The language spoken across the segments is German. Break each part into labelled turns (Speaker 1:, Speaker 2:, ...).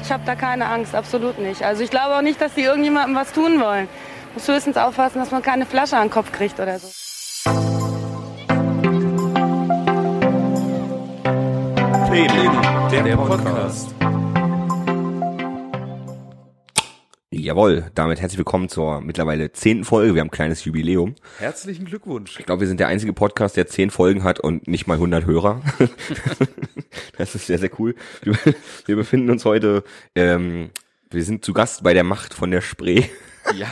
Speaker 1: ich habe da keine Angst, absolut nicht. Also ich glaube auch nicht, dass die irgendjemandem was tun wollen. Muss höchstens aufpassen, dass man keine Flasche an den Kopf kriegt oder so.
Speaker 2: Leben, der, der Podcast.
Speaker 3: Jawohl, damit herzlich willkommen zur mittlerweile zehnten Folge. Wir haben ein kleines Jubiläum.
Speaker 2: Herzlichen Glückwunsch.
Speaker 3: Ich glaube, wir sind der einzige Podcast, der zehn Folgen hat und nicht mal 100 Hörer. das ist sehr, sehr cool. Wir, wir befinden uns heute, ähm, wir sind zu Gast bei der Macht von der Spree
Speaker 2: Ja,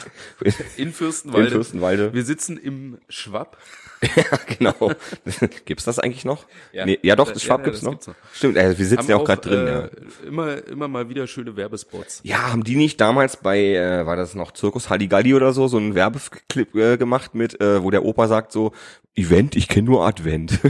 Speaker 2: in Fürstenwalde.
Speaker 3: in Fürstenwalde.
Speaker 2: Wir sitzen im Schwab.
Speaker 3: ja, genau. gibt's das eigentlich noch?
Speaker 2: Ja. Äh,
Speaker 3: nee, ja doch, das
Speaker 2: Ja,
Speaker 3: Schwab
Speaker 2: ja,
Speaker 3: gibt's,
Speaker 2: das
Speaker 3: noch.
Speaker 2: gibt's noch.
Speaker 3: Stimmt, äh, wir sitzen ja auch gerade drin. ja.
Speaker 2: äh, immer, immer mal wieder schöne Werbespots.
Speaker 3: Ja, haben die nicht damals bei, äh, war das noch Zirkus Halligalli oder so, so einen Werbeclip äh, gemacht mit, äh, wo der Opa sagt so, Event, ich kenne nur Advent.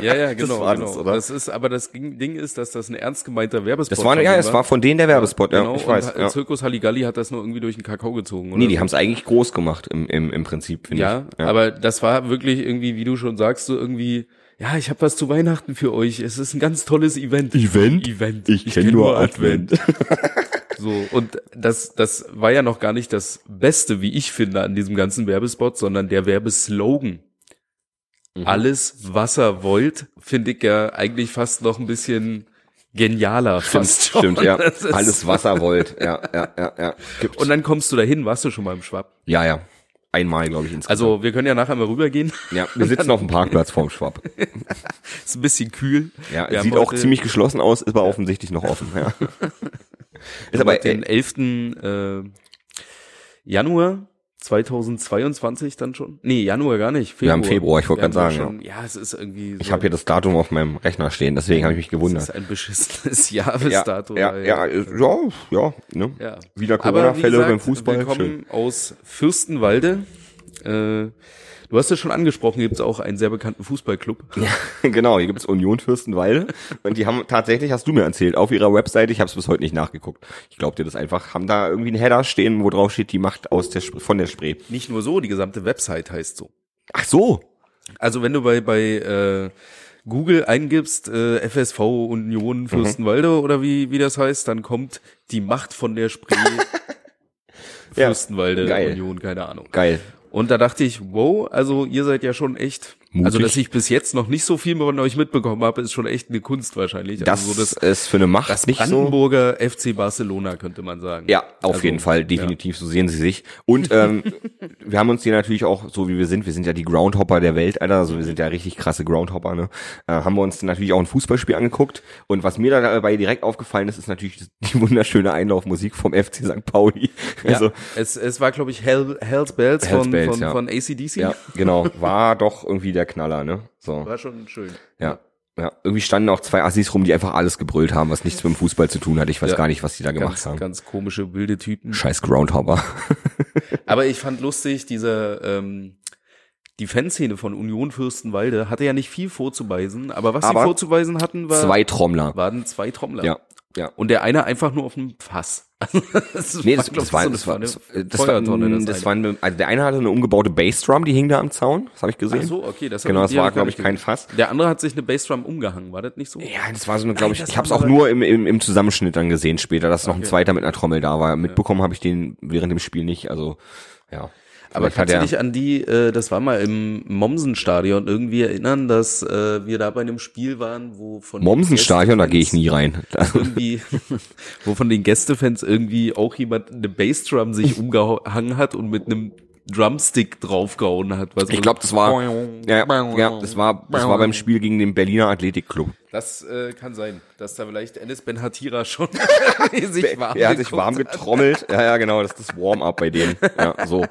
Speaker 2: Ja, ja,
Speaker 3: das war das, oder?
Speaker 2: Das ist, aber das Ging- Ding ist, dass das ein ernst gemeinter Werbespot
Speaker 3: Das war,
Speaker 2: von
Speaker 3: ja,
Speaker 2: ihm
Speaker 3: es war von denen der Werbespot, ja,
Speaker 2: genau,
Speaker 3: ich weiß.
Speaker 2: Und
Speaker 3: Ja.
Speaker 2: Zirkus Halligalli hat das nur irgendwie durch den Kakao gezogen, oder?
Speaker 3: Nee, die haben's eigentlich groß gemacht im, im, im Prinzip, finde
Speaker 2: ja,
Speaker 3: ich. Ja.
Speaker 2: aber das war wirklich irgendwie, wie du schon sagst, so irgendwie, ja, ich habe was zu Weihnachten für euch. Es ist ein ganz tolles Event.
Speaker 3: Event?
Speaker 2: Event.
Speaker 3: Ich kenn
Speaker 2: kenn
Speaker 3: nur Advent.
Speaker 2: so, und das, das war ja noch gar nicht das Beste, wie ich finde, an diesem ganzen Werbespot, sondern der Werbeslogan.
Speaker 3: Mhm.
Speaker 2: Alles, was er wollt, finde ich ja eigentlich fast noch ein bisschen genialer. fast schon.
Speaker 3: Stimmt, ja.
Speaker 2: Das ist-
Speaker 3: Alles Wasser wollt. Ja, ja, ja, ja. Gibt's.
Speaker 2: Und dann kommst du dahin, warst du schon mal im Schwab.
Speaker 3: ja, ja. Einmal, glaube ich, insgesamt.
Speaker 2: Also, wir können ja nachher mal rübergehen.
Speaker 3: ja, wir sitzen auf dem Parkplatz vorm Schwab.
Speaker 2: Ist ein bisschen kühl.
Speaker 3: Ja,
Speaker 2: Wir
Speaker 3: sieht
Speaker 2: haben
Speaker 3: auch
Speaker 2: heute-
Speaker 3: ziemlich geschlossen aus, ist aber offensichtlich noch offen. Ja. äh, ist
Speaker 2: aber
Speaker 3: aber
Speaker 2: den 11. Äh, Januar 2022 dann schon? Nee, Januar gar nicht.
Speaker 3: Wir haben Februar, ich wollte
Speaker 2: Wir haben
Speaker 3: gerade
Speaker 2: ja
Speaker 3: sagen,
Speaker 2: Schon, ja, es ist irgendwie. So,
Speaker 3: Ich habe hier das Datum auf meinem Rechner stehen, deswegen habe ich mich
Speaker 2: Das
Speaker 3: gewundert.
Speaker 2: ist ein beschissenes Jahr bis
Speaker 3: Ja,
Speaker 2: dato.
Speaker 3: ja,
Speaker 2: weil-
Speaker 3: ja, äh, ja, ja, ne?
Speaker 2: ja.
Speaker 3: Wieder
Speaker 2: Aber wie
Speaker 3: Corona-Fälle
Speaker 2: gesagt,
Speaker 3: beim Fußball.
Speaker 2: Wir
Speaker 3: Schön.
Speaker 2: kommen aus Fürstenwalde. Äh, du hast es schon angesprochen, gibt es auch einen sehr bekannten Fußballclub.
Speaker 3: genau, hier gibt's Union Fürstenwalde. Und die haben tatsächlich, hast du mir erzählt, auf ihrer Webseite, ich habe es bis heute nicht nachgeguckt. Ich glaube dir das einfach, haben da irgendwie einen Header stehen, wo drauf steht, die Macht aus der Sp- von der Spree.
Speaker 2: Nicht nur so, die gesamte Website heißt so.
Speaker 3: Ach so.
Speaker 2: Also wenn du bei bei äh, Google eingibst äh, FSV
Speaker 3: Mhm.
Speaker 2: Union Fürstenwalde oder wie wie das heißt, dann kommt die Macht von der Spree
Speaker 3: Ja,
Speaker 2: Fürstenwalde
Speaker 3: geil.
Speaker 2: Union, keine Ahnung.
Speaker 3: Geil.
Speaker 2: Und da dachte ich, wow, also ihr seid ja schon echt
Speaker 3: Mutig.
Speaker 2: Also dass ich bis jetzt noch nicht so viel von euch mitbekommen habe, ist schon echt eine Kunst wahrscheinlich.
Speaker 3: Das
Speaker 2: also so das,
Speaker 3: ist für eine Macht
Speaker 2: das
Speaker 3: nicht so.
Speaker 2: Brandenburger FC Barcelona könnte man sagen.
Speaker 3: Ja, auf
Speaker 2: Also,
Speaker 3: jeden Fall, definitiv, so sehen sie sich. Und ähm, wir haben uns hier natürlich auch, so wie wir sind, wir sind ja die Groundhopper der Welt, Alter, also wir sind ja richtig krasse Groundhopper, ne? Äh, haben wir uns natürlich auch ein Fußballspiel angeguckt. Und was mir dabei direkt aufgefallen ist, ist natürlich die wunderschöne Einlaufmusik vom FC St. Pauli.
Speaker 2: Ja,
Speaker 3: Also,
Speaker 2: es, es war glaube ich Hell, Hell's Bells
Speaker 3: Hell's
Speaker 2: von,
Speaker 3: Bells,
Speaker 2: von,
Speaker 3: ja.
Speaker 2: von ACDC.
Speaker 3: ja, genau, war doch irgendwie der Knaller, ne? So,
Speaker 2: War schon schön.
Speaker 3: ja. Ja, irgendwie standen auch zwei Assis rum, die einfach alles gebrüllt haben, was nichts mit dem Fußball zu tun hat. Ich weiß
Speaker 2: Ja.
Speaker 3: gar nicht, was die da gemacht
Speaker 2: Ganz,
Speaker 3: haben.
Speaker 2: ganz komische, wilde Typen.
Speaker 3: Scheiß Groundhopper.
Speaker 2: Aber ich fand lustig, diese, ähm, die Fanszene von Union Fürstenwalde hatte ja nicht viel vorzuweisen, aber was
Speaker 3: Aber
Speaker 2: sie vorzuweisen hatten, war,
Speaker 3: Zwei Trommler.
Speaker 2: waren zwei Trommler.
Speaker 3: Ja, ja.
Speaker 2: Und der eine einfach nur auf dem Fass. das
Speaker 3: Nee, das,
Speaker 2: glaub
Speaker 3: das
Speaker 2: ich,
Speaker 3: war,
Speaker 2: so
Speaker 3: das war,
Speaker 2: eine
Speaker 3: das,
Speaker 2: Feuertonne,
Speaker 3: das war, das,
Speaker 2: eine.
Speaker 3: war eine, also der eine hatte eine umgebaute Bassdrum, die hing da am Zaun, das habe ich gesehen.
Speaker 2: Ach so, okay, das
Speaker 3: genau,
Speaker 2: hab
Speaker 3: das
Speaker 2: die hab
Speaker 3: war
Speaker 2: ich gar
Speaker 3: glaube ich
Speaker 2: nicht
Speaker 3: kein
Speaker 2: gesehen.
Speaker 3: Fass.
Speaker 2: Der andere hat sich eine Bassdrum umgehangen, war das nicht so?
Speaker 3: Ja, das war so eine, glaube ich,
Speaker 2: das
Speaker 3: ich habe es
Speaker 2: haben
Speaker 3: auch
Speaker 2: aber-
Speaker 3: nur im, im, im Zusammenschnitt dann gesehen später, dass noch ein zweiter mit einer Trommel da war. Mitbekommen habe ich den während dem Spiel nicht, also ja.
Speaker 2: Aber
Speaker 3: Vielleicht hat
Speaker 2: kannst du
Speaker 3: er
Speaker 2: dich an die, äh, das war mal im Mommsen-Stadion irgendwie erinnern, dass äh, wir da bei einem Spiel waren, wo von
Speaker 3: Mommsenstadion, da gehe ich
Speaker 2: nie.
Speaker 3: nie rein.
Speaker 2: Also, irgendwie, wo von den Gästefans irgendwie auch jemand eine Bassdrum sich umgehangen hat und mit einem Drumstick draufgehauen hat. Was
Speaker 3: Ich glaube, das war, ja, ja, das war, das war beim Spiel gegen den Berliner Athletikclub.
Speaker 2: das äh, kann sein, dass da vielleicht Ennis Ben Hatira schon sich warm
Speaker 3: Er hat sich
Speaker 2: geguckt
Speaker 3: warm getrommelt. Ja, ja, genau, das ist das Warm-up bei denen. Ja, so.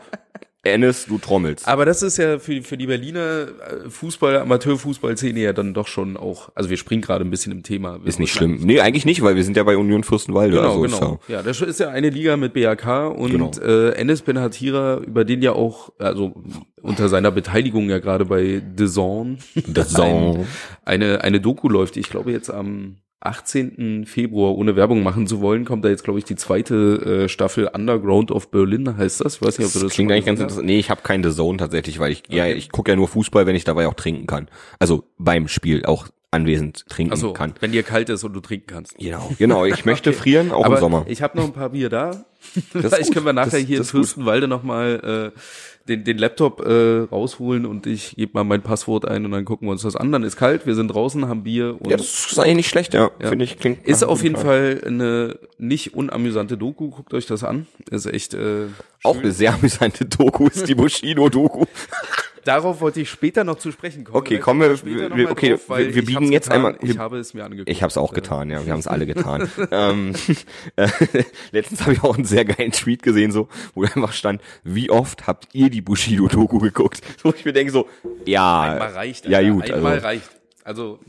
Speaker 3: Ennis, du trommelst.
Speaker 2: Aber das ist ja für, für die Berliner äh, Fußball, Amateurfußballszene ja dann doch schon auch, also wir springen gerade ein bisschen im Thema. Wir
Speaker 3: Ist nicht
Speaker 2: müssen-
Speaker 3: schlimm. Nee, eigentlich nicht, weil wir sind ja bei Union Fürstenwalde.
Speaker 2: Genau,
Speaker 3: also ist
Speaker 2: genau. Ja, das ist ja eine Liga mit BAK und
Speaker 3: Genau.
Speaker 2: äh, Enes Ben Hatira, über den ja auch, also unter seiner Beteiligung ja gerade bei The Zone,
Speaker 3: Ja, The Zone.
Speaker 2: eine, eine Doku läuft. Ich glaube jetzt am 18. Februar, ohne Werbung machen zu wollen, kommt da jetzt, glaube ich, die zweite äh, Staffel Underground of Berlin, heißt das. Ich weiß nicht, ob du
Speaker 3: Das,
Speaker 2: also das
Speaker 3: klingt
Speaker 2: schon
Speaker 3: eigentlich ganz
Speaker 2: gesehen hast.
Speaker 3: interessant. Nee, ich habe keinen The Zone tatsächlich, weil ich ja ich gucke ja nur Fußball, wenn ich dabei auch trinken kann. Also beim Spiel auch anwesend trinken
Speaker 2: Also,
Speaker 3: kann.
Speaker 2: wenn dir kalt ist und du trinken kannst.
Speaker 3: Genau, genau. Ich möchte frieren, auch
Speaker 2: Aber
Speaker 3: im Sommer.
Speaker 2: ich habe noch ein paar Bier da.
Speaker 3: ist
Speaker 2: Vielleicht
Speaker 3: gut.
Speaker 2: können wir nachher
Speaker 3: Das-
Speaker 2: hier
Speaker 3: das ist
Speaker 2: in
Speaker 3: gut.
Speaker 2: Fürstenwalde nochmal äh, den, den Laptop äh, rausholen und ich gebe mal mein Passwort ein und dann gucken wir uns das an. Dann ist kalt, wir sind draußen, haben Bier und
Speaker 3: Ja, das ist eigentlich nicht schlecht, ja.
Speaker 2: Ja.
Speaker 3: Finde ich, klingt.
Speaker 2: ist
Speaker 3: nach einem
Speaker 2: auf
Speaker 3: guten
Speaker 2: jeden
Speaker 3: Plan.
Speaker 2: Fall eine nicht unamüsante Doku. Guckt euch das an. Ist echt. Äh,
Speaker 3: Auch eine sehr amüsante Doku ist die Bushido-Doku.
Speaker 2: darauf wollte ich später noch zu sprechen kommen.
Speaker 3: Okay,
Speaker 2: Da
Speaker 3: kommen wir-
Speaker 2: komme ich später
Speaker 3: wir-
Speaker 2: noch mal
Speaker 3: okay,
Speaker 2: weil
Speaker 3: wir- wir
Speaker 2: ich
Speaker 3: biegen
Speaker 2: hab's
Speaker 3: jetzt
Speaker 2: getan,
Speaker 3: einmal-
Speaker 2: Ich habe es mir angeguckt. Äh,
Speaker 3: Ich habe es auch getan, ja, wir haben es alle getan. ähm, äh, letztens habe ich auch einen sehr geilen Tweet gesehen, so, wo einfach stand, wie oft habt ihr die Bushido-Doku geguckt? Wo ich mir denke so, ja,
Speaker 2: Einmal reicht.
Speaker 3: ja
Speaker 2: Alter.
Speaker 3: gut,
Speaker 2: Einmal
Speaker 3: also,
Speaker 2: reicht. Also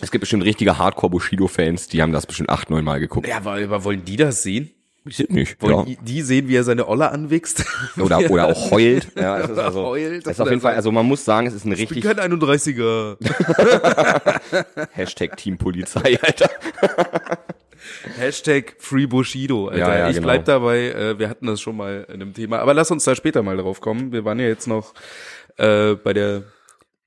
Speaker 3: es gibt bestimmt richtige Hardcore-Bushido-Fans, die haben das bestimmt acht, neun Mal geguckt.
Speaker 2: Ja, aber, aber wollen die das sehen?
Speaker 3: Ich sehe nicht,
Speaker 2: Wollen
Speaker 3: ja.
Speaker 2: die, die sehen, wie er seine Olle anwichst?
Speaker 3: Oder, oder auch heult. Ja, es ist
Speaker 2: Oder
Speaker 3: also,
Speaker 2: heult
Speaker 3: es ist auf jeden
Speaker 2: oder
Speaker 3: Fall, also man muss sagen, es ist ein
Speaker 2: Ich bin
Speaker 3: richtig
Speaker 2: kein 31er.
Speaker 3: Hashtag Team Polizei, Alter.
Speaker 2: Hashtag Free Bushido, Alter.
Speaker 3: Ja, ja,
Speaker 2: ich
Speaker 3: genau.
Speaker 2: bleib dabei, äh, wir hatten das schon mal in einem Thema. Aber lass uns da später mal drauf kommen. Wir waren ja jetzt noch äh, bei der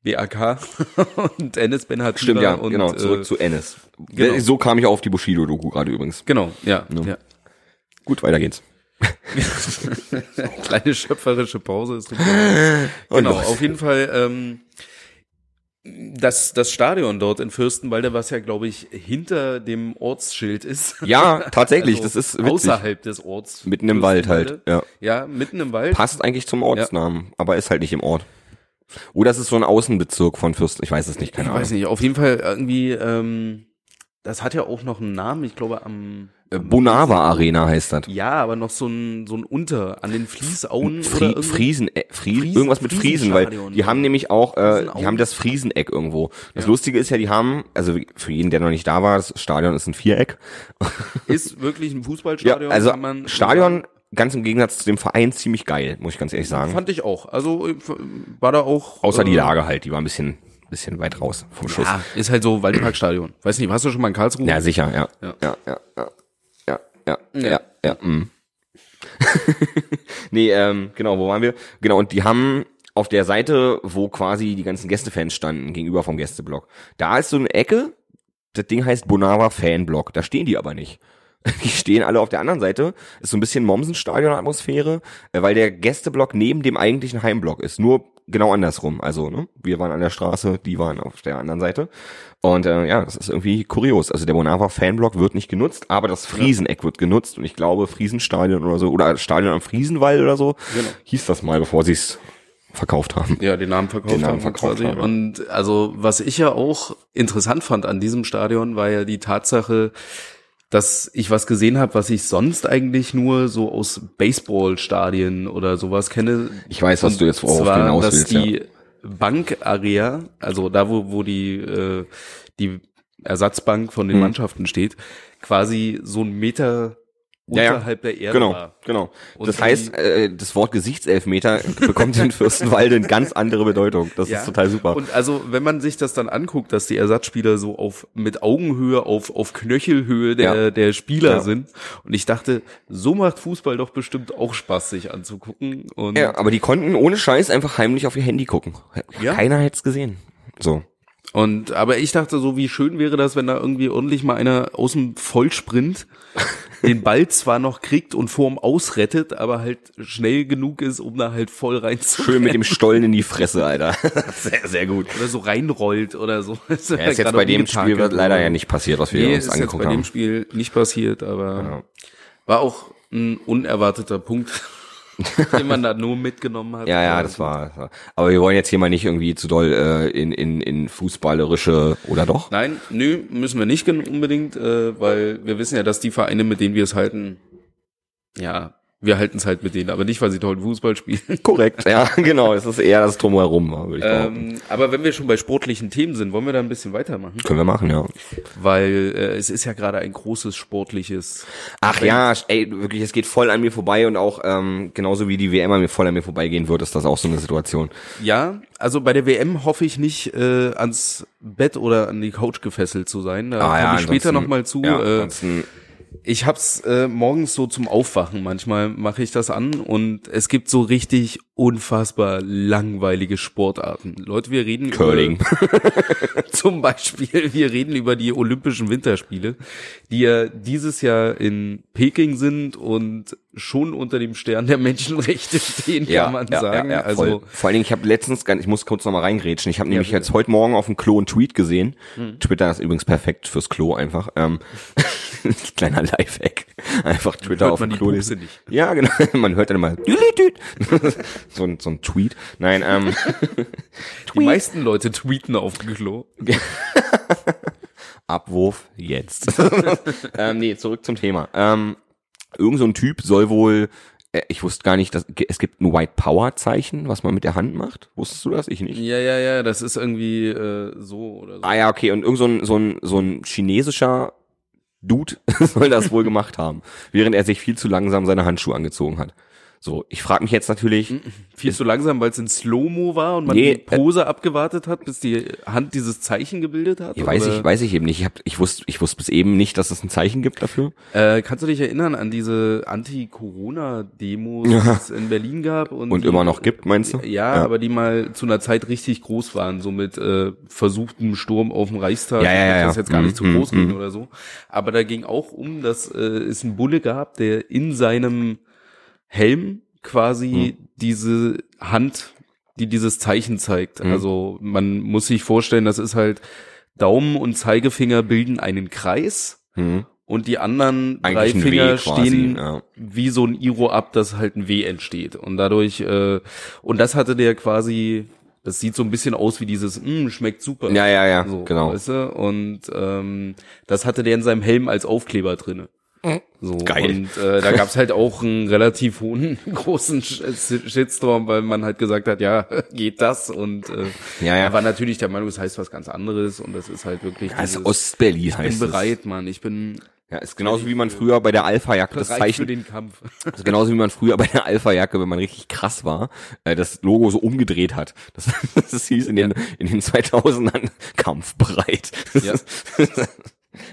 Speaker 2: BAK und Ennis Ben hat
Speaker 3: Stimmt, ja,
Speaker 2: und,
Speaker 3: genau, zurück
Speaker 2: äh,
Speaker 3: zu Ennis.
Speaker 2: genau.
Speaker 3: So kam ich auf die Bushido-Doku gerade übrigens.
Speaker 2: Genau, ja, ja.
Speaker 3: Gut, weiter geht's.
Speaker 2: Kleine schöpferische Pause ist super. Genau,
Speaker 3: los.
Speaker 2: auf jeden Fall ähm, das, das Stadion dort in Fürstenwalde, was ja, glaube ich, hinter dem Ortsschild ist.
Speaker 3: Ja, tatsächlich,
Speaker 2: Also
Speaker 3: das ist witzig.
Speaker 2: Außerhalb des Orts.
Speaker 3: Mitten im Wald halt, ja.
Speaker 2: Ja, mitten im Wald.
Speaker 3: Passt eigentlich zum Ortsnamen, aber ist halt nicht im Ort. Oder es ist so ein Außenbezirk von Fürsten, ich weiß es nicht, keine
Speaker 2: ich
Speaker 3: Ahnung.
Speaker 2: weiß nicht, auf jeden Fall irgendwie, ähm, das hat ja auch noch einen Namen, ich glaube am,
Speaker 3: Äh, Bonava Arena heißt das.
Speaker 2: ja, aber noch so ein, so ein Unter an den Fließauen oder
Speaker 3: Fri
Speaker 2: irgendwie.
Speaker 3: Friesen, äh, Friesen,
Speaker 2: Friesen-
Speaker 3: irgendwas mit Friesen, weil
Speaker 2: Friesenstadion.
Speaker 3: die haben nämlich auch, äh,
Speaker 2: Friesenau.
Speaker 3: die haben das Frieseneck irgendwo. Das Lustige ist ja, die haben, also für jeden, der noch nicht da war, das Stadion ist ein Viereck.
Speaker 2: Ist wirklich ein
Speaker 3: Ja,
Speaker 2: Fußballstadion.
Speaker 3: also
Speaker 2: kann man
Speaker 3: Stadion, ganz im Gegensatz zu dem Verein, ziemlich geil, muss ich ganz ehrlich sagen.
Speaker 2: Fand ich auch. Also äh, war da auch.
Speaker 3: Außer die
Speaker 2: äh,
Speaker 3: Lage halt, die war ein bisschen, bisschen weit raus vom Schuss.
Speaker 2: Ja, ist halt so Waldparkstadion. Weiß nicht, warst du schon mal in Karlsruhe?
Speaker 3: Ja, sicher, ja.
Speaker 2: Ja.
Speaker 3: ja, ja, ja, ja, ja, ja, ja, mm. nee, ähm, genau, wo waren wir? Genau, und die haben auf der Seite, wo quasi die ganzen Gästefans standen, gegenüber vom Gästeblock, da ist so eine Ecke, das Ding heißt Bonava Fanblock, da stehen die aber nicht. Die stehen alle auf der anderen Seite. Ist so ein bisschen Mommsen-Stadion-Atmosphäre, äh, weil der Gästeblock neben dem eigentlichen Heimblock ist. Nur genau andersrum. Also, ne? Wir waren an der Straße, die waren auf der anderen Seite. Und äh, ja, das ist irgendwie kurios. Also der Bonava Fanblock wird nicht genutzt, aber das Frieseneck wird genutzt. Und ich glaube, Friesenstadion oder so, oder Stadion am Friesenwall oder so,
Speaker 2: Genau.
Speaker 3: hieß das mal, bevor sie es verkauft haben.
Speaker 2: Ja, den Namen verkauft
Speaker 3: Den Namen
Speaker 2: haben
Speaker 3: verkauft
Speaker 2: quasi.
Speaker 3: haben, ja.
Speaker 2: Und also, was ich ja auch interessant fand an diesem Stadion, war ja die Tatsache, dass ich was gesehen habe, was ich sonst eigentlich nur so aus Baseballstadien oder sowas kenne.
Speaker 3: Ich weiß, was
Speaker 2: Und
Speaker 3: du jetzt worauf
Speaker 2: zwar,
Speaker 3: hinaus
Speaker 2: dass
Speaker 3: willst,
Speaker 2: die Bankarea, also da wo wo die äh, die Ersatzbank von
Speaker 3: Hm.
Speaker 2: den Mannschaften steht, quasi so ein Meter
Speaker 3: Ja, ja.
Speaker 2: unterhalb der Erde
Speaker 3: Genau,
Speaker 2: war.
Speaker 3: genau.
Speaker 2: Und
Speaker 3: das
Speaker 2: die-
Speaker 3: heißt, äh, das Wort Gesichtselfmeter bekommt in Fürstenwalde eine ganz andere Bedeutung. Das
Speaker 2: Ja.
Speaker 3: ist total super.
Speaker 2: Und also, wenn man sich das dann anguckt, dass die Ersatzspieler so auf mit Augenhöhe, auf, auf Knöchelhöhe der,
Speaker 3: Ja.
Speaker 2: der Spieler
Speaker 3: Ja.
Speaker 2: sind. Und ich dachte, so macht Fußball doch bestimmt auch Spaß, sich anzugucken. Und
Speaker 3: ja, aber die konnten ohne Scheiß einfach heimlich auf ihr Handy gucken.
Speaker 2: Ja.
Speaker 3: Keiner hätte es gesehen. So.
Speaker 2: Und aber ich dachte so, wie schön wäre das, wenn da irgendwie ordentlich mal einer aus dem Vollsprint den Ball zwar noch kriegt und vorm Ausrettet, aber halt schnell genug ist, um da halt voll reinzukommen.
Speaker 3: Schön mit dem Stollen in die Fresse, Alter. sehr, sehr gut.
Speaker 2: Oder so reinrollt oder so.
Speaker 3: Ja, ist jetzt
Speaker 2: um
Speaker 3: bei dem Spiel wird leider ja nicht passiert, was wir
Speaker 2: Nee,
Speaker 3: uns
Speaker 2: ist jetzt bei
Speaker 3: angeguckt
Speaker 2: dem
Speaker 3: haben.
Speaker 2: Spiel nicht passiert, aber war auch ein unerwarteter Punkt, den man da nur mitgenommen hat. Ähm,
Speaker 3: Ja, ja, das war, das war. Aber wir wollen jetzt hier mal nicht irgendwie zu doll äh, in, in, in fußballerische oder doch?
Speaker 2: Nein, nö, müssen wir nicht gen- unbedingt, äh, weil wir wissen ja, dass die Vereine, mit denen wir es halten, ja, wir halten es halt mit denen, aber nicht, weil sie tollen Fußball spielen.
Speaker 3: Korrekt. Ja, genau. Es ist eher das Drumherum, würde ich behaupten.
Speaker 2: Ähm, aber wenn wir schon bei sportlichen Themen sind, wollen wir da ein bisschen weitermachen,
Speaker 3: Können wir machen, ja.
Speaker 2: weil äh, es ist ja gerade ein großes sportliches
Speaker 3: Ach ja, ey, wirklich, es geht voll an mir vorbei und auch ähm, genauso wie die WM an mir voll an mir vorbeigehen wird, ist das auch so eine Situation.
Speaker 2: Ja, also bei der WM hoffe ich nicht äh, ans Bett oder an die Couch gefesselt zu sein. Da komme ich
Speaker 3: Ah
Speaker 2: später
Speaker 3: ansonsten-
Speaker 2: nochmal zu.
Speaker 3: Ja,
Speaker 2: äh,
Speaker 3: ansonsten
Speaker 2: ich hab's äh, morgens so zum Aufwachen. Manchmal mache ich das an und es gibt so richtig unfassbar langweilige Sportarten. Leute, wir reden
Speaker 3: Curling.
Speaker 2: äh, über zum Beispiel, wir reden über die Olympischen Winterspiele, die ja dieses Jahr in Peking sind und schon unter dem Stern der Menschenrechte stehen, kann man sagen. also
Speaker 3: voll. Vor allen Dingen, ich habe letztens, ganz- ich muss kurz nochmal reingrätschen, ich habe nämlich jetzt heute Morgen auf dem Klo einen Tweet gesehen.
Speaker 2: Mhm.
Speaker 3: Twitter ist übrigens perfekt fürs Klo einfach. Ähm, kleiner Lifehack. Einfach Twitter
Speaker 2: hört
Speaker 3: auf
Speaker 2: man
Speaker 3: dem
Speaker 2: die
Speaker 3: Klo
Speaker 2: Pupse
Speaker 3: lesen.
Speaker 2: nicht.
Speaker 3: Ja, genau. Man hört dann immer Dülidüt. so, ein, so ein Tweet. Nein, ähm,
Speaker 2: die meisten Leute tweeten auf dem Klo.
Speaker 3: Abwurf jetzt. ähm, nee, zurück zum Thema. Ähm, irgend so ein Typ soll wohl, äh, ich wusste gar nicht, dass, es gibt ein White Power Zeichen, was man mit der Hand macht. Wusstest du das? Ich nicht.
Speaker 2: Ja, ja, ja, das ist irgendwie äh, so oder so.
Speaker 3: Ah ja, okay. Und irgend so ein, so ein, so ein chinesischer Dude soll das wohl gemacht haben, während er sich viel zu langsam seine Handschuhe angezogen hat. So, ich frage mich jetzt natürlich,
Speaker 2: Hm, Viel zu langsam, weil es in Slow-Mo war und man
Speaker 3: Nee, äh,
Speaker 2: die Pose abgewartet hat, bis die Hand dieses Zeichen gebildet hat?
Speaker 3: ja, weiß
Speaker 2: oder?
Speaker 3: ich, weiß ich eben nicht. Ich, hab, ich wusste, ich wusste bis eben nicht, dass es ein Zeichen gibt dafür.
Speaker 2: Äh, kannst du dich erinnern an diese Anti-Corona-Demos, die es in Berlin gab? Und,
Speaker 3: Und
Speaker 2: die,
Speaker 3: immer noch gibt, meinst du?
Speaker 2: Ja, aber die mal zu einer Zeit richtig groß waren, so mit äh, versuchtem Sturm auf dem Reichstag.
Speaker 3: Ja, ja,
Speaker 2: Ich
Speaker 3: ja,
Speaker 2: möchte
Speaker 3: ja.
Speaker 2: das jetzt gar
Speaker 3: Mhm,
Speaker 2: nicht zu groß
Speaker 3: mhm,
Speaker 2: reden oder so. Aber da ging auch um, dass äh, es einen Bulle gab, der in seinem Helm quasi
Speaker 3: Mhm.
Speaker 2: diese Hand, die dieses Zeichen zeigt.
Speaker 3: Mhm.
Speaker 2: Also man muss sich vorstellen, das ist halt Daumen und Zeigefinger bilden einen Kreis
Speaker 3: Hm.
Speaker 2: und die anderen drei
Speaker 3: Eigentlich ein W
Speaker 2: Finger
Speaker 3: quasi,
Speaker 2: stehen
Speaker 3: ja.
Speaker 2: wie so ein Iro ab, dass halt ein W entsteht. Und dadurch, äh, und das hatte der quasi, das sieht so ein bisschen aus wie dieses, "Mm, schmeckt super.
Speaker 3: Ja, ja, ja,
Speaker 2: so,
Speaker 3: genau.
Speaker 2: Weißt du? Und ähm, das hatte der in seinem Helm als Aufkleber drinne. So,
Speaker 3: Geil.
Speaker 2: Und äh, da gab's halt auch einen relativ hohen, großen Sch- Shitstorm, weil man halt gesagt hat, ja, geht das? Und äh,
Speaker 3: Ja, ja.
Speaker 2: er war natürlich der Meinung, es heißt was ganz anderes und das ist halt wirklich
Speaker 3: Ja, ist
Speaker 2: dieses,
Speaker 3: Also Ostberlin
Speaker 2: ich
Speaker 3: heißt
Speaker 2: bin bereit, Mann, ich bin
Speaker 3: es. Ja, ist genauso wie man früher bei der Alpha-Jacke das
Speaker 2: bereit für
Speaker 3: Zeichen
Speaker 2: den Kampf.
Speaker 3: Das ist genauso wie man früher bei der Alpha-Jacke, wenn man richtig krass war, äh, das Logo so umgedreht hat. Das, das hieß in den, in den 2000ern kampfbereit.
Speaker 2: Ja.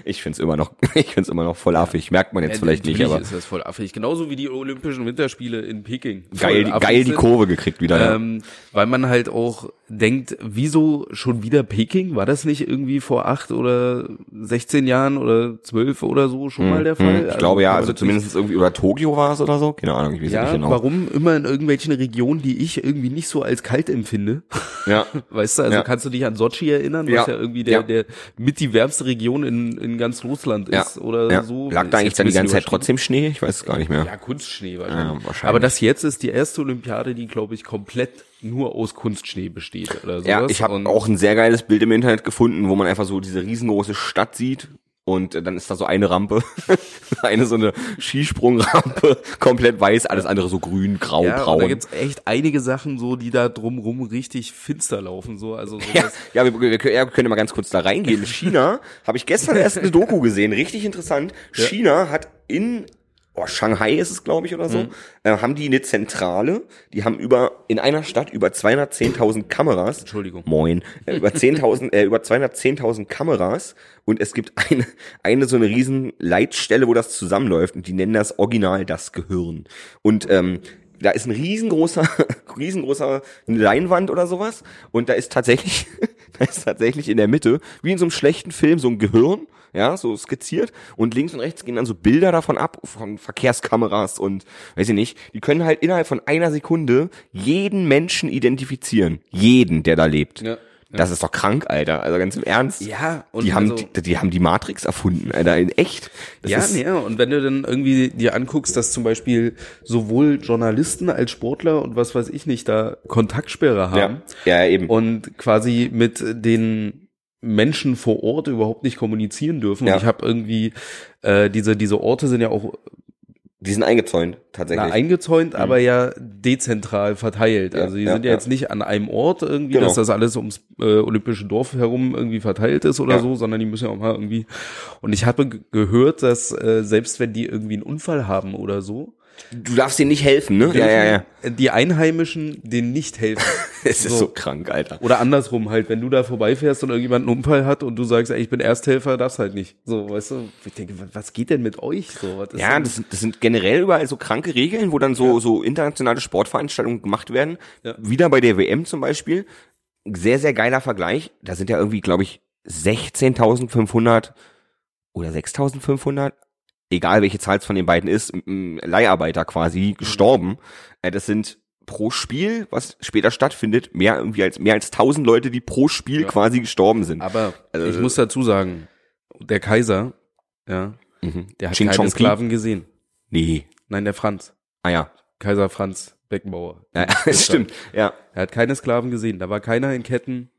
Speaker 3: Ich find's immer noch, ich find's immer noch voll affig. Merkt man jetzt vielleicht nicht,
Speaker 2: Natürlich
Speaker 3: aber
Speaker 2: Äh, ist das voll affig. Genauso wie die Olympischen Winterspiele in Peking.
Speaker 3: geil,
Speaker 2: Voll affig
Speaker 3: geil die
Speaker 2: sind.
Speaker 3: Kurve gekriegt wieder.
Speaker 2: Ähm, weil man halt auch denkt, wieso schon wieder Peking? War das nicht irgendwie vor acht oder 16 Jahren oder zwölf oder so schon mal der Fall?
Speaker 3: Hm, ich glaube
Speaker 2: kann
Speaker 3: ja,
Speaker 2: man
Speaker 3: also
Speaker 2: natürlich-
Speaker 3: zumindest irgendwie über Tokio war es oder so. Keine Ahnung, ich weiß
Speaker 2: Ja,
Speaker 3: nicht genau.
Speaker 2: warum immer in irgendwelchen Regionen, die ich irgendwie nicht so als kalt empfinde?
Speaker 3: Ja.
Speaker 2: Weißt du, also
Speaker 3: Ja.
Speaker 2: kannst du dich an Sochi erinnern, was
Speaker 3: Ja.
Speaker 2: ja irgendwie der,
Speaker 3: Ja.
Speaker 2: der mit die wärmste Region in, in ganz Russland
Speaker 3: Ja,
Speaker 2: ist oder
Speaker 3: ja.
Speaker 2: so.
Speaker 3: Lag da
Speaker 2: Ist
Speaker 3: eigentlich
Speaker 2: jetzt
Speaker 3: dann
Speaker 2: ein
Speaker 3: die ganze
Speaker 2: bisschen
Speaker 3: Zeit trotzdem Schnee? Ich weiß es gar nicht mehr.
Speaker 2: Ja, Kunstschnee
Speaker 3: Ja,
Speaker 2: wahrscheinlich.
Speaker 3: wahrscheinlich.
Speaker 2: Aber das jetzt ist die erste Olympiade, die, glaube ich, komplett nur aus Kunstschnee besteht oder sowas.
Speaker 3: Ja, ich habe
Speaker 2: Und
Speaker 3: auch ein sehr geiles Bild im Internet gefunden, wo man einfach so diese riesengroße Stadt sieht und äh, dann ist da so eine Rampe, eine so eine Skisprungrampe, komplett weiß, alles andere so grün, grau,
Speaker 2: ja, und da
Speaker 3: braun.
Speaker 2: gibt's echt einige Sachen so, die da drumrum richtig finster laufen. So. Also sowas.
Speaker 3: ja, ja, wir, wir, können- ja, wir können ja mal ganz kurz da reingehen. In China habe ich gestern erst eine Doku gesehen, richtig interessant. China hat in oh, Shanghai ist es, glaube ich, oder so,
Speaker 2: Mhm.
Speaker 3: äh, haben die eine Zentrale, die haben über in einer Stadt über 210.000 Kameras.
Speaker 2: Entschuldigung.
Speaker 3: Moin. Äh, über 10.000 äh, über 210.000 Kameras und es gibt eine eine so eine riesen Leitstelle, wo das zusammenläuft und die nennen das Original das Gehirn. Und ähm, da ist ein riesengroßer, riesengroßer Leinwand oder sowas. Und da ist tatsächlich, da ist tatsächlich in der Mitte, wie in so einem schlechten Film, so ein Gehirn, ja, so skizziert. Und links und rechts gehen dann so Bilder davon ab, von Verkehrskameras und weiß ich nicht. Die können halt innerhalb von einer Sekunde jeden Menschen identifizieren. Jeden, der da lebt.
Speaker 2: Ja, ja.
Speaker 3: Das ist doch krank, Alter. Also ganz im Ernst.
Speaker 2: Ja, und
Speaker 3: die haben,
Speaker 2: also-
Speaker 3: die, die haben die Matrix erfunden, Alter, in echt. Das
Speaker 2: ja,
Speaker 3: ist,
Speaker 2: nee, ja, und wenn du dann irgendwie dir anguckst, dass zum Beispiel sowohl Journalisten als Sportler und was weiß ich nicht da Kontaktsperre haben,
Speaker 3: ja, ja, eben.
Speaker 2: und quasi mit den Menschen vor Ort überhaupt nicht kommunizieren dürfen.
Speaker 3: Ja.
Speaker 2: Und ich habe irgendwie, äh, diese, diese Orte sind ja auch
Speaker 3: die sind eingezäunt,
Speaker 2: na,
Speaker 3: tatsächlich.
Speaker 2: eingezäunt, aber ja dezentral verteilt.
Speaker 3: Mhm. Ja,
Speaker 2: also die
Speaker 3: ja,
Speaker 2: sind ja,
Speaker 3: ja.
Speaker 2: jetzt nicht an einem Ort irgendwie,
Speaker 3: Genau.
Speaker 2: dass das alles ums äh, Olympische Dorf herum irgendwie verteilt ist oder
Speaker 3: Ja.
Speaker 2: so, sondern die müssen ja auch mal irgendwie. Und ich habe ge- gehört, dass äh, selbst wenn die irgendwie einen Unfall haben oder so,
Speaker 3: Du darfst denen nicht helfen, ne?
Speaker 2: Die Einheimischen denen nicht helfen.
Speaker 3: Es ist
Speaker 2: So.
Speaker 3: so krank, Alter.
Speaker 2: Oder andersrum halt, wenn du da vorbeifährst und irgendjemand einen Unfall hat und du sagst, ey, ich bin Ersthelfer, darfst halt nicht. So, weißt du, ich denke, wa- was geht denn mit euch so? Was ist
Speaker 3: Ja,
Speaker 2: denn-
Speaker 3: das, sind- das sind generell überall so kranke Regeln, wo dann so, so internationale Sportveranstaltungen gemacht werden.
Speaker 2: Ja.
Speaker 3: Wieder bei der WM zum Beispiel. Sehr, sehr geiler Vergleich. Da sind ja irgendwie, glaube ich, 16.500 oder 6.500, egal welche Zahl es von den beiden ist, m- m- Leiharbeiter
Speaker 2: Mhm.
Speaker 3: quasi gestorben. Äh, Das sind pro Spiel, was später stattfindet, mehr irgendwie als mehr als 1000 Leute, die pro Spiel
Speaker 2: Ja. Ah,
Speaker 3: quasi gestorben sind.
Speaker 2: aber
Speaker 3: Also-
Speaker 2: ich muss dazu sagen, der Kaiser, ja,
Speaker 3: Mhm.
Speaker 2: der hat
Speaker 3: Ching Chong
Speaker 2: keine
Speaker 3: Pi?
Speaker 2: Sklaven gesehen.
Speaker 3: Nee.
Speaker 2: Nein, der Franz.
Speaker 3: Ah ja.
Speaker 2: Kaiser Franz Beckenbauer.
Speaker 3: ja stimmt. Ja.
Speaker 2: Er hat keine Sklaven gesehen. Da war keiner in Ketten,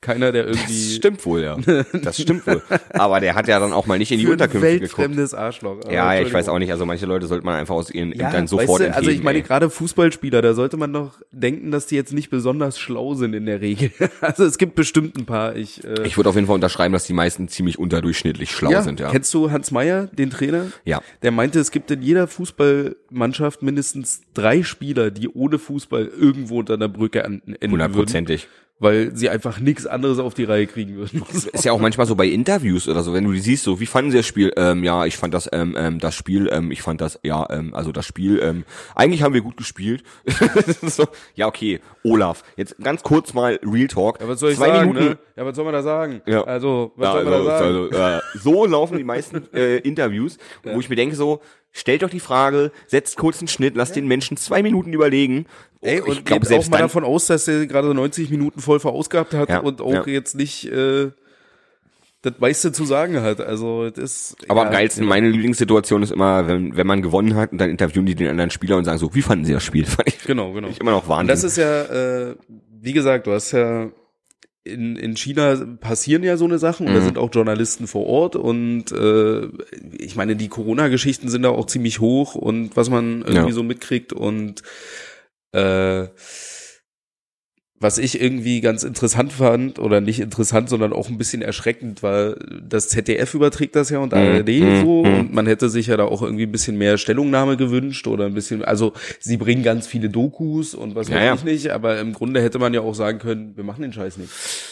Speaker 2: keiner, der irgendwie.
Speaker 3: Das stimmt wohl, ja. Das stimmt wohl. Aber der hat ja dann auch mal nicht in die
Speaker 2: für ein
Speaker 3: Unterkünfte geguckt.
Speaker 2: weltfremdes Arschloch. Aber
Speaker 3: Ja, ja, ich weiß
Speaker 2: Entschuldigung.
Speaker 3: auch nicht. Also manche Leute sollte man einfach aus ihren Ämtern sofort
Speaker 2: weißt du,
Speaker 3: entgegen.
Speaker 2: Also ich meine,
Speaker 3: ey.
Speaker 2: gerade Fußballspieler, da sollte man doch denken, dass die jetzt nicht besonders schlau sind in der Regel. Also es gibt bestimmt ein paar. Ich, äh,
Speaker 3: ich würde auf jeden Fall unterschreiben, dass die meisten ziemlich unterdurchschnittlich schlau
Speaker 2: ja,
Speaker 3: sind, ja.
Speaker 2: Kennst du Hans Meyer, den Trainer?
Speaker 3: Ja.
Speaker 2: Der meinte, es gibt in jeder Fußballmannschaft mindestens drei Spieler, die ohne Fußball irgendwo unter einer Brücke an- enden würden,
Speaker 3: Hundertprozentig.
Speaker 2: weil sie einfach nichts anderes auf die Reihe kriegen würden. So.
Speaker 3: Ist ja auch manchmal so bei Interviews oder so, wenn du die siehst, so, wie fanden sie das Spiel? Ähm, ja, ich fand das, ähm, ähm, das Spiel, ähm, ich fand das, ja, ähm, also das Spiel, ähm, eigentlich haben wir gut gespielt. so, ja, okay, Olaf, jetzt ganz kurz mal Real Talk.
Speaker 2: Ja, was soll ich
Speaker 3: Zwei
Speaker 2: sagen?
Speaker 3: Minuten,
Speaker 2: Ne? Ja, was soll man da sagen?
Speaker 3: Ja.
Speaker 2: Also, was
Speaker 3: Ja,
Speaker 2: soll man
Speaker 3: also,
Speaker 2: da sagen?
Speaker 3: also, äh, so laufen die meisten äh, Interviews, wo ich mir denke so, stellt doch die Frage, setzt kurz einen Schnitt, lasst den Menschen zwei Minuten überlegen.
Speaker 2: Ey,
Speaker 3: Oh,
Speaker 2: und ich geht auch mal davon aus, dass er gerade 90 Minuten voll verausgabt hat
Speaker 3: Ja,
Speaker 2: und auch
Speaker 3: ja.
Speaker 2: jetzt nicht äh, das meiste zu sagen hat. Also das
Speaker 3: aber
Speaker 2: ja,
Speaker 3: am geilsten, meine Lieblingssituation ist immer, wenn, wenn man gewonnen hat und dann interviewen die den anderen Spieler und sagen so, wie fanden sie das Spiel? Fand ich
Speaker 2: Genau, genau.
Speaker 3: immer noch Wahnsinn.
Speaker 2: Und das ist ja, äh, wie gesagt, du hast ja in, in China passieren ja so eine Sachen und
Speaker 3: Mhm.
Speaker 2: da sind auch Journalisten vor Ort und äh, ich meine, die Corona-Geschichten sind da auch ziemlich hoch und was man irgendwie
Speaker 3: Ja.
Speaker 2: so mitkriegt und äh, was ich irgendwie ganz interessant fand oder nicht interessant, sondern auch ein bisschen erschreckend war, das ZDF überträgt das ja und ARD
Speaker 3: mhm,
Speaker 2: so
Speaker 3: mhm.
Speaker 2: und man hätte sich ja da auch irgendwie ein bisschen mehr Stellungnahme gewünscht oder ein bisschen, also sie bringen ganz viele Dokus und was
Speaker 3: Ja,
Speaker 2: weiß
Speaker 3: ja.
Speaker 2: ich nicht, aber im Grunde hätte man ja auch sagen können, wir machen den Scheiß nicht.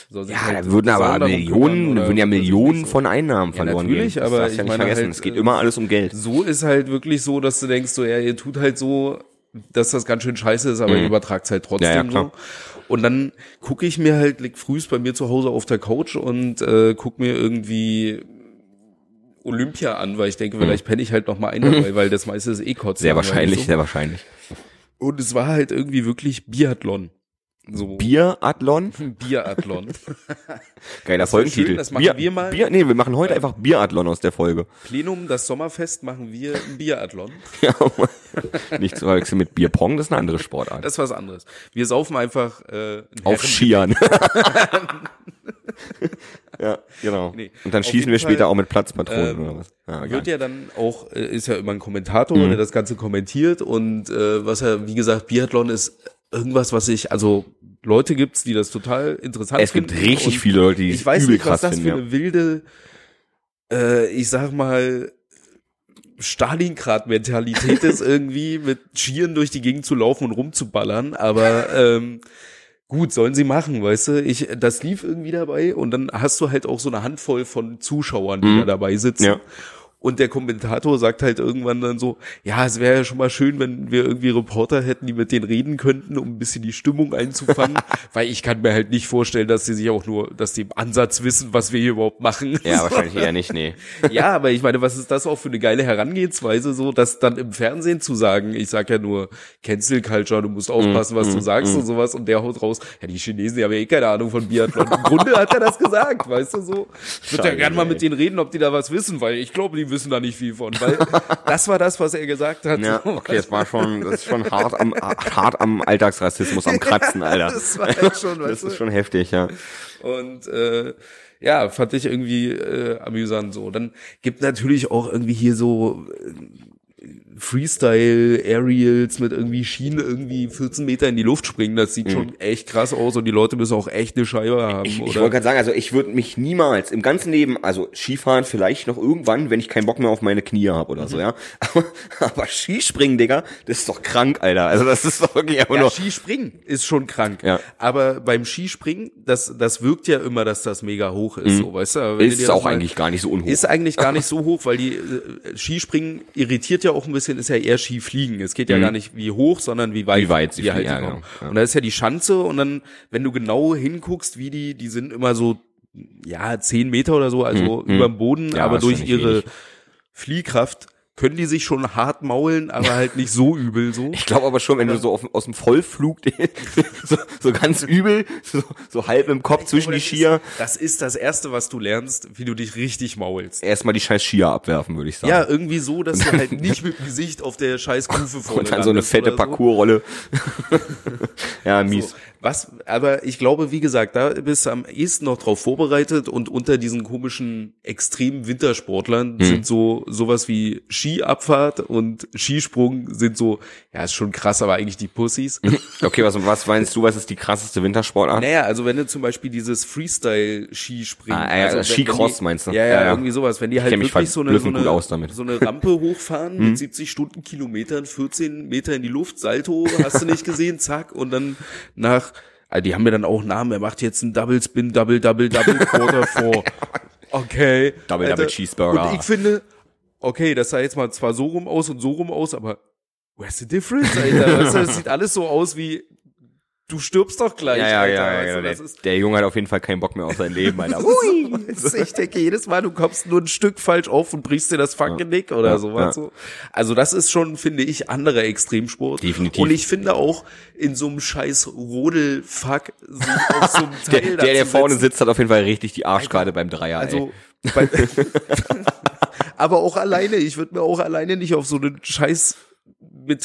Speaker 2: So, sich
Speaker 3: ja,
Speaker 2: halt
Speaker 3: da würden aber
Speaker 2: sauber darum
Speaker 3: Millionen,
Speaker 2: kümmern
Speaker 3: da
Speaker 2: oder
Speaker 3: würden ja
Speaker 2: was weiß ich
Speaker 3: Millionen
Speaker 2: nicht.
Speaker 3: von Einnahmen
Speaker 2: Ja,
Speaker 3: verloren
Speaker 2: natürlich,
Speaker 3: gehen.
Speaker 2: aber
Speaker 3: das darfst du ja
Speaker 2: ich
Speaker 3: nicht
Speaker 2: meine
Speaker 3: vergessen,
Speaker 2: halt,
Speaker 3: es geht
Speaker 2: äh,
Speaker 3: immer alles um Geld.
Speaker 2: So ist halt wirklich so, dass du denkst, so, ja, ihr tut halt so, dass das ganz schön scheiße ist, aber ihr übertragt halt trotzdem
Speaker 3: Mhm. Ja, ja,
Speaker 2: so.
Speaker 3: klar.
Speaker 2: Und dann gucke ich mir halt, lieg frühs bei mir zu Hause auf der Couch und äh, guck mir irgendwie Olympia an, weil ich denke, vielleicht penne ich halt noch mal ein dabei, weil das meiste ist eh kotzen.
Speaker 3: Mhm. Sehr wahrscheinlich,
Speaker 2: So.
Speaker 3: sehr wahrscheinlich.
Speaker 2: Und es war halt irgendwie wirklich Biathlon. So
Speaker 3: Biathlon?
Speaker 2: Biathlon.
Speaker 3: Geiler
Speaker 2: wär
Speaker 3: Folgentitel.
Speaker 2: schön, Hm. das machen wir mal.
Speaker 3: Bier, nee, wir machen heute einfach Biathlon aus der Folge.
Speaker 2: Plenum, das Sommerfest machen wir im Biathlon.
Speaker 3: Ja, nicht zu verwechseln mit Bierpong, das ist eine andere Sportart.
Speaker 2: Das ist was anderes. Wir saufen einfach äh, ein
Speaker 3: auf
Speaker 2: Herren-
Speaker 3: Skiern. ja, genau.
Speaker 2: Nee,
Speaker 3: Und dann
Speaker 2: auf
Speaker 3: schießen
Speaker 2: jeden
Speaker 3: wir später
Speaker 2: Fall,
Speaker 3: auch mit Platzpatronen
Speaker 2: ähm,
Speaker 3: oder was. Ja,
Speaker 2: Wird
Speaker 3: geil.
Speaker 2: ja dann auch, äh, ist ja immer ein Kommentator,
Speaker 3: Mhm.
Speaker 2: der das Ganze kommentiert und äh, was ja, wie gesagt, Biathlon ist irgendwas, was ich, also Leute gibt's, die das total interessant
Speaker 3: es gibt
Speaker 2: finden
Speaker 3: richtig
Speaker 2: und
Speaker 3: viele Leute, die es
Speaker 2: Ich weiß
Speaker 3: übel
Speaker 2: nicht, was
Speaker 3: krass
Speaker 2: das
Speaker 3: finden.
Speaker 2: für
Speaker 3: Ja.
Speaker 2: eine wilde, äh, ich sag mal, Stalingrad-Mentalität ist irgendwie, mit Skieren durch die Gegend zu laufen und rumzuballern, aber ähm, gut, sollen sie machen, weißt du? Ich, das lief irgendwie dabei und dann hast du halt auch so eine Handvoll von Zuschauern, die da dabei sitzen.
Speaker 3: Mhm. Ja.
Speaker 2: Und der Kommentator sagt halt irgendwann dann so, ja, es wäre ja schon mal schön, wenn wir irgendwie Reporter hätten, die mit denen reden könnten, um ein bisschen die Stimmung einzufangen, weil ich kann mir halt nicht vorstellen, dass die sich auch nur, dass die im Ansatz wissen, was wir hier überhaupt machen.
Speaker 3: ja, wahrscheinlich eher nicht, nee.
Speaker 2: ja, aber ich meine, was ist das auch für eine geile Herangehensweise, so das dann im Fernsehen zu sagen, ich sag ja nur Cancel Culture, du musst
Speaker 3: Mm,
Speaker 2: aufpassen, was du sagst und sowas und der haut raus, ja, die Chinesen, die haben ja eh keine Ahnung von Biathlon. Im Grunde hat er das gesagt, weißt du so. Ich würde ja
Speaker 3: Scheiße,
Speaker 2: gerne mal
Speaker 3: ey.
Speaker 2: mit denen reden, ob die da was wissen, weil ich glaube, die wissen da nicht viel von, weil das war das, was er gesagt hat.
Speaker 3: Ja,
Speaker 2: So,
Speaker 3: okay, das war schon, das ist schon hart am, hart am Alltagsrassismus, am Kratzen, Alter.
Speaker 2: Das war halt schon,
Speaker 3: Das
Speaker 2: weißt du.
Speaker 3: ist schon heftig, ja.
Speaker 2: Und äh, ja, fand ich irgendwie äh, amüsant so. Dann gibt natürlich auch irgendwie hier so äh, Freestyle-Aerials mit irgendwie Schienen irgendwie 14 Meter in die Luft springen. Das sieht schon echt krass aus und die Leute müssen auch echt eine Scheibe haben.
Speaker 3: Mhm. Ich, ich
Speaker 2: oder?
Speaker 3: wollte gerade sagen, also ich würde mich niemals im ganzen Leben, also Skifahren vielleicht noch irgendwann, wenn ich keinen Bock mehr auf meine Knie habe oder
Speaker 2: Mhm.
Speaker 3: so, ja. Aber, aber Skispringen, Digga, das ist doch krank, Alter. Also das ist doch wirklich einfach
Speaker 2: Ja,
Speaker 3: nur.
Speaker 2: Skispringen ist schon krank.
Speaker 3: Ja.
Speaker 2: Aber beim Skispringen, das, das wirkt ja immer, dass das mega hoch ist, so, weißt du? Aber wenn du
Speaker 3: Mhm. Ist
Speaker 2: dir
Speaker 3: es
Speaker 2: das
Speaker 3: auch
Speaker 2: mal-
Speaker 3: eigentlich gar nicht so unhoch.
Speaker 2: Ist eigentlich gar nicht so hoch, weil die äh, Skispringen irritiert ja auch ein bisschen, ist ja eher Skifliegen. Es geht ja gar nicht wie hoch, sondern wie weit,
Speaker 3: Mhm. Wie weit sie
Speaker 2: die halt
Speaker 3: fliegen, ja,
Speaker 2: kommen.
Speaker 3: genau. Ja.
Speaker 2: Und da ist ja die Schanze und dann, wenn du genau hinguckst, wie die, die sind immer so, ja, zehn Meter oder so, also über dem Boden,
Speaker 3: Mhm, Ja,
Speaker 2: aber
Speaker 3: ist ja
Speaker 2: durch
Speaker 3: nicht
Speaker 2: ihre
Speaker 3: wenig.
Speaker 2: Fliehkraft können die sich schon hart maulen, aber halt nicht so übel so.
Speaker 3: Ich glaube aber schon, wenn du so auf, aus dem Vollflug so, so ganz übel, so, so halb im Kopf zwischen die
Speaker 2: das
Speaker 3: Skier,
Speaker 2: Ist, das ist das Erste, was du lernst, wie du dich richtig maulst.
Speaker 3: erstmal die scheiß Skier abwerfen, würde ich sagen.
Speaker 2: Ja, irgendwie so, dass du halt nicht mit dem Gesicht auf der scheiß Kufe vorne
Speaker 3: Und dann so eine
Speaker 2: landest
Speaker 3: fette
Speaker 2: oder
Speaker 3: Parcoursrolle. ja, mies.
Speaker 2: So. Was, aber ich glaube, wie gesagt, da bist du am ehesten noch drauf vorbereitet und unter diesen komischen extremen Wintersportlern sind so sowas wie Skiabfahrt und Skisprung sind so, ja, ist schon krass, aber eigentlich die Pussys.
Speaker 3: Okay, was, was meinst du, was ist die krasseste Wintersportart?
Speaker 2: Naja, also wenn du zum Beispiel dieses Freestyle-Skispringen.
Speaker 3: Ah, ja,
Speaker 2: also
Speaker 3: das
Speaker 2: wenn- wenn
Speaker 3: Skicross
Speaker 2: die-
Speaker 3: meinst du?
Speaker 2: Ja, ja,
Speaker 3: Ja, ja.
Speaker 2: irgendwie sowas. Wenn die halt
Speaker 3: kenn mich
Speaker 2: wirklich so eine, so
Speaker 3: verblüffend
Speaker 2: eine,
Speaker 3: gut aus damit. Hm?
Speaker 2: so eine Rampe hochfahren mit 70 Stundenkilometern, 14 Meter in die Luft, Salto, hast du nicht gesehen, zack, und dann nach, also die haben mir dann auch Namen, er macht jetzt einen Double Spin, Double, Double, Double Quarter vor. Okay. Also,
Speaker 3: Double, Double Cheeseburger.
Speaker 2: Und ich finde, okay, das sah jetzt mal zwar so rum aus und so rum aus, aber where's the difference, Alter? Weißt du, das sieht alles so aus wie, du stirbst doch gleich,
Speaker 3: Ja, ja,
Speaker 2: Alter.
Speaker 3: ja,
Speaker 2: weißt
Speaker 3: ja,
Speaker 2: du,
Speaker 3: der,
Speaker 2: das ist,
Speaker 3: der Junge hat auf jeden Fall keinen Bock mehr auf sein Leben, Alter.
Speaker 2: so, ich denke jedes Mal, du kommst nur ein Stück falsch auf und brichst dir das fucking Nick oder
Speaker 3: Ja,
Speaker 2: so.
Speaker 3: ja.
Speaker 2: weißt du? Also das ist schon, finde ich, anderer Extremsport.
Speaker 3: Definitiv.
Speaker 2: Und ich finde auch in so einem scheiß Rodelfuck so auf so einem
Speaker 3: Der,
Speaker 2: Teil
Speaker 3: der, der
Speaker 2: dazu
Speaker 3: vorne
Speaker 2: sitzen.
Speaker 3: sitzt, hat auf jeden Fall richtig die Arschkarte beim Dreier, ey.
Speaker 2: Also bei, aber auch alleine, ich würde mir auch alleine nicht auf so einen scheiß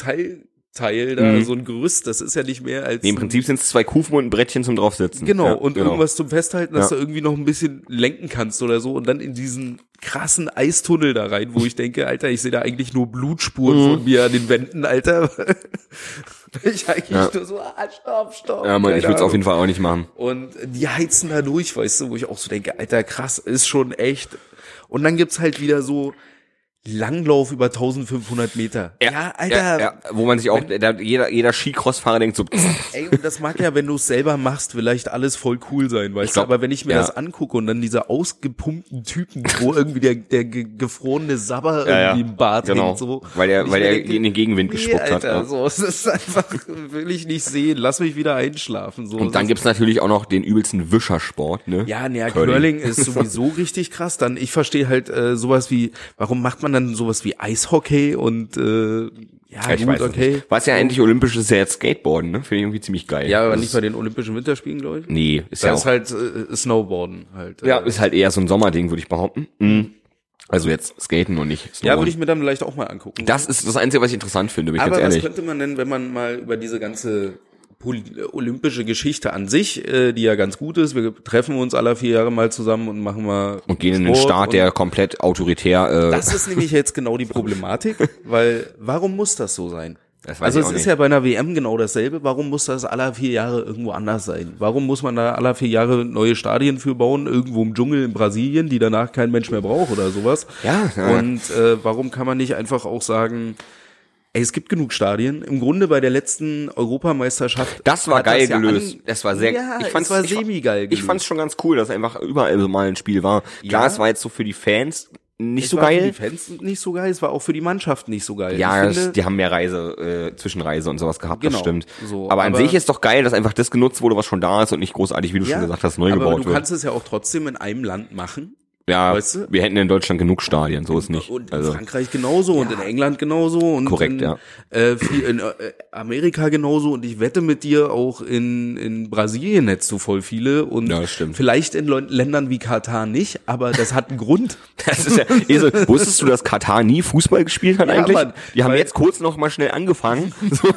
Speaker 2: Metallteil da so ein Gerüst, das ist ja nicht mehr als
Speaker 3: Mhm. Nee, im
Speaker 2: ein-
Speaker 3: Prinzip sind es zwei Kufen und ein Brettchen zum draufsitzen.
Speaker 2: Genau,
Speaker 3: Ja,
Speaker 2: und irgendwas zum Festhalten, dass
Speaker 3: Ja.
Speaker 2: du irgendwie noch ein bisschen lenken kannst oder so und dann in diesen krassen Eistunnel da rein, wo ich denke, Alter, ich sehe da eigentlich nur Blutspuren
Speaker 3: Mhm.
Speaker 2: von mir an den Wänden, Alter. ich eigentlich
Speaker 3: Ja.
Speaker 2: nur so, ah, stopp, stopp.
Speaker 3: Ja, Mann, ich würde es auf jeden Fall auch nicht machen.
Speaker 2: Fall. Und die heizen da durch, weißt du, wo ich auch so denke, Alter, krass, ist schon echt. Und dann gibt's halt wieder so Langlauf über 1500 Meter. Ja, Alter,
Speaker 3: Ja, ja, wo man sich auch, da, jeder, jeder Skicross-Fahrer denkt so,
Speaker 2: Ey, und das mag ja, wenn du es selber machst, vielleicht alles voll cool sein, weißt
Speaker 3: glaub,
Speaker 2: du? Aber wenn ich mir
Speaker 3: ja.
Speaker 2: das angucke und dann diese ausgepumpten Typen, wo irgendwie der, der ge gefrorene Sabber
Speaker 3: Ja, ja.
Speaker 2: irgendwie im Bart
Speaker 3: Genau.
Speaker 2: hängt, so.
Speaker 3: Weil der-
Speaker 2: Und ich
Speaker 3: weil
Speaker 2: mir
Speaker 3: der
Speaker 2: denke,
Speaker 3: in den Gegenwind gespuckt hat,
Speaker 2: Alter,
Speaker 3: ja.
Speaker 2: So, das ist einfach, will ich nicht sehen, lass mich wieder einschlafen, so.
Speaker 3: und dann gibt's natürlich auch noch den übelsten Wischersport, ne?
Speaker 2: ja, naja,
Speaker 3: Curling.
Speaker 2: Curling. ist sowieso richtig krass. Dann, ich verstehe halt äh, sowas wie, warum macht man dann sowas wie Eishockey und äh, ja,
Speaker 3: Ja, ich
Speaker 2: gut,
Speaker 3: weiß es
Speaker 2: okay.
Speaker 3: nicht. Was ja endlich olympisch ist, ist ja jetzt Skateboarden, ne? Finde ich irgendwie ziemlich geil.
Speaker 2: Ja, aber
Speaker 3: Das
Speaker 2: nicht bei den Olympischen Winterspielen, glaube ich.
Speaker 3: Nee, ist ja
Speaker 2: Das
Speaker 3: auch
Speaker 2: ist halt äh, Snowboarden halt.
Speaker 3: Ja,
Speaker 2: äh,
Speaker 3: ist halt eher so ein Sommerding, würde ich behaupten. Mhm. Also jetzt skaten und nicht
Speaker 2: Ja,
Speaker 3: snowboarden.
Speaker 2: würde ich mir dann vielleicht auch mal angucken.
Speaker 3: das ist das Einzige, was ich interessant finde, bin ich
Speaker 2: Aber
Speaker 3: ganz
Speaker 2: was
Speaker 3: ehrlich.
Speaker 2: könnte man denn, wenn man mal über diese ganze pol- olympische Geschichte an sich, äh, die ja ganz gut ist, wir treffen uns alle vier Jahre mal zusammen und machen mal
Speaker 3: Und gehen in den
Speaker 2: Sport
Speaker 3: Staat,
Speaker 2: und-
Speaker 3: der komplett autoritär. Äh,
Speaker 2: Das ist nämlich jetzt genau die Problematik, weil warum muss das so sein?
Speaker 3: Das weiß
Speaker 2: Also
Speaker 3: ich
Speaker 2: es
Speaker 3: auch
Speaker 2: ist
Speaker 3: nicht.
Speaker 2: ja bei einer WM genau dasselbe. Warum muss das aller vier Jahre irgendwo anders sein? Warum muss man da aller vier Jahre neue Stadien für bauen, irgendwo im Dschungel in Brasilien, die danach kein Mensch mehr braucht oder sowas?
Speaker 3: Ja, ja.
Speaker 2: Und äh, warum kann man nicht einfach auch sagen, ey, es gibt genug Stadien. Im Grunde bei der letzten Europameisterschaft.
Speaker 3: das war
Speaker 2: hat
Speaker 3: geil
Speaker 2: ja
Speaker 3: gelöst.
Speaker 2: an-
Speaker 3: das war sehr.
Speaker 2: Ja,
Speaker 3: ich fand's
Speaker 2: es war
Speaker 3: ich fa-
Speaker 2: semi geil
Speaker 3: Ich fand's schon ganz cool, dass einfach überall so mal ein Spiel war. Klar,
Speaker 2: Ja.
Speaker 3: es war jetzt so für die Fans nicht
Speaker 2: Es
Speaker 3: so
Speaker 2: war für
Speaker 3: geil.
Speaker 2: die Fans nicht so geil, es war auch für die Mannschaft nicht so geil.
Speaker 3: Ja,
Speaker 2: Ich finde-
Speaker 3: das- die haben mehr Reise, äh, Zwischenreise und sowas gehabt, das
Speaker 2: Genau,
Speaker 3: stimmt.
Speaker 2: so,
Speaker 3: aber an
Speaker 2: aber-
Speaker 3: sich ist doch geil, dass einfach das genutzt wurde, was schon da ist und nicht großartig, wie du schon gesagt hast, neu
Speaker 2: aber
Speaker 3: gebaut
Speaker 2: du
Speaker 3: wird.
Speaker 2: kannst es ja auch trotzdem in einem Land machen.
Speaker 3: Ja,
Speaker 2: weißt du?
Speaker 3: wir hätten in Deutschland genug Stadien, so ist nicht.
Speaker 2: Und in
Speaker 3: also.
Speaker 2: Frankreich genauso und in England genauso und
Speaker 3: Korrekt,
Speaker 2: in,
Speaker 3: ja.
Speaker 2: äh, viel, in äh, Amerika genauso und ich wette mit dir auch in, in Brasilien hättest du voll viele und
Speaker 3: Ja, das stimmt.
Speaker 2: vielleicht in Leu- Ländern wie Katar nicht, aber das hat einen Grund.
Speaker 3: Das ist ja, Esel, wusstest du, dass Katar nie Fußball gespielt hat
Speaker 2: Ja,
Speaker 3: eigentlich?
Speaker 2: Mann,
Speaker 3: die haben
Speaker 2: weil-
Speaker 3: jetzt kurz noch mal schnell angefangen. So.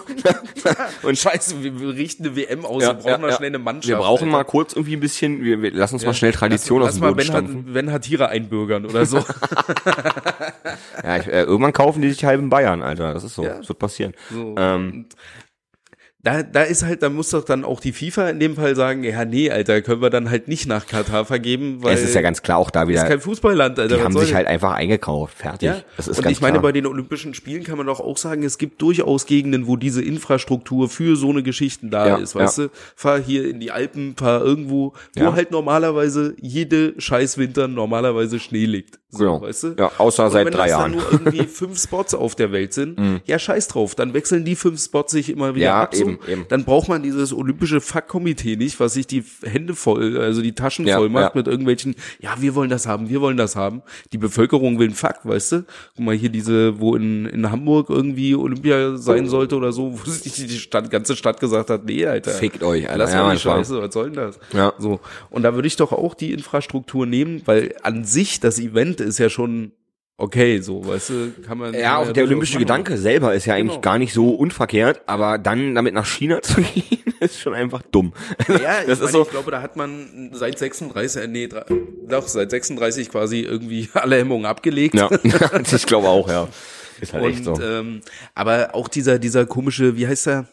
Speaker 2: Und scheiße, wir, wir richten eine WM aus, wir brauchen mal schnell eine Mannschaft.
Speaker 3: Wir brauchen
Speaker 2: Alter.
Speaker 3: mal kurz irgendwie ein bisschen, wir, wir lassen uns mal schnell Tradition
Speaker 2: Lass
Speaker 3: aus dem
Speaker 2: mal
Speaker 3: Boden
Speaker 2: ben,
Speaker 3: stampfen.
Speaker 2: Hat- ben Hatira einbürgern oder so.
Speaker 3: Ja, ich, äh, irgendwann kaufen die sich halben Bayern, Alter. Das ist so.
Speaker 2: Ja.
Speaker 3: Das wird passieren.
Speaker 2: So.
Speaker 3: Ähm,
Speaker 2: Da, da ist halt, da muss doch dann auch die FIFA in dem Fall sagen, ja, nee, Alter, können wir dann halt nicht nach Katar vergeben, weil
Speaker 3: es ist ja ganz klar auch da
Speaker 2: ist
Speaker 3: wieder.
Speaker 2: kein Fußballland, Alter.
Speaker 3: die
Speaker 2: was
Speaker 3: haben
Speaker 2: soll
Speaker 3: sich
Speaker 2: das?
Speaker 3: halt einfach eingekauft. Fertig.
Speaker 2: Ja.
Speaker 3: Das ist
Speaker 2: und
Speaker 3: ganz
Speaker 2: ich meine, bei
Speaker 3: klar.
Speaker 2: den Olympischen Spielen kann man doch auch sagen, es gibt durchaus Gegenden, wo diese Infrastruktur für so eine Geschichten da
Speaker 3: Ja,
Speaker 2: ist. Weißt
Speaker 3: ja.
Speaker 2: du, fahr hier in die Alpen, fahr irgendwo, wo
Speaker 3: Ja.
Speaker 2: halt normalerweise jede scheiß Winter normalerweise Schnee liegt. So,
Speaker 3: Genau.
Speaker 2: weißt du?
Speaker 3: Ja, außer
Speaker 2: Und
Speaker 3: seit
Speaker 2: wenn
Speaker 3: drei
Speaker 2: das
Speaker 3: Jahren. Mhm.
Speaker 2: Dann nur irgendwie fünf Spots auf der Welt sind, ja scheiß drauf, dann wechseln die fünf Spots sich immer wieder
Speaker 3: Ja,
Speaker 2: ab. So.
Speaker 3: eben, eben.
Speaker 2: Dann braucht man dieses olympische Fuck-Komitee nicht, was sich die Hände voll, also die Taschen
Speaker 3: Ja,
Speaker 2: voll macht
Speaker 3: ja.
Speaker 2: mit irgendwelchen, ja, wir wollen das haben, wir wollen das haben. Die Bevölkerung will einen Fuck, weißt du? Guck mal hier diese, wo in, in Hamburg irgendwie Olympia sein sollte oder so, wo sich die Stadt, ganze Stadt gesagt hat, nee, Alter.
Speaker 3: Fickt euch, Alter.
Speaker 2: Lass
Speaker 3: Ja,
Speaker 2: mal
Speaker 3: Mann,
Speaker 2: die Scheiße, was soll denn das?
Speaker 3: Ja.
Speaker 2: So. Und da würde ich doch auch die Infrastruktur nehmen, weil an sich das Event ist ja schon okay, so, weißt du, kann man. kann
Speaker 3: Ja,
Speaker 2: man
Speaker 3: auch der
Speaker 2: durchaus
Speaker 3: olympische
Speaker 2: machen.
Speaker 3: Gedanke selber ist ja eigentlich
Speaker 2: Genau.
Speaker 3: gar nicht so unverkehrt, aber dann damit nach China zu gehen, ist schon einfach dumm.
Speaker 2: Ja, ich,
Speaker 3: das
Speaker 2: meine,
Speaker 3: ist so,
Speaker 2: ich glaube, da hat man seit 36, äh, nee, dra- doch, seit 36 quasi irgendwie alle Hemmungen abgelegt.
Speaker 3: Ja, ich glaube auch, ja. Ist halt echt
Speaker 2: Und,
Speaker 3: so.
Speaker 2: ähm, aber auch dieser, dieser komische, wie heißt er?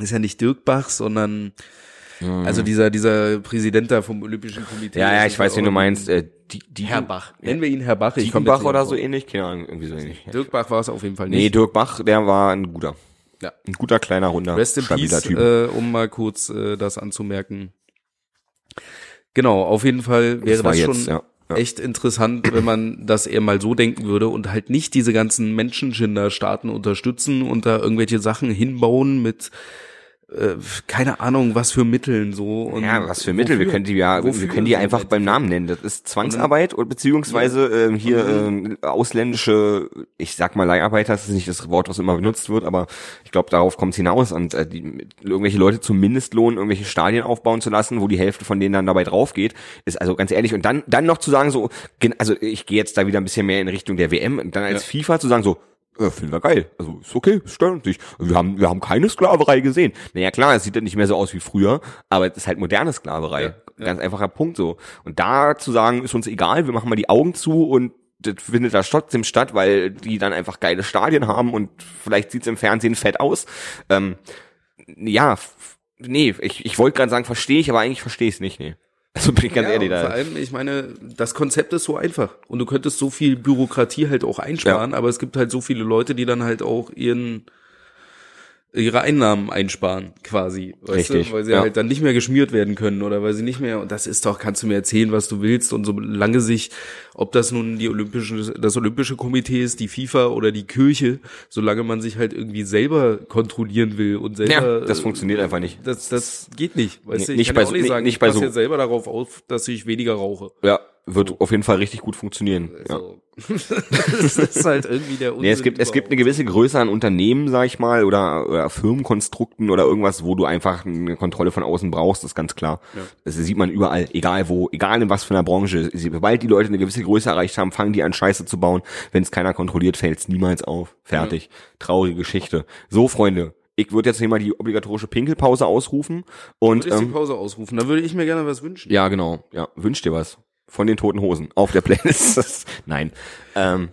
Speaker 2: Ist ja nicht Dirk Bach, sondern also dieser, dieser Präsident da vom Olympischen Komitee.
Speaker 3: Mhm. ja, ja,
Speaker 2: Das
Speaker 3: ich
Speaker 2: ist
Speaker 3: weiß, wen du
Speaker 2: auch
Speaker 3: meinst. Äh, die, die,
Speaker 2: irgendwie- Herr Bach. Nennen wir ihn Herr Bach. ich komm jetzt
Speaker 3: Diegenbach
Speaker 2: nicht
Speaker 3: oder
Speaker 2: drauf.
Speaker 3: so ähnlich? Keine Ahnung, irgendwie so ähnlich.
Speaker 2: Dirk Bach war es auf jeden Fall
Speaker 3: Nee,
Speaker 2: nicht.
Speaker 3: Dirk Bach, der war ein guter.
Speaker 2: Ja.
Speaker 3: Ein guter kleiner runder
Speaker 2: Rest in
Speaker 3: stabiler
Speaker 2: Peace,
Speaker 3: Typ.
Speaker 2: äh, um mal kurz äh, das anzumerken. Genau, auf jeden Fall wäre
Speaker 3: war
Speaker 2: das
Speaker 3: jetzt,
Speaker 2: schon
Speaker 3: ja, ja.
Speaker 2: echt interessant, wenn man das eher mal so denken würde und halt nicht diese ganzen Menschenschinder-Staaten unterstützen und da irgendwelche Sachen hinbauen mit äh, keine Ahnung, was für Mitteln so. Und
Speaker 3: ja, was für Mittel, wir
Speaker 2: wofür?
Speaker 3: können die ja,
Speaker 2: Wofür halt
Speaker 3: wir können die
Speaker 2: so?
Speaker 3: einfach beim Namen nennen. Das ist Zwangsarbeit und beziehungsweise ähm, hier ähm, ausländische, ich sag mal Leiharbeiter, das ist nicht das Wort, was immer benutzt wird, aber ich glaube, darauf kommt es hinaus und äh, die, mit- irgendwelche Leute zum Mindestlohn irgendwelche Stadien aufbauen zu lassen, wo die Hälfte von denen dann dabei drauf geht, ist also ganz ehrlich und dann dann noch zu sagen so, gen- also ich gehe jetzt da wieder ein bisschen mehr in Richtung der WM und dann als FIFA zu sagen so äh, finden wir geil. Also ist okay, es stört uns nicht. Wir haben, wir haben keine Sklaverei gesehen. Naja klar, es sieht dann nicht mehr so aus wie früher, aber es ist halt moderne Sklaverei. Ganz einfacher Punkt so. Und da zu sagen, ist uns egal, wir machen mal die Augen zu und das findet da trotzdem statt, weil die dann einfach geile Stadien haben und vielleicht sieht's im Fernsehen fett aus. Ähm, ja, f- nee, ich, ich wollte gerade sagen, verstehe ich, aber eigentlich verstehe ich es nicht, nee. Also bin ich ganz
Speaker 2: ja,
Speaker 3: ehrlich
Speaker 2: und Vor
Speaker 3: da.
Speaker 2: allem, ich meine, das Konzept ist so einfach. Und du könntest so viel Bürokratie halt auch einsparen, aber es gibt halt so viele Leute, die dann halt auch ihren ihre Einnahmen einsparen, quasi. Weißt
Speaker 3: Richtig,
Speaker 2: Du? Weil sie
Speaker 3: ja.
Speaker 2: halt dann nicht mehr geschmiert werden können oder weil sie nicht mehr, und das ist doch, kannst du mir erzählen, was du willst. Und solange sich, ob das nun die Olympische, das Olympische Komitee ist, die FIFA oder die Kirche, solange man sich halt irgendwie selber kontrollieren will und selber.
Speaker 3: Ja, das
Speaker 2: äh,
Speaker 3: funktioniert einfach nicht.
Speaker 2: das, das geht nicht. Weißt du,
Speaker 3: Nee,
Speaker 2: ich
Speaker 3: nicht
Speaker 2: kann
Speaker 3: bei
Speaker 2: ja auch
Speaker 3: so-
Speaker 2: nicht
Speaker 3: nee,
Speaker 2: sagen,
Speaker 3: nicht
Speaker 2: ich
Speaker 3: bei
Speaker 2: passe
Speaker 3: so-
Speaker 2: jetzt selber darauf auf, dass ich weniger rauche.
Speaker 3: Ja, wird auf jeden Fall richtig gut funktionieren. Ja.
Speaker 2: So. das ist halt irgendwie der Unsinn.
Speaker 3: Nee, es gibt, es gibt eine gewisse Größe an Unternehmen, sag ich mal, oder, oder Firmenkonstrukten oder irgendwas, wo du einfach eine Kontrolle von außen brauchst, ist ganz klar. Das sieht man überall, egal wo, egal in was für einer Branche. Sie- Sobald die Leute eine gewisse Größe erreicht haben, fangen die an, Scheiße zu bauen. Wenn es keiner kontrolliert, fällt es niemals auf. Fertig. Traurige Geschichte. So, Freunde, ich würde jetzt hier mal die obligatorische Pinkelpause ausrufen und.
Speaker 2: Würde ich die
Speaker 3: Ähm,
Speaker 2: Pause ausrufen, da würde ich mir gerne was wünschen.
Speaker 3: ja, genau. Ja, wünsch dir was. Von den toten Hosen. Auf der Playlist. Nein. Ähm,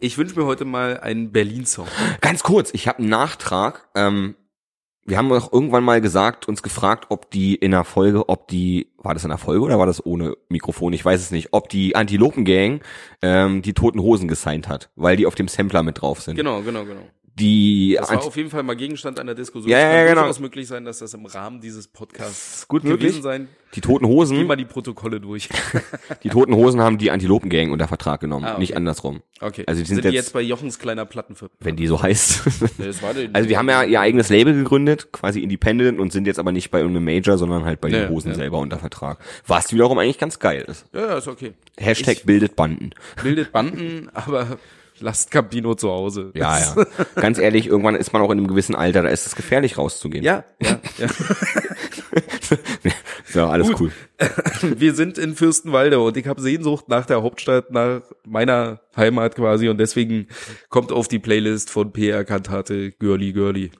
Speaker 2: Ich wünsche mir heute mal einen Berlin-Song.
Speaker 3: Ganz kurz, ich habe einen Nachtrag. Ähm, wir haben doch irgendwann mal gesagt, uns gefragt, ob die in der Folge, ob die, war das in der Folge oder war das ohne Mikrofon? Ich weiß es nicht, ob die Antilopen-Gang ähm, die Toten Hosen gesigned hat, weil die auf dem Sampler mit drauf sind.
Speaker 2: Genau, genau, genau.
Speaker 3: Die
Speaker 2: Das war
Speaker 3: Anti-
Speaker 2: auf jeden Fall mal Gegenstand einer Diskussion.
Speaker 3: Ja,
Speaker 2: Es
Speaker 3: ja,
Speaker 2: kann
Speaker 3: ja, genau.
Speaker 2: durchaus möglich sein, dass das im Rahmen dieses Podcasts
Speaker 3: gut
Speaker 2: gewesen
Speaker 3: möglich. Hm?
Speaker 2: sein.
Speaker 3: die Toten
Speaker 2: Geh
Speaker 3: Hosen,
Speaker 2: mal die Protokolle durch.
Speaker 3: die Toten Hosen haben die Antilopen-Gang unter Vertrag genommen,
Speaker 2: Ah, okay.
Speaker 3: nicht andersrum.
Speaker 2: Okay.
Speaker 3: Also die sind
Speaker 2: die
Speaker 3: jetzt-
Speaker 2: jetzt bei Jochens kleiner Plattenfirma.
Speaker 3: Wenn die so heißt.
Speaker 2: Das war die-
Speaker 3: Also die haben ja ihr eigenes Label gegründet, quasi independent und sind jetzt aber nicht bei irgendeinem Major, sondern halt bei den
Speaker 2: Ja,
Speaker 3: Hosen
Speaker 2: ja.
Speaker 3: selber unter Vertrag. Was wiederum eigentlich ganz geil ist.
Speaker 2: Ja, ja, ist okay.
Speaker 3: Hashtag bildet Banden.
Speaker 2: Bildet Banden, aber lasst Campino zu Hause.
Speaker 3: Ja,
Speaker 2: Das-
Speaker 3: ja. Ganz ehrlich, irgendwann ist man auch in einem gewissen Alter, da ist es gefährlich rauszugehen.
Speaker 2: Ja, ja, ja.
Speaker 3: ja alles cool.
Speaker 2: wir sind in Fürstenwalde und ich habe Sehnsucht nach der Hauptstadt, nach meiner Heimat quasi und deswegen kommt auf die Playlist von PR Kantate Girly Girly.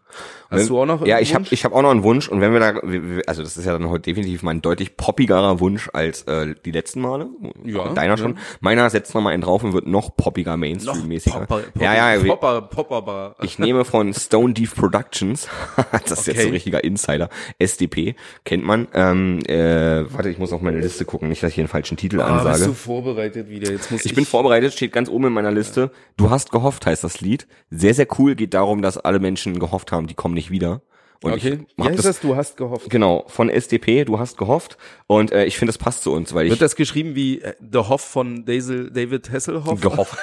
Speaker 2: Hast
Speaker 3: Wenn-
Speaker 2: du auch noch
Speaker 3: Ja,
Speaker 2: einen
Speaker 3: ich habe
Speaker 2: Wunsch?
Speaker 3: ich hab auch noch einen Wunsch und wenn wir da, wir- wir- also das ist ja dann heute definitiv mein deutlich poppigerer Wunsch als äh, die letzten Male.
Speaker 2: Ja,
Speaker 3: Deiner schon. Meiner setzt noch mal einen drauf und wird noch poppiger, mainstream-mäßiger.
Speaker 2: Popper, Popper,
Speaker 3: ja, ja, wir-
Speaker 2: Popper, Popper Bar.
Speaker 3: ich nehme von Stone Deep Productions, das ist jetzt so
Speaker 2: Okay.
Speaker 3: ein richtiger Insider, SDP, kennt man. Ähm, äh, warte, ich muss auf meine Liste gucken, nicht, dass ich hier einen falschen Titel
Speaker 2: Ah, bist
Speaker 3: ansage.
Speaker 2: du vorbereitet wieder? Jetzt muss ich,
Speaker 3: Ich bin vorbereitet, steht ganz oben in meiner Liste. Du hast gehofft, heißt das Lied. Sehr, sehr cool, geht darum, dass alle Menschen gehofft haben, die kommen nicht wieder. Und
Speaker 2: Okay.
Speaker 3: ich hab das,
Speaker 2: Du hast gehofft.
Speaker 3: genau, von SDP, du hast gehofft. Und äh, ich finde, das passt zu uns, weil ich
Speaker 2: Wird das geschrieben wie äh, The Hoff von Daisel, David Hasselhoff?
Speaker 3: gehofft.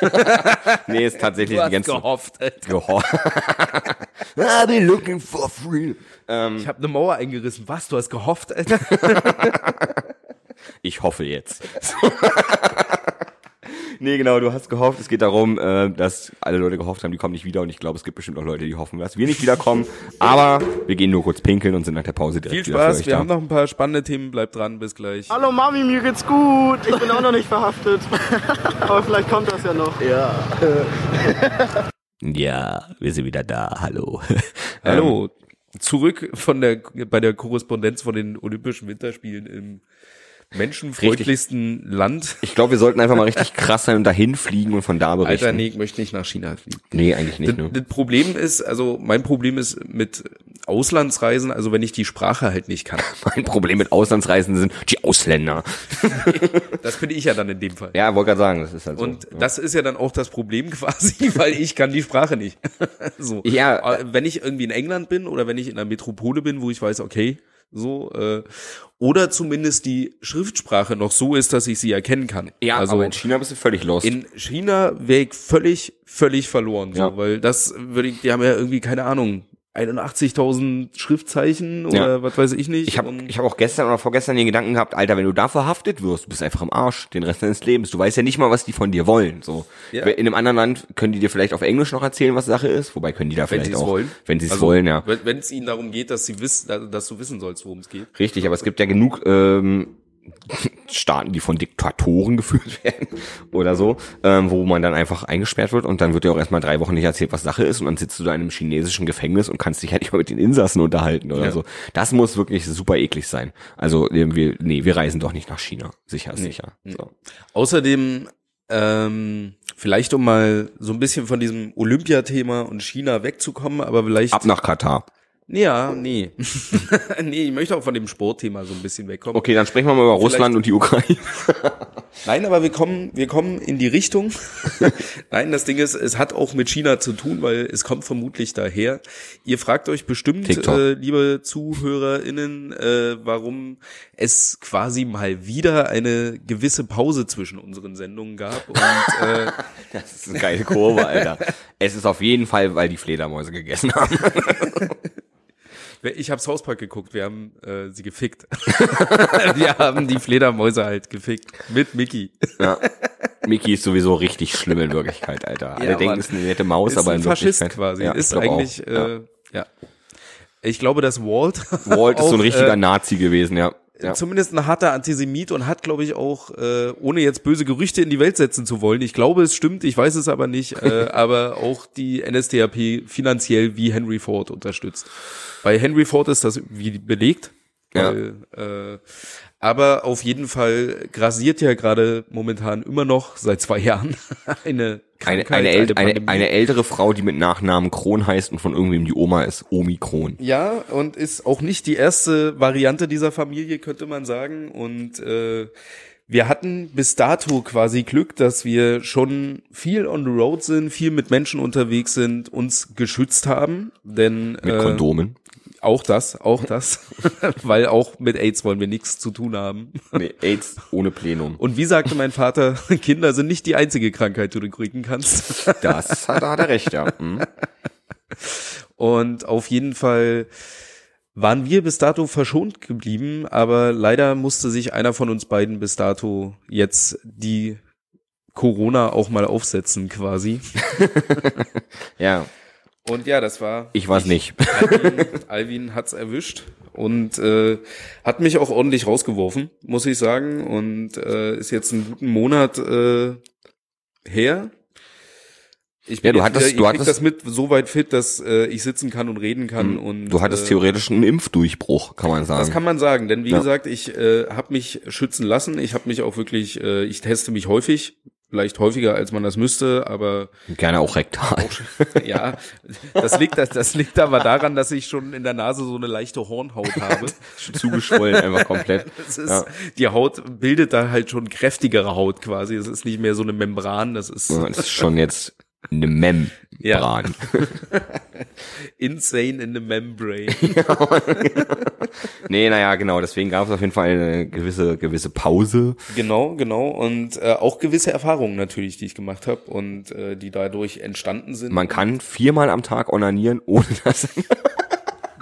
Speaker 3: nee, ist tatsächlich
Speaker 2: Du
Speaker 3: die
Speaker 2: hast
Speaker 3: ganze
Speaker 2: gehofft. Alter.
Speaker 3: gehofft. I've been looking for free. Ähm,
Speaker 2: Ich habe eine Mauer eingerissen. Was? Du hast gehofft, Alter?
Speaker 3: Ich hoffe jetzt. nee, genau, du hast gehofft. Es geht darum, äh, dass alle Leute gehofft haben, die kommen nicht wieder. Und ich glaube, es gibt bestimmt auch Leute, die hoffen, dass wir nicht wiederkommen. Aber wir gehen nur kurz pinkeln und sind nach der Pause direkt
Speaker 2: Viel
Speaker 3: wieder für
Speaker 2: Spaß.
Speaker 3: euch
Speaker 2: Wir
Speaker 3: da.
Speaker 2: haben noch ein paar spannende Themen. Bleibt dran. Bis gleich.
Speaker 4: Hallo Mami, mir geht's gut. Ich bin auch noch nicht verhaftet. Aber vielleicht kommt das ja noch.
Speaker 3: ja, wir sind wieder da. Hallo.
Speaker 2: Hallo. Zurück von der, bei der Korrespondenz von den Olympischen Winterspielen im menschenfreundlichsten Land.
Speaker 3: Ich glaube, wir sollten einfach mal richtig krass sein und dahin fliegen und von da berichten.
Speaker 2: Alter, nee, ich möchte nicht nach China fliegen.
Speaker 3: Nee, eigentlich nicht.
Speaker 2: Das,
Speaker 3: Ne?
Speaker 2: das Problem ist, also mein Problem ist mit Auslandsreisen, also wenn ich die Sprache halt nicht kann.
Speaker 3: Mein Problem mit Auslandsreisen sind die Ausländer.
Speaker 2: Das bin ich ja dann in dem Fall.
Speaker 3: Ja, wollte gerade sagen, das ist halt
Speaker 2: Und
Speaker 3: so.
Speaker 2: das ist ja dann auch das Problem quasi, weil ich kann die Sprache nicht. so.
Speaker 3: Ja.
Speaker 2: Aber Wenn ich irgendwie in England bin oder wenn ich in einer Metropole bin, wo ich weiß, okay, so, äh, oder zumindest die Schriftsprache noch so ist, dass ich sie erkennen kann.
Speaker 3: Ja,
Speaker 2: also
Speaker 3: aber in China bist du völlig lost.
Speaker 2: in China wäre ich völlig, völlig verloren, so,
Speaker 3: Ja.
Speaker 2: weil das würde ich, die haben ja irgendwie, keine Ahnung, 81.000 Schriftzeichen oder
Speaker 3: Ja.
Speaker 2: was weiß ich nicht.
Speaker 3: Ich habe
Speaker 2: und-
Speaker 3: ich hab auch gestern oder vorgestern den Gedanken gehabt, Alter, wenn du da verhaftet wirst, du bist einfach im Arsch den Rest deines Lebens. Du weißt ja nicht mal, was die von dir wollen. So
Speaker 2: Ja.
Speaker 3: In einem anderen Land können die dir vielleicht auf Englisch noch erzählen, was Sache ist. Wobei können die da
Speaker 2: wenn
Speaker 3: vielleicht
Speaker 2: sie es
Speaker 3: auch,
Speaker 2: wollen.
Speaker 3: wenn sie es
Speaker 2: Also,
Speaker 3: wollen, ja.
Speaker 2: Wenn es ihnen darum geht, dass sie wissen, dass du wissen sollst, worum es geht.
Speaker 3: Richtig, aber es gibt ja genug ähm, Staaten, die von Diktatoren geführt werden oder so, ähm, wo man dann einfach eingesperrt wird und dann wird dir auch erstmal drei Wochen nicht erzählt, was Sache ist und dann sitzt du da in einem chinesischen Gefängnis und kannst dich halt nicht mal mit den Insassen unterhalten oder
Speaker 2: Ja.
Speaker 3: so. Das muss wirklich super eklig sein. Also ähm, wir, nee, wir reisen doch nicht nach China. Sicher, ist sicher. So.
Speaker 2: Außerdem, ähm, vielleicht um mal so ein bisschen von diesem Olympiathema und China wegzukommen, aber vielleicht.
Speaker 3: Ab nach Katar.
Speaker 2: ja, nee. nee, ich möchte auch von dem Sportthema so ein bisschen wegkommen.
Speaker 3: Okay, dann sprechen wir mal über Russland und die Ukraine.
Speaker 2: Nein, aber wir kommen, wir kommen in die Richtung. Nein, das Ding ist, es hat auch mit China zu tun, weil es kommt vermutlich daher. Ihr fragt euch bestimmt,
Speaker 3: TikTok.
Speaker 2: äh, liebe ZuhörerInnen, äh, warum es quasi mal wieder eine gewisse Pause zwischen unseren Sendungen gab. Und äh,
Speaker 3: Das ist eine geile Kurve, Alter. es ist auf jeden Fall, weil die Fledermäuse gegessen haben.
Speaker 2: Ich habe South Park geguckt, wir haben äh, sie gefickt. wir haben die Fledermäuse halt gefickt mit Mickey.
Speaker 3: Ja. Mickey ist sowieso richtig schlimm in Wirklichkeit, Alter. Alle
Speaker 2: Ja,
Speaker 3: denken,
Speaker 2: Mann.
Speaker 3: es ist eine nette Maus,
Speaker 2: Ist
Speaker 3: aber
Speaker 2: ein
Speaker 3: in
Speaker 2: Faschist
Speaker 3: Wirklichkeit
Speaker 2: quasi.
Speaker 3: Ja, ich
Speaker 2: ist
Speaker 3: glaub auch.
Speaker 2: eigentlich
Speaker 3: ja.
Speaker 2: äh, ja. Ich glaube, dass Walt
Speaker 3: Walt ist so ein
Speaker 2: auch,
Speaker 3: richtiger
Speaker 2: äh,
Speaker 3: Nazi gewesen, ja. ja.
Speaker 2: zumindest ein harter Antisemit und hat glaube ich auch äh, ohne jetzt böse Gerüchte in die Welt setzen zu wollen. Ich glaube, es stimmt, ich weiß es aber nicht, äh, aber auch die NSDAP finanziell wie Henry Ford unterstützt. Bei Henry Ford ist das wie belegt.
Speaker 3: Ja.
Speaker 2: Weil, äh, aber auf jeden Fall grasiert ja gerade momentan immer noch seit zwei Jahren eine
Speaker 3: Eine,
Speaker 2: Krankheit,
Speaker 3: eine, äl eine,
Speaker 2: halt, Pandemie.
Speaker 3: eine ältere Frau, die mit Nachnamen Kron heißt und von irgendwem die Oma ist, Omi Kron.
Speaker 2: Ja, und ist auch nicht die erste Variante dieser Familie, könnte man sagen. Und äh, wir hatten bis dato quasi Glück, dass wir schon viel on the road sind, viel mit Menschen unterwegs sind, uns geschützt haben. Denn
Speaker 3: Mit
Speaker 2: äh,
Speaker 3: Kondomen.
Speaker 2: auch das, auch das. Weil auch mit AIDS wollen wir nichts zu tun haben.
Speaker 3: Nee, AIDS ohne Plenum.
Speaker 2: Und wie sagte mein Vater, Kinder sind nicht die einzige Krankheit, die du kriegen kannst.
Speaker 3: Das hat, da hat er recht, ja. Mhm.
Speaker 2: Und auf jeden Fall waren wir bis dato verschont geblieben, aber leider musste sich einer von uns beiden bis dato jetzt die Corona auch mal aufsetzen quasi.
Speaker 3: Ja,
Speaker 2: Und ja, das war
Speaker 3: ich war's nicht.
Speaker 2: Alvin, Alvin hat's erwischt und äh, hat mich auch ordentlich rausgeworfen, muss ich sagen. Und äh, ist jetzt einen guten Monat äh, her. Ich
Speaker 3: Ja, du
Speaker 2: jetzt
Speaker 3: hattest-
Speaker 2: wieder, ich
Speaker 3: du
Speaker 2: krieg
Speaker 3: hattest- Hm.
Speaker 2: das mit so weit fit, dass äh, ich sitzen kann und reden kann. Und
Speaker 3: Du hattest
Speaker 2: äh,
Speaker 3: theoretisch einen Impfdurchbruch, kann man sagen.
Speaker 2: das kann man sagen, denn wie
Speaker 3: Ja.
Speaker 2: gesagt, ich äh, habe mich schützen lassen. Ich habe mich auch wirklich, äh, ich teste mich häufig, vielleicht häufiger als man das müsste, aber
Speaker 3: Gerne auch rektal.
Speaker 2: ja, das liegt, das, das liegt aber daran, dass ich schon in der Nase so eine leichte Hornhaut habe.
Speaker 3: Schon zugeschwollen einfach komplett.
Speaker 2: Das ist,
Speaker 3: Ja.
Speaker 2: Die Haut bildet da halt schon kräftigere Haut quasi. Es ist nicht mehr so eine Membran, das ist
Speaker 3: Ja, Das ist schon jetzt eine Membran.
Speaker 2: Ja. insane in the membrane.
Speaker 3: Nee, naja, genau. Deswegen gab es auf jeden Fall eine gewisse, gewisse Pause.
Speaker 2: Genau, genau. Und äh, auch gewisse Erfahrungen natürlich, die ich gemacht habe und äh, die dadurch entstanden sind.
Speaker 3: Man kann viermal am Tag onanieren, ohne dass.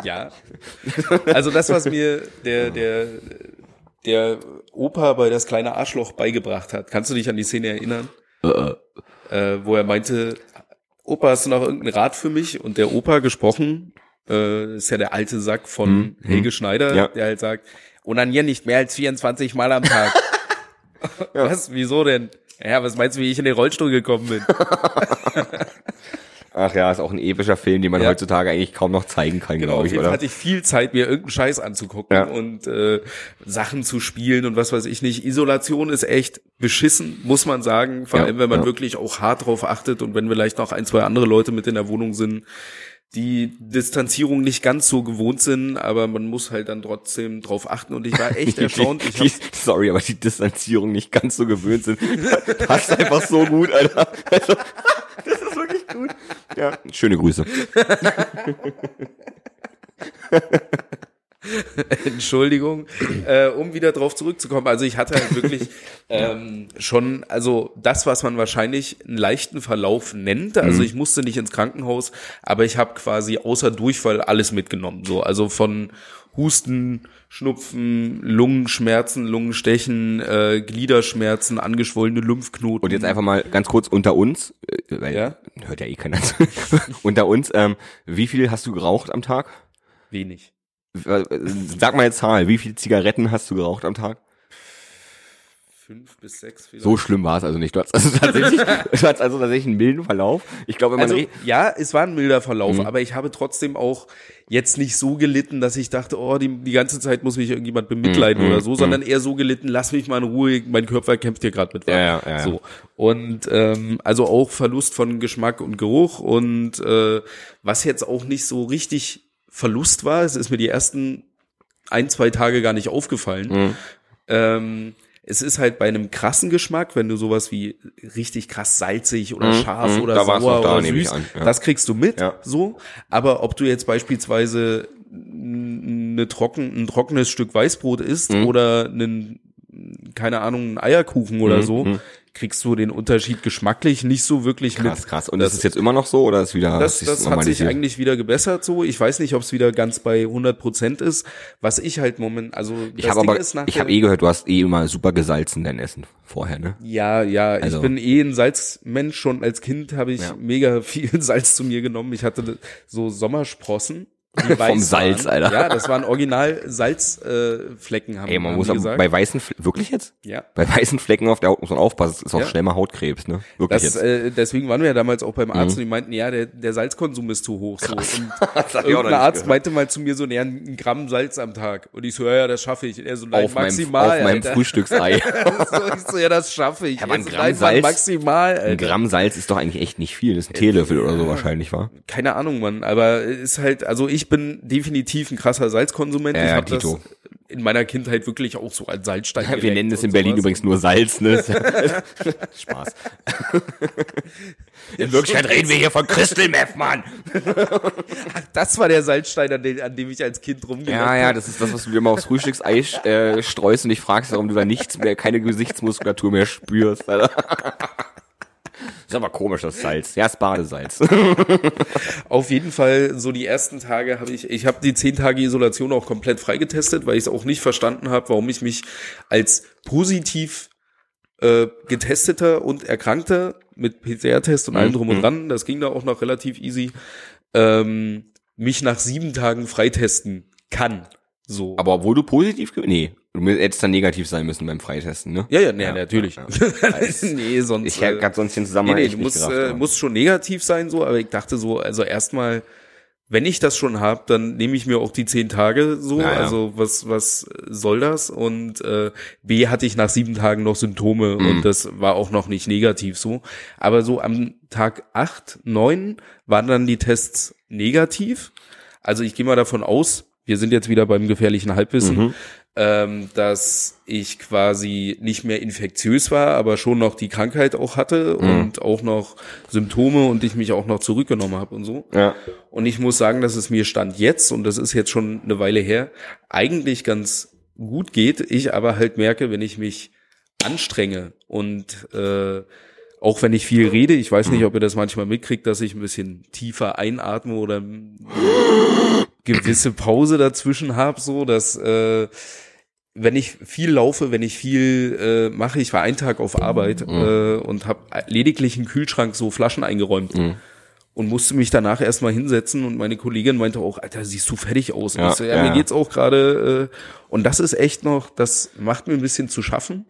Speaker 2: Ja. Also das, was mir der, der, der Opa bei das kleine Arschloch beigebracht hat. Kannst du dich an die Szene erinnern? Äh, wo er meinte, Opa, hast du noch irgendeinen Rat für mich? Und der Opa gesprochen, äh, ist ja der alte Sack von Helge Schneider,
Speaker 3: Ja.
Speaker 2: der halt sagt, onanier nicht mehr als 24 Mal am Tag. Was? Wieso denn? Ja, was meinst du, wie ich in den Rollstuhl gekommen bin?
Speaker 3: Ach ja, ist auch ein epischer Film, den man
Speaker 2: Ja.
Speaker 3: heutzutage eigentlich kaum noch zeigen kann,
Speaker 2: Genau,
Speaker 3: glaube
Speaker 2: auf
Speaker 3: ich,
Speaker 2: jeden Fall
Speaker 3: oder?
Speaker 2: hatte ich viel Zeit, mir irgendeinen Scheiß anzugucken
Speaker 3: Ja.
Speaker 2: und äh, Sachen zu spielen und was weiß ich nicht. Isolation ist echt beschissen, muss man sagen. Vor
Speaker 3: Ja,
Speaker 2: allem, wenn man
Speaker 3: ja.
Speaker 2: wirklich auch hart drauf achtet und wenn vielleicht noch ein, zwei andere Leute mit in der Wohnung sind, die Distanzierung nicht ganz so gewohnt sind, aber man muss halt dann trotzdem drauf achten. Und ich war echt erstaunt. Ich
Speaker 3: Die,
Speaker 2: hab,
Speaker 3: die, sorry, aber die Distanzierung nicht ganz so gewöhnt sind. Passt einfach so gut, Alter. Also, das ist wirklich gut. Ja. Schöne Grüße.
Speaker 2: Entschuldigung, äh, um wieder drauf zurückzukommen. Also ich hatte halt wirklich ähm, schon, also das, was man wahrscheinlich einen leichten Verlauf nennt.
Speaker 3: Mhm.
Speaker 2: Also ich musste nicht ins Krankenhaus, aber ich habe quasi außer Durchfall alles mitgenommen. So, also von Husten, Schnupfen, Lungenschmerzen, Lungenstechen, äh, Gliederschmerzen, angeschwollene Lymphknoten.
Speaker 3: Und jetzt einfach mal ganz kurz unter uns, äh, weil
Speaker 2: Ja?
Speaker 3: hört ja eh keiner zu. unter uns, ähm, wie viel hast du geraucht am Tag?
Speaker 2: wenig.
Speaker 3: Äh, Sag mal eine Zahl, wie viel Zigaretten hast du geraucht am Tag?
Speaker 2: Fünf bis sechs vielleicht.
Speaker 3: So schlimm war es also nicht. Du hattest also tatsächlich, du hattest also tatsächlich einen milden Verlauf. Ich glaube, wenn man
Speaker 2: Also,
Speaker 3: re-
Speaker 2: ja, es war ein milder Verlauf,
Speaker 3: Mhm.
Speaker 2: aber ich habe trotzdem auch jetzt nicht so gelitten, dass ich dachte, oh, die, die ganze Zeit muss mich irgendjemand bemitleiden
Speaker 3: Mhm,
Speaker 2: oder so, sondern eher so gelitten, lass mich mal in Ruhe, mein Körper kämpft hier gerade mit.
Speaker 3: Ja, ja, ja, ja.
Speaker 2: So. Und ähm, also auch Verlust von Geschmack und Geruch und äh, was jetzt auch nicht so richtig Verlust war, es ist mir die ersten ein, zwei Tage gar nicht aufgefallen.
Speaker 3: Mhm.
Speaker 2: Ähm, es ist halt bei einem krassen Geschmack, wenn du sowas wie richtig krass salzig oder scharf
Speaker 3: mm,
Speaker 2: oder
Speaker 3: da war's
Speaker 2: sauer
Speaker 3: noch da,
Speaker 2: oder
Speaker 3: nehme ich
Speaker 2: süß,
Speaker 3: an, ja.
Speaker 2: das kriegst du mit,
Speaker 3: Ja.
Speaker 2: so. Aber ob du jetzt beispielsweise n- eine trocken, ein trockenes Stück Weißbrot isst
Speaker 3: Mhm.
Speaker 2: oder einen, keine Ahnung, einen Eierkuchen
Speaker 3: Mhm.
Speaker 2: oder so, kriegst du den Unterschied geschmacklich nicht so wirklich
Speaker 3: krass,
Speaker 2: mit.
Speaker 3: krass. Und das, ist jetzt immer noch so oder ist wieder
Speaker 2: Das,
Speaker 3: ist
Speaker 2: das hat sich
Speaker 3: normalisiert?
Speaker 2: eigentlich wieder gebessert so. Ich weiß nicht, ob es wieder ganz bei 100 Prozent ist. Was ich halt moment, also
Speaker 3: Ich habe aber,
Speaker 2: nach
Speaker 3: ich
Speaker 2: der-
Speaker 3: habe eh gehört, du hast eh immer super gesalzen dein Essen vorher, ne?
Speaker 2: Ja, ja,
Speaker 3: Also-
Speaker 2: ich bin eh ein Salzmensch. Schon als Kind habe ich
Speaker 3: Ja.
Speaker 2: mega viel Salz zu mir genommen. Ich hatte so Sommersprossen. Die weiß
Speaker 3: Vom Salz,
Speaker 2: waren.
Speaker 3: Alter.
Speaker 2: Ja, das waren original Salzflecken, äh, Flecken, haben
Speaker 3: Ey, man
Speaker 2: haben
Speaker 3: muss
Speaker 2: die
Speaker 3: aber
Speaker 2: gesagt.
Speaker 3: bei weißen, Fle wirklich jetzt?
Speaker 2: ja.
Speaker 3: Bei weißen Flecken auf der Haut muss man aufpassen. Es ist auch
Speaker 2: Ja.
Speaker 3: schnell mal Hautkrebs, ne? Wirklich
Speaker 2: Das,
Speaker 3: jetzt. Mhm.
Speaker 2: äh, deswegen waren wir ja damals auch beim Arzt und die meinten, ja, der, der Salzkonsum ist zu hoch. So. Und
Speaker 3: Das hab ich auch noch
Speaker 2: irgendein
Speaker 3: nicht
Speaker 2: Arzt
Speaker 3: gehört.
Speaker 2: meinte mal zu mir so, naja, ein Gramm Salz am Tag. Und ich so, ja, ja, das schaffe ich. Und er so, nein,
Speaker 3: auf meinem,
Speaker 2: maximal.
Speaker 3: auf meinem
Speaker 2: Alter.
Speaker 3: Frühstücksei.
Speaker 2: so, ich so, ja, das schaffe ich.
Speaker 3: Ja, aber ein
Speaker 2: Er so,
Speaker 3: Gramm
Speaker 2: nein, Mann,
Speaker 3: Salz-
Speaker 2: Maximal,
Speaker 3: Ein
Speaker 2: Alter.
Speaker 3: Gramm Salz ist doch eigentlich echt nicht viel. Das ist ein Teelöffel oder so wahrscheinlich, war.
Speaker 2: keine Ahnung, Mann, aber ist halt, also ich bin definitiv ein krasser Salzkonsument.
Speaker 3: Ja,
Speaker 2: ich
Speaker 3: ja,
Speaker 2: hab
Speaker 3: Tito.
Speaker 2: das in meiner Kindheit wirklich auch so als Salzstein.
Speaker 3: Wir
Speaker 2: geleckt
Speaker 3: nennen es
Speaker 2: und
Speaker 3: in Berlin
Speaker 2: sowas.
Speaker 3: übrigens nur Salz, ne? Spaß. In Wirklichkeit reden wir hier von Crystal Meth, Mann.
Speaker 2: Das war der Salzstein, an dem, an dem ich als Kind rumgeleckt
Speaker 3: Ja, ja,
Speaker 2: hab.
Speaker 3: das ist das, was du dir mal aufs Frühstücksei äh, streust und dich fragst, warum du da nichts mehr, keine Gesichtsmuskulatur mehr spürst. Alter. Ist aber komisch, das Salz. Ja, das Badesalz.
Speaker 2: Auf jeden Fall, so die ersten Tage habe ich, ich habe die zehn Tage Isolation auch komplett freigetestet, weil ich es auch nicht verstanden habe, warum ich mich als positiv äh, getesteter und erkrankter mit PCR-Test und allem drum und dran, das ging da auch noch relativ easy, ähm, mich nach sieben Tagen freitesten kann. So.
Speaker 3: Aber obwohl du positiv, ge- nee, du mü- hättest dann negativ sein müssen beim Freitesten, ne?
Speaker 2: ja, ja, nee, natürlich.
Speaker 3: ja,
Speaker 2: nee, sonst.
Speaker 3: Ich hätte
Speaker 2: äh,
Speaker 3: grad sonst den
Speaker 2: Nee,
Speaker 3: Zusammenhang
Speaker 2: nee,
Speaker 3: echt
Speaker 2: ich
Speaker 3: nicht
Speaker 2: muss,
Speaker 3: gerafft,
Speaker 2: äh,
Speaker 3: aber-
Speaker 2: muss schon negativ sein, so, aber ich dachte so, also erstmal, wenn ich das schon habe, dann nehme ich mir auch die zehn Tage so.
Speaker 3: Ja, ja.
Speaker 2: Also was, was soll das? Und äh, B hatte ich nach sieben Tagen noch Symptome und das war auch noch nicht negativ so. Aber so am Tag acht, neun waren dann die Tests negativ. Also ich gehe mal davon aus, wir sind jetzt wieder beim gefährlichen Halbwissen, ähm, dass ich quasi nicht mehr infektiös war, aber schon noch die Krankheit auch hatte und auch noch Symptome und ich mich auch noch zurückgenommen habe und so.
Speaker 3: Ja.
Speaker 2: Und ich muss sagen, dass es mir Stand jetzt, und das ist jetzt schon eine Weile her, eigentlich ganz gut geht. Ich aber halt merke, wenn ich mich anstrenge und äh, auch wenn ich viel rede, ich weiß nicht, ob ihr das manchmal mitkriegt, dass ich ein bisschen tiefer einatme oder gewisse Pause dazwischen habe, so dass äh, wenn ich viel laufe, wenn ich viel äh, mache, ich war einen Tag auf Arbeit
Speaker 3: Mhm.
Speaker 2: äh, und habe lediglich einen Kühlschrank so Flaschen eingeräumt
Speaker 3: Mhm.
Speaker 2: und musste mich danach erstmal hinsetzen und meine Kollegin meinte auch, Alter, siehst du fertig aus. Und
Speaker 3: Ja,
Speaker 2: ich so, ja,
Speaker 3: ja,
Speaker 2: mir
Speaker 3: ja.
Speaker 2: geht's auch gerade äh, und das ist echt noch, das macht mir ein bisschen zu schaffen.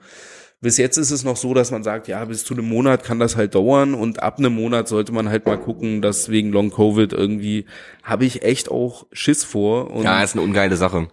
Speaker 2: Bis jetzt ist es noch so, dass man sagt, ja, bis zu einem Monat kann das halt dauern und ab einem Monat sollte man halt mal gucken, dass wegen Long Covid irgendwie habe ich echt auch Schiss vor und
Speaker 3: ja, ist eine ungeile Sache.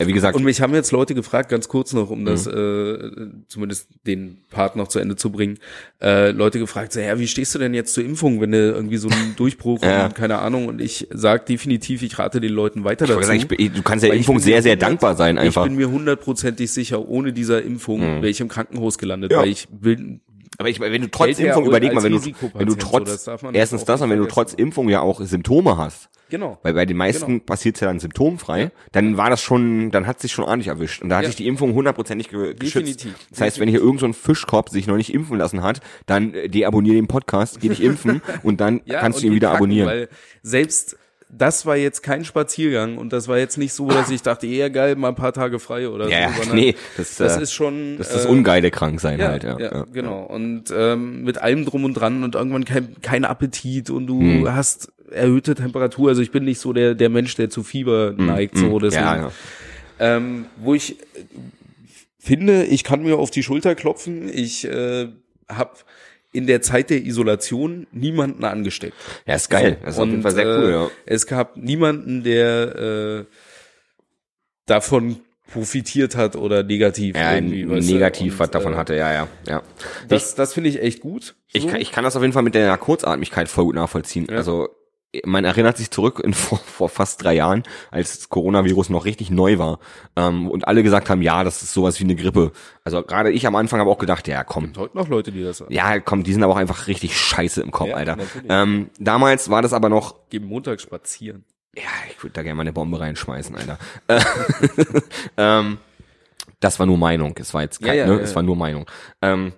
Speaker 3: Ja, wie gesagt,
Speaker 2: und mich haben jetzt Leute gefragt, ganz kurz noch, um das
Speaker 3: Mhm.
Speaker 2: äh, zumindest den Part noch zu Ende zu bringen, äh, Leute gefragt, so, ja, wie stehst du denn jetzt zur Impfung, wenn du irgendwie so einen Durchbruch
Speaker 3: Ja.
Speaker 2: und keine Ahnung und ich sag definitiv, ich rate den Leuten weiter
Speaker 3: ich
Speaker 2: dazu.
Speaker 3: wollte sagen, ich, bin- du kannst der
Speaker 2: Weil ich
Speaker 3: Impfung
Speaker 2: bin mir
Speaker 3: sehr, sehr
Speaker 2: hundert-
Speaker 3: dankbar sein einfach. Mhm.
Speaker 2: Ich bin mir hundertprozentig sicher, ohne dieser Impfung wäre ich im Krankenhaus gelandet,
Speaker 3: Ja.
Speaker 2: weil ich will,
Speaker 3: Aber ich, wenn du trotz
Speaker 2: Hält er
Speaker 3: Impfung,
Speaker 2: uns
Speaker 3: überleg mal,
Speaker 2: als
Speaker 3: wenn du,
Speaker 2: Risikopatient
Speaker 3: wenn du
Speaker 2: so,
Speaker 3: trotz,
Speaker 2: das darf man
Speaker 3: erstens
Speaker 2: auch
Speaker 3: das,
Speaker 2: nicht
Speaker 3: und wenn du
Speaker 2: vergessen.
Speaker 3: trotz Impfung ja auch Symptome hast,
Speaker 2: genau.
Speaker 3: weil bei den meisten
Speaker 2: Genau.
Speaker 3: passiert's ja dann symptomfrei, dann war das schon, dann hat sich schon ordentlich erwischt. Und da hat
Speaker 2: Ja.
Speaker 3: sich die Impfung hundertprozentig ge geschützt.
Speaker 2: Definitiv.
Speaker 3: Das heißt, wenn hier irgendein so ein Fischkorb sich noch nicht impfen lassen hat, dann äh, deabonnier den Podcast, geh dich impfen und dann kannst
Speaker 2: und
Speaker 3: du ihn
Speaker 2: die
Speaker 3: wieder
Speaker 2: Kacken,
Speaker 3: abonnieren.
Speaker 2: Weil selbst das war jetzt kein Spaziergang und das war jetzt nicht so, dass ich dachte, eher geil, mal ein paar Tage frei oder
Speaker 3: Ja,
Speaker 2: so.
Speaker 3: ja,
Speaker 2: sondern
Speaker 3: nee, das,
Speaker 2: das
Speaker 3: äh,
Speaker 2: ist schon.
Speaker 3: das ist
Speaker 2: äh,
Speaker 3: das ungeile Kranksein
Speaker 2: ja,
Speaker 3: halt, ja.
Speaker 2: ja,
Speaker 3: ja.
Speaker 2: genau. Und ähm, mit allem drum und dran und irgendwann kein, kein Appetit und du
Speaker 3: Hm.
Speaker 2: hast erhöhte Temperatur. Also ich bin nicht so der, der Mensch, der zu Fieber neigt. So, deswegen,
Speaker 3: Hm, ja, ja.
Speaker 2: ähm, wo ich äh, finde, ich kann mir auf die Schulter klopfen. Ich äh, habe in der Zeit der Isolation niemanden angesteckt.
Speaker 3: Ja, ist geil. Das ist auf jeden Fall sehr cool,
Speaker 2: äh,
Speaker 3: ja.
Speaker 2: Es gab niemanden, der äh, davon profitiert hat oder negativ
Speaker 3: Ja,
Speaker 2: irgendwie, weißt du?
Speaker 3: negativ
Speaker 2: Und,
Speaker 3: was davon
Speaker 2: äh,
Speaker 3: hatte, ja, ja, ja.
Speaker 2: Das, das finde ich echt gut.
Speaker 3: Ich kann, ich kann das auf jeden Fall mit der Kurzatmigkeit voll gut nachvollziehen. Also man erinnert sich zurück in vor, vor fast drei Jahren, als das Coronavirus noch richtig neu war ähm, und alle gesagt haben, ja, das ist sowas wie eine Grippe. Also gerade ich am Anfang habe auch gedacht, ja, komm.
Speaker 2: heute noch Leute, die das sagen.
Speaker 3: Ja, komm, die sind aber auch einfach richtig scheiße im Kopf,
Speaker 2: Ja,
Speaker 3: Alter.
Speaker 2: natürlich.
Speaker 3: Ähm, damals war das aber noch
Speaker 2: Gehen Montag spazieren.
Speaker 3: ja, ich würde da gerne mal eine Bombe reinschmeißen, Alter. ähm, das war nur Meinung. Es war jetzt kein,
Speaker 2: Ja, ja,
Speaker 3: ne?
Speaker 2: ja,
Speaker 3: es
Speaker 2: ja.
Speaker 3: war nur Meinung. Ähm,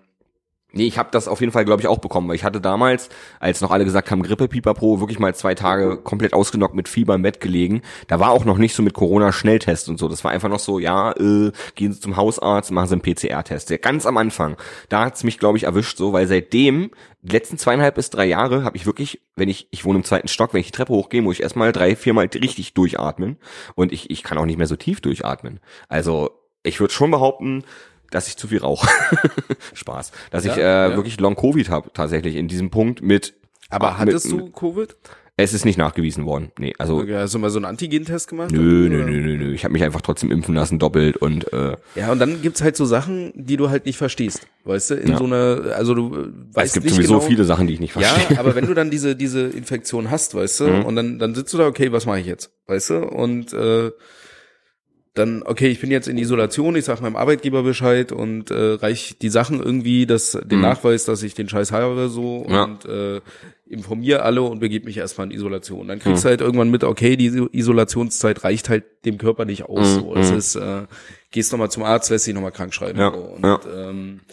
Speaker 3: nee, ich habe das auf jeden Fall, glaube ich, auch bekommen, weil ich hatte damals, als noch alle gesagt haben, Grippe, Pipapo, wirklich mal zwei Tage komplett ausgenockt mit Fieber im Bett gelegen. Da war auch noch nicht so mit Corona-Schnelltest und so. Das war einfach noch so, ja, äh, gehen Sie zum Hausarzt, machen Sie einen PCR-Test. Ja, ganz am Anfang. Da hat's mich, glaube ich, erwischt so, weil seitdem, die letzten zweieinhalb bis drei Jahre, habe ich wirklich, wenn ich, ich wohne im zweiten Stock, wenn ich die Treppe hochgehe, muss ich erstmal drei, viermal richtig durchatmen. Und ich, ich kann auch nicht mehr so tief durchatmen. Also, ich würde schon behaupten, dass ich zu viel rauche. Spaß. Dass ich äh,
Speaker 2: Ja, ja.
Speaker 3: wirklich Long-Covid habe tatsächlich in diesem Punkt mit.
Speaker 2: Aber hattest
Speaker 3: mit,
Speaker 2: du Covid?
Speaker 3: Es ist nicht nachgewiesen worden. Nee, also.
Speaker 2: Okay, hast du mal so einen Antigen-Test gemacht?
Speaker 3: Nö, nö, nö, nö, nö. Ich habe mich einfach trotzdem impfen lassen, doppelt und äh,
Speaker 2: Ja, und dann gibt's halt so Sachen, die du halt nicht verstehst. Weißt du, in so einer, also du äh, weißt
Speaker 3: es gibt
Speaker 2: nicht
Speaker 3: sowieso
Speaker 2: genau,
Speaker 3: viele Sachen, die ich nicht
Speaker 2: Ja,
Speaker 3: verstehe. Mhm.
Speaker 2: aber wenn du dann diese, diese Infektion hast, weißt du, und dann, dann sitzt du da, okay, was mache ich jetzt? Weißt du? Und äh, dann, okay, ich bin jetzt in Isolation, ich sag meinem Arbeitgeber Bescheid und äh, reich die Sachen irgendwie, dass den Nachweis, dass ich den Scheiß habe, so
Speaker 3: Mhm. Ja.
Speaker 2: und äh, informiere alle und begebe mich erstmal in Isolation. Dann
Speaker 3: Mhm.
Speaker 2: kriegst du halt irgendwann mit, okay, die Iso- Isolationszeit reicht halt dem Körper nicht aus. So. Es ist, äh, gehst nochmal zum Arzt, lässt dich nochmal krank schreiben.
Speaker 3: Mhm. Ja,
Speaker 2: So. Und,
Speaker 3: ja.
Speaker 2: ähm,
Speaker 3: Ja, du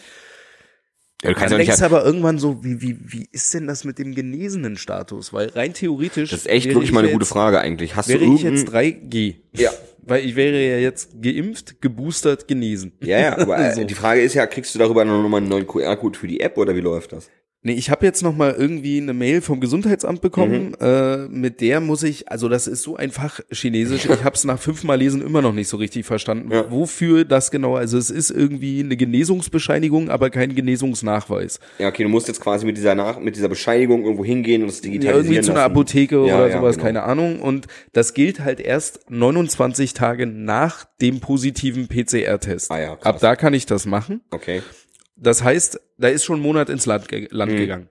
Speaker 3: kannst ja
Speaker 2: dann
Speaker 3: nicht, halt-
Speaker 2: denkst du
Speaker 3: das
Speaker 2: aber irgendwann so, wie, wie, wie ist denn das mit dem genesenen Status? Weil rein theoretisch.
Speaker 3: ist echt
Speaker 2: wäre
Speaker 3: wirklich
Speaker 2: ich
Speaker 3: mal eine
Speaker 2: ja
Speaker 3: gute
Speaker 2: jetzt-
Speaker 3: Frage eigentlich. Hast du
Speaker 2: Wäre ich jetzt
Speaker 3: irgendein,
Speaker 2: 3G.
Speaker 3: Ja.
Speaker 2: Weil ich wäre ja jetzt geimpft, geboostert, genesen.
Speaker 3: ja, ja, aber äh,
Speaker 2: So.
Speaker 3: die Frage ist ja, kriegst du darüber nochmal einen neuen QR-Code für die App oder wie läuft das?
Speaker 2: Nee, ich habe jetzt noch mal irgendwie eine Mail vom Gesundheitsamt bekommen.
Speaker 3: Mhm.
Speaker 2: Äh, mit der muss ich, also das ist so ein Fachchinesisch. Ich habe es nach fünfmal Lesen immer noch nicht so richtig verstanden.
Speaker 3: Ja.
Speaker 2: Wofür das genau? Also es ist irgendwie eine Genesungsbescheinigung, aber kein Genesungsnachweis.
Speaker 3: Ja, okay, du musst jetzt quasi mit dieser, Nach mit dieser Bescheinigung irgendwo hingehen und es
Speaker 2: Ja,
Speaker 3: digitalisieren
Speaker 2: irgendwie zu einer
Speaker 3: lassen.
Speaker 2: Apotheke
Speaker 3: Ja,
Speaker 2: oder
Speaker 3: ja,
Speaker 2: sowas,
Speaker 3: genau.
Speaker 2: keine Ahnung. Und das gilt halt erst 29 Tage nach dem positiven PCR-Test.
Speaker 3: Ah ja, krass.
Speaker 2: Ab da kann ich das machen.
Speaker 3: Okay.
Speaker 2: Das heißt, da ist schon ein Monat ins Land, ge
Speaker 3: Mhm.
Speaker 2: Land gegangen.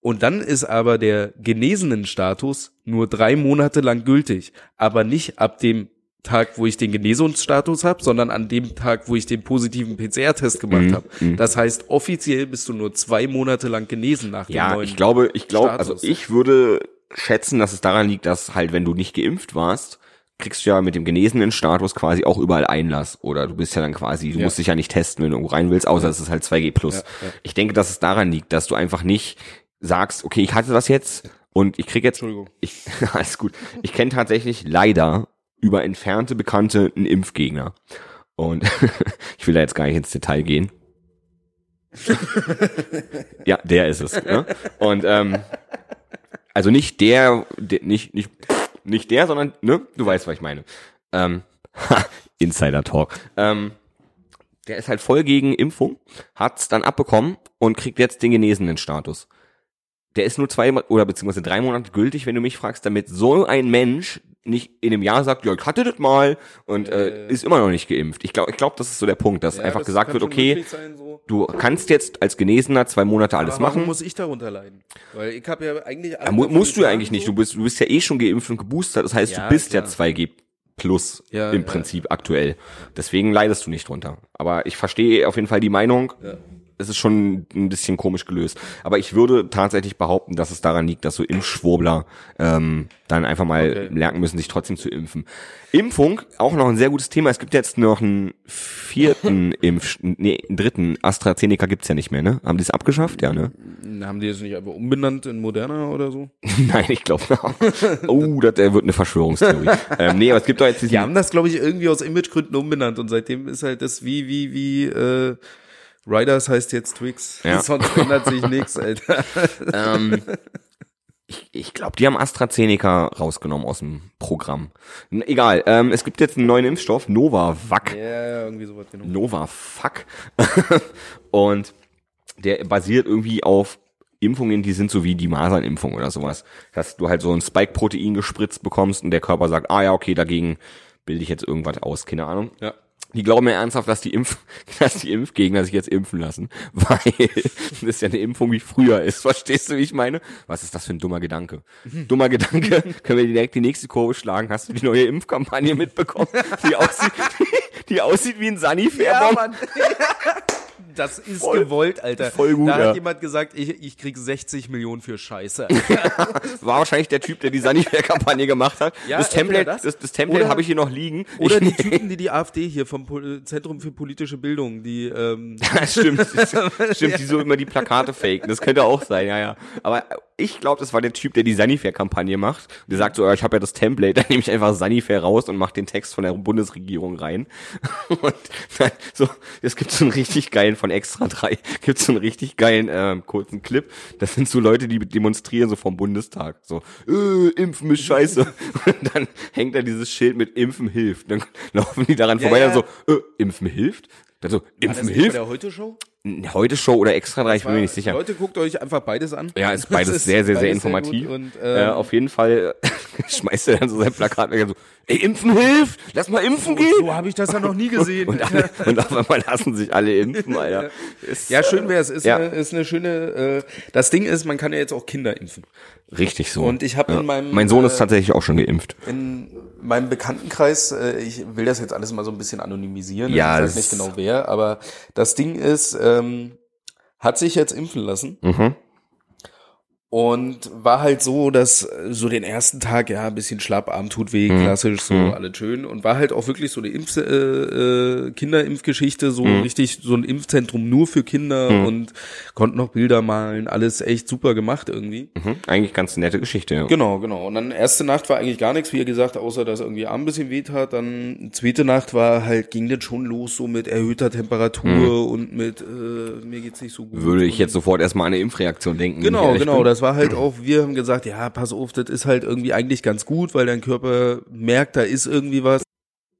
Speaker 2: Und dann ist aber der genesenen Status nur drei Monate lang gültig. Aber nicht ab dem Tag, wo ich den Genesungsstatus habe, sondern an dem Tag, wo ich den positiven PCR-Test
Speaker 3: Mhm,
Speaker 2: gemacht habe. Das heißt, offiziell bist du nur zwei Monate lang genesen nach dem
Speaker 3: Ja,
Speaker 2: neuen.
Speaker 3: ich glaube, ich glaube, also
Speaker 2: Status.
Speaker 3: ich würde schätzen, dass es daran liegt, dass halt, wenn du nicht geimpft warst, kriegst du ja mit dem genesenen Status quasi auch überall Einlass. Oder du bist ja dann quasi, du
Speaker 2: Ja.
Speaker 3: musst dich ja nicht testen, wenn du irgendwo rein willst, außer es ist halt 2G plus. Ich denke, dass es daran liegt, dass du einfach nicht sagst, okay, ich hatte das jetzt und ich krieg jetzt.
Speaker 2: Entschuldigung.
Speaker 3: Ich, alles gut. Ich kenne tatsächlich leider über entfernte Bekannte einen Impfgegner. Und ich will da jetzt gar nicht ins Detail gehen. ja, der ist es. Ne? Und ähm, also nicht der, der nicht, nicht, nicht der, sondern, ne, du weißt, was ich meine. Ähm, Insider Talk. Ähm, der ist halt voll gegen Impfung, hat's dann abbekommen und kriegt jetzt den genesenen Status. Der ist nur zwei Mo- oder beziehungsweise drei Monate gültig, wenn du mich fragst, damit so ein Mensch nicht in einem Jahr sagt, ja, ich hatte das mal und äh, ist immer noch nicht geimpft. Ich glaube, ich glaub, das ist so der Punkt, dass einfach gesagt wird, okay, du kannst jetzt als Genesener zwei Monate alles
Speaker 2: Aber warum
Speaker 3: machen.
Speaker 2: muss ich darunter leiden? Weil ich habe ja eigentlich
Speaker 3: Ja, mu musst du ja eigentlich nicht. Du bist, du bist ja eh schon geimpft und geboostert. Das heißt,
Speaker 2: Ja,
Speaker 3: du bist ja
Speaker 2: klar.
Speaker 3: 2G plus
Speaker 2: Ja,
Speaker 3: im
Speaker 2: ja.
Speaker 3: Prinzip aktuell. Deswegen leidest du nicht drunter. Aber ich verstehe auf jeden Fall die Meinung. Es ist schon ein bisschen komisch gelöst. Aber ich würde tatsächlich behaupten, dass es daran liegt, dass so Impfschwurbler ähm, dann einfach mal
Speaker 2: Okay.
Speaker 3: lernen müssen, sich trotzdem zu impfen. Impfung, auch noch ein sehr gutes Thema. Es gibt jetzt noch einen vierten Impf, nee, einen dritten. AstraZeneca gibt's ja nicht mehr, ne? Haben die es abgeschafft? Ja, ne?
Speaker 2: Haben die das nicht einfach umbenannt in Moderna oder so?
Speaker 3: Nein, ich glaube nicht. Oh, das äh, wird eine Verschwörungstheorie. ähm, nee, aber es gibt doch jetzt diesen,
Speaker 2: Die haben das, glaube ich, irgendwie aus Imagegründen umbenannt und seitdem ist halt das wie, wie, wie, äh, Riders heißt jetzt Twix.
Speaker 3: Ja.
Speaker 2: Sonst ändert sich nichts, Alter.
Speaker 3: ähm, ich, ich glaube, die haben AstraZeneca rausgenommen aus dem Programm. N egal, ähm, es gibt jetzt einen neuen Impfstoff, Novavac.
Speaker 2: Ja, irgendwie sowas genau.
Speaker 3: Novavac. und der basiert irgendwie auf Impfungen, die sind so wie die Masernimpfung oder sowas. Dass du halt so ein Spike-Protein gespritzt bekommst und der Körper sagt, ah ja, okay, dagegen bilde ich jetzt irgendwas aus, keine Ahnung.
Speaker 2: Ja.
Speaker 3: Die glauben ja ernsthaft, dass die, Impf dass die Impfgegner sich jetzt impfen lassen, weil das ja eine Impfung wie früher ist. Verstehst du, wie ich meine? Was ist das für ein dummer Gedanke?
Speaker 2: Mhm.
Speaker 3: Dummer Gedanke, können wir direkt die nächste Kurve schlagen. Hast du die neue Impfkampagne mitbekommen, die aussieht, die aussieht wie ein
Speaker 2: Ja,
Speaker 3: Sanifair-Bomben?
Speaker 2: Mann. Das ist
Speaker 3: Voll-
Speaker 2: gewollt, Alter.
Speaker 3: voll gut,
Speaker 2: da
Speaker 3: ja.
Speaker 2: hat jemand gesagt, ich, ich krieg 60 Millionen für Scheiße.
Speaker 3: War wahrscheinlich der Typ, der die Sanifair-Kampagne gemacht hat.
Speaker 2: Ja,
Speaker 3: das
Speaker 2: entweder
Speaker 3: Template,
Speaker 2: das
Speaker 3: das, das, Template
Speaker 2: oder-
Speaker 3: habe ich hier noch liegen.
Speaker 2: Oder die
Speaker 3: ich,
Speaker 2: Typen, die die AfD hier vom Pol Zentrum für politische Bildung, die, ähm,
Speaker 3: Ja, stimmt, stimmt, die so immer die Plakate faken. Das könnte auch sein, ja, ja. Aber ich glaube, das war der Typ, der die Sanifair-Kampagne macht. Der sagt so, ja, ich habe ja das Template, dann nehme ich einfach Sanifair raus und mache den Text von der Bundesregierung rein. Und dann, so, es gibt so einen richtig geilen von Extra 3, gibt so einen richtig geilen ähm, kurzen Clip. Das sind so Leute, die demonstrieren so vom Bundestag. So, äh, impfen ist scheiße. Und dann hängt da dieses Schild mit Impfen hilft. Dann laufen die daran vorbei
Speaker 2: ja.
Speaker 3: und so, äh, impfen hilft? Dann so, impfen hilft?
Speaker 2: der Heute-Show?
Speaker 3: Heute Show oder Extra 3, ich bin mir nicht sicher.
Speaker 2: Leute, guckt euch einfach beides an.
Speaker 3: Ja, ist
Speaker 2: Das
Speaker 3: beides sehr, sehr, sehr
Speaker 2: beides gut
Speaker 3: informativ.
Speaker 2: und,
Speaker 3: äh,
Speaker 2: ähm,
Speaker 3: auf jeden Fall schmeißt er dann so sein Plakat weg und so, ey, impfen hilft, lass mal impfen gehen.
Speaker 2: so habe ich das ja noch nie gesehen.
Speaker 3: Und, alle, und auf einmal lassen sich alle impfen, Alter. Ist
Speaker 2: Ja, schön wäre es. Ist,
Speaker 3: Ja.
Speaker 2: eine, ist eine schöne. Äh, das Ding ist, man kann ja jetzt auch Kinder impfen.
Speaker 3: richtig so.
Speaker 2: Und ich hab in meinem,
Speaker 3: Mein Sohn ist
Speaker 2: äh,
Speaker 3: tatsächlich auch schon geimpft.
Speaker 5: in meinem Bekanntenkreis, äh, ich will das jetzt alles mal so ein bisschen anonymisieren,
Speaker 3: Ja,
Speaker 5: ich
Speaker 3: das-
Speaker 5: weiß nicht genau wer, aber
Speaker 3: Mhm.
Speaker 5: das Ding ist, ähm, hat sich jetzt impfen lassen
Speaker 2: Und war halt so, dass äh, so den ersten Tag, ja, ein bisschen schlapp, Arm tut weh,
Speaker 3: Mhm.
Speaker 2: klassisch, so alles schön. Und war halt auch wirklich so eine Impf äh, äh, Kinderimpfgeschichte, so
Speaker 3: Mhm.
Speaker 2: richtig, so ein Impfzentrum nur für Kinder und konnten noch Bilder malen, alles echt super gemacht irgendwie.
Speaker 3: Mhm. Eigentlich ganz nette Geschichte. Ja.
Speaker 2: Genau, genau. Und dann erste Nacht war eigentlich gar nichts, wie ihr gesagt, außer dass irgendwie Arm ein bisschen weht hat. Dann zweite Nacht war halt, ging das schon los, so mit erhöhter Temperatur und mit, äh, mir geht's nicht so gut.
Speaker 3: Mhm. Würde ich
Speaker 2: und-
Speaker 3: jetzt sofort erstmal an eine Impfreaktion denken. wenn ich
Speaker 2: Genau,
Speaker 3: ehrlich
Speaker 2: genau.
Speaker 3: bin.
Speaker 2: Das war halt auch, wir haben gesagt, ja, pass auf, das ist halt irgendwie eigentlich ganz gut, weil dein Körper merkt, da ist irgendwie was.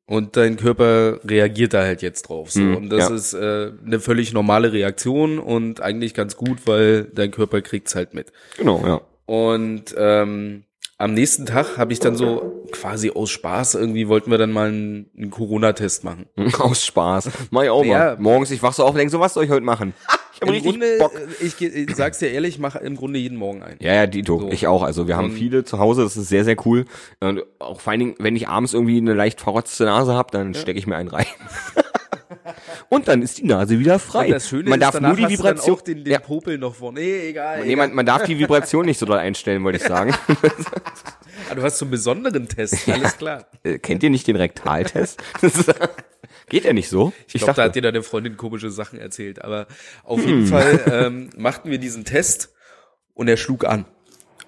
Speaker 2: Und dein Körper reagiert da halt jetzt drauf. So.
Speaker 3: Mhm,
Speaker 2: und das
Speaker 3: ja.
Speaker 2: ist äh, eine völlig normale Reaktion und eigentlich ganz gut, weil dein Körper kriegt's halt mit.
Speaker 3: Genau, ja.
Speaker 2: Und ähm, am nächsten Tag habe ich dann so quasi aus Spaß irgendwie wollten wir dann mal einen, einen Corona-Test machen.
Speaker 3: Aus Spaß. Mach ich auch mal.
Speaker 2: Ja.
Speaker 3: Morgens, ich wach so auf und denk so, was soll ich heute machen? Ich hab
Speaker 2: Im Grunde, äh, ich, ge- ich sag's dir ehrlich, mache im Grunde jeden Morgen einen.
Speaker 3: Ja, ja, Dito,
Speaker 2: So. Ähm,
Speaker 3: ich auch. Also wir haben
Speaker 2: Und-
Speaker 3: viele zu Hause, das ist sehr, sehr cool. Und auch vor allen Dingen, wenn ich abends irgendwie eine leicht verrotzte Nase habe, dann steck stecke ich mir einen rein. und dann ist die Nase wieder frei.
Speaker 2: Und das Schöne
Speaker 3: man
Speaker 2: ist,
Speaker 3: darf
Speaker 2: danach
Speaker 3: nur die
Speaker 2: hast du dann
Speaker 3: Vibration.
Speaker 2: auch den, den
Speaker 3: ja,
Speaker 2: Popel noch vorne. Nee, egal.
Speaker 3: nee, man, man darf die Vibration nicht so doll einstellen, wollte ich sagen.
Speaker 2: Ah, du hast so einen besonderen Test, alles klar.
Speaker 3: Äh, Kennt ihr nicht den Rektaltest? Das ist- Geht ja nicht so.
Speaker 2: Ich glaube, da hat dir deine Freundin komische Sachen erzählt. Aber auf
Speaker 3: Hm.
Speaker 2: jeden Fall ähm, machten wir diesen Test und er schlug an.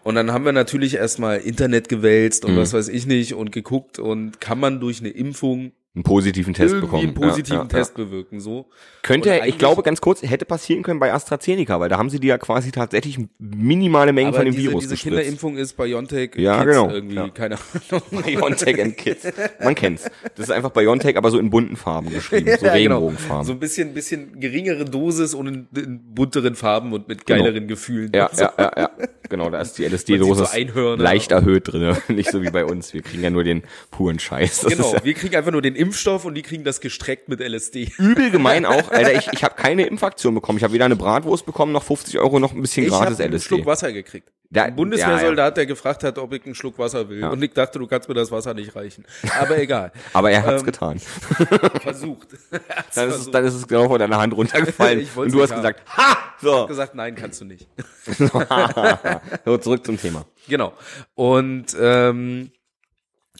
Speaker 2: Und dann haben wir natürlich erstmal Internet gewälzt
Speaker 3: Hm.
Speaker 2: und was weiß ich nicht und geguckt und kann man durch eine Impfung
Speaker 3: einen positiven Test
Speaker 2: irgendwie
Speaker 3: bekommen.
Speaker 2: einen positiven
Speaker 3: ja, ja,
Speaker 2: Test bewirken. So. Und
Speaker 3: Könnte,
Speaker 2: eigentlich-
Speaker 3: ich glaube, ganz kurz, hätte passieren können bei AstraZeneca, weil da haben sie die ja quasi tatsächlich minimale Mengen
Speaker 2: Aber
Speaker 3: von dem
Speaker 2: diese,
Speaker 3: Virus
Speaker 2: diese
Speaker 3: gespritzt.
Speaker 2: Kinderimpfung ist BioNTech
Speaker 3: Ja,
Speaker 2: Kids
Speaker 3: genau,
Speaker 2: irgendwie,
Speaker 3: ja.
Speaker 2: keine Ahnung.
Speaker 3: Biontech and Kids. Man kennt's. Das ist einfach Biontech, aber so in bunten Farben geschrieben. So Regenbogenfarben.
Speaker 2: genau. So ein bisschen, bisschen geringere Dosis und in, in bunteren Farben und mit geileren Gefühlen.
Speaker 3: Genau. ja,
Speaker 2: und so.
Speaker 3: ja, ja, ja. Genau, da ist die
Speaker 2: Man
Speaker 3: LSD-Dosis
Speaker 2: sieht so Einhörner.
Speaker 3: leicht erhöht drin. Nicht so wie bei uns. Wir kriegen ja nur den puren Scheiß. Das
Speaker 2: Genau,
Speaker 3: ist ja
Speaker 2: wir kriegen einfach nur den Impfstoff und die kriegen das gestreckt mit LSD.
Speaker 3: übel gemein auch. Alter, ich, ich habe keine Impfaktion bekommen. Ich habe weder eine Bratwurst bekommen, noch 50 Euro, noch ein bisschen
Speaker 2: Ich
Speaker 3: gratis
Speaker 2: habe einen
Speaker 3: LSD.
Speaker 2: Schluck Wasser gekriegt.
Speaker 3: Da-
Speaker 2: ein Bundeswehrsoldat, der gefragt hat, ob ich einen Schluck Wasser will. Und ich dachte, du kannst mir das Wasser nicht reichen. Aber egal.
Speaker 3: Aber er hat's
Speaker 2: Ähm,
Speaker 3: getan.
Speaker 2: Versucht. Hat's
Speaker 3: Dann ist, es,
Speaker 2: versucht.
Speaker 3: dann ist es genau von deiner Hand runtergefallen.
Speaker 2: Ich
Speaker 3: und
Speaker 2: wollt's
Speaker 3: du hast
Speaker 2: nicht
Speaker 3: gesagt, ha! So.
Speaker 2: gesagt, nein, kannst du nicht.
Speaker 3: so, zurück zum Thema.
Speaker 2: Genau. Und ähm,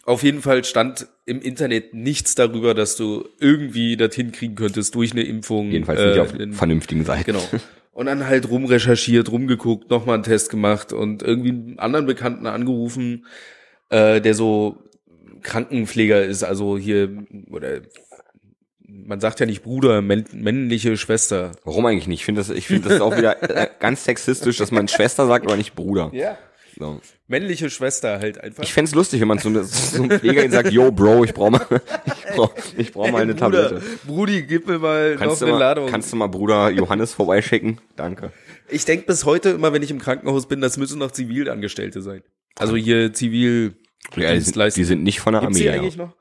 Speaker 2: auf jeden Fall stand im Internet nichts darüber, dass du irgendwie das hinkriegen könntest durch eine Impfung.
Speaker 3: Jedenfalls nicht auf
Speaker 2: einen-
Speaker 3: vernünftigen Seiten.
Speaker 2: Äh, Genau. Und dann halt rumrecherchiert, rumgeguckt, nochmal einen Test gemacht und irgendwie einen anderen Bekannten angerufen, äh, der so Krankenpfleger ist, also hier, oder man sagt ja nicht Bruder, männ- männliche Schwester.
Speaker 3: Warum eigentlich nicht? Ich finde das, ich finde das ist auch wieder äh, ganz sexistisch, dass man Schwester sagt, aber nicht Bruder.
Speaker 2: Ja.
Speaker 3: So.
Speaker 2: Männliche Schwester halt einfach.
Speaker 3: Ich fänd's lustig, wenn man ne, zum, zum Pfleger ihn sagt, yo, Bro, ich brauch mal, ich brauch, ich brauch mal eine
Speaker 2: Bruder,
Speaker 3: Tablette.
Speaker 2: Brudi, gib mir mal
Speaker 3: Kannst
Speaker 2: noch
Speaker 3: du,
Speaker 2: eine
Speaker 3: mal,
Speaker 2: Ladung.
Speaker 3: kannst du mal Bruder Johannes vorbeischicken? Danke.
Speaker 2: Ich denk bis heute immer, wenn ich im Krankenhaus bin, das müssen noch Zivilangestellte sein. Also hier Zivil.
Speaker 3: Ja, die, sind, die sind nicht von der
Speaker 2: Gibt's
Speaker 3: Armee.
Speaker 2: die
Speaker 3: Ja.
Speaker 2: eigentlich noch?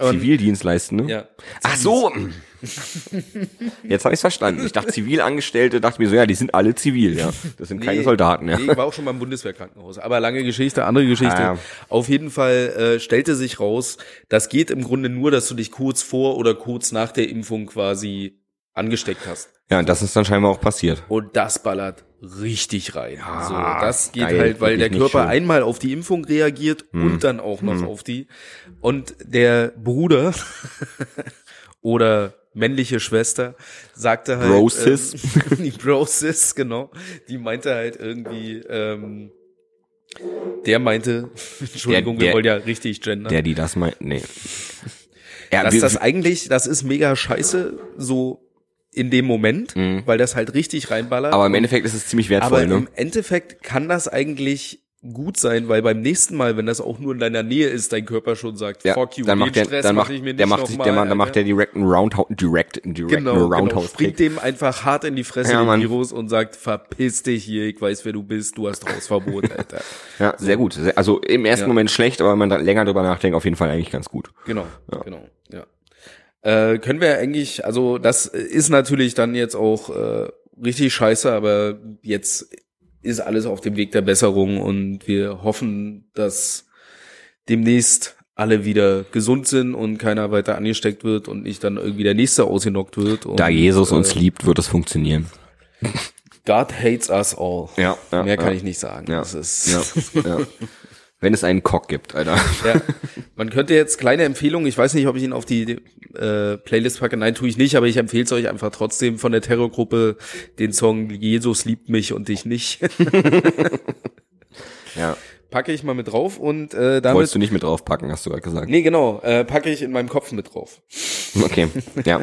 Speaker 3: Zivildienstleistende?
Speaker 2: Ja.
Speaker 3: Ach so. Jetzt habe ich's verstanden. Ich dachte Zivilangestellte, dachte mir so, ja, die sind alle zivil, ja. Das sind keine
Speaker 2: Nee,
Speaker 3: Soldaten, ja.
Speaker 2: Nee, ich war auch schon mal im Bundeswehrkrankenhaus. Aber lange Geschichte, andere Geschichte.
Speaker 3: Ah, ja.
Speaker 2: Auf jeden Fall äh, stellte sich raus, das geht im Grunde nur, dass du dich kurz vor oder kurz nach der Impfung quasi angesteckt hast.
Speaker 3: Ja, und das ist dann scheinbar auch passiert.
Speaker 2: Und das ballert richtig rein. so, das geht
Speaker 3: geil,
Speaker 2: halt, weil der
Speaker 3: wirklich nicht
Speaker 2: Körper
Speaker 3: schön. Mhm.
Speaker 2: einmal auf die Impfung reagiert und dann auch noch auf die. Und der Bruder oder männliche Schwester sagte halt.
Speaker 3: Bro, Sis.
Speaker 2: Ähm, die Brosis, genau. Die meinte halt irgendwie, ähm, der meinte, Entschuldigung,
Speaker 3: der-
Speaker 2: wir wollen ja richtig gendern
Speaker 3: Der, die das meint, nee. Ja,
Speaker 2: dass
Speaker 3: wir-
Speaker 2: das eigentlich, das ist mega scheiße, so in dem Moment, weil das halt richtig reinballert.
Speaker 3: Mhm. aber im Endeffekt ist es ziemlich wertvoll,
Speaker 2: Aber im
Speaker 3: ne?
Speaker 2: Endeffekt kann das eigentlich gut sein, weil beim nächsten Mal, wenn das auch nur in deiner Nähe ist, dein Körper schon sagt,
Speaker 3: Ja,
Speaker 2: fuck you,
Speaker 3: dann macht
Speaker 2: den
Speaker 3: der,
Speaker 2: Stress
Speaker 3: dann
Speaker 2: mach
Speaker 3: macht,
Speaker 2: ich mir nicht
Speaker 3: der macht sich,
Speaker 2: nochmal.
Speaker 3: der macht, dann macht der
Speaker 2: Alter.
Speaker 3: direkt einen Roundhouse, direkt, direkt
Speaker 2: genau,
Speaker 3: einen
Speaker 2: genau,
Speaker 3: Roundhouse.
Speaker 2: springt dem einfach hart in die Fresse
Speaker 3: Ja,
Speaker 2: den
Speaker 3: Mann.
Speaker 2: Virus und sagt, verpiss dich hier, ich weiß, wer du bist, du hast Hausverbot, Alter.
Speaker 3: ja, sehr gut. Sehr- Also im ersten
Speaker 2: Ja.
Speaker 3: Moment schlecht, aber wenn man da länger drüber nachdenkt, auf jeden Fall eigentlich ganz gut.
Speaker 2: Genau, genau, ja. Äh, können wir eigentlich, also das ist natürlich dann jetzt auch äh, richtig scheiße, aber jetzt ist alles auf dem Weg der Besserung und wir hoffen, dass demnächst alle wieder gesund sind und keiner weiter angesteckt wird Mhm. und nicht dann irgendwie der nächste ausgenockt wird. Und,
Speaker 3: Da Jesus uns liebt, wird es funktionieren.
Speaker 2: God hates us all.
Speaker 3: Ja, ja,
Speaker 2: Mehr kann
Speaker 3: ja.
Speaker 2: ich nicht sagen.
Speaker 3: Ja.
Speaker 2: Das ist,
Speaker 3: Ja, ja. Wenn es einen Cock gibt, Alter.
Speaker 2: ja. Man könnte jetzt kleine Empfehlung, ich weiß nicht, ob ich ihn auf die äh, Playlist packe. Nein, tue ich nicht, aber ich empfehle es euch einfach trotzdem von der Terrorgruppe den Song Jesus liebt mich und dich nicht.
Speaker 3: Ja.
Speaker 2: packe ich mal mit drauf und äh, damit.
Speaker 3: Wolltest du nicht mit draufpacken, hast du gerade gesagt.
Speaker 2: Nee, genau, äh, packe ich in meinem Kopf mit drauf.
Speaker 3: Okay, ja.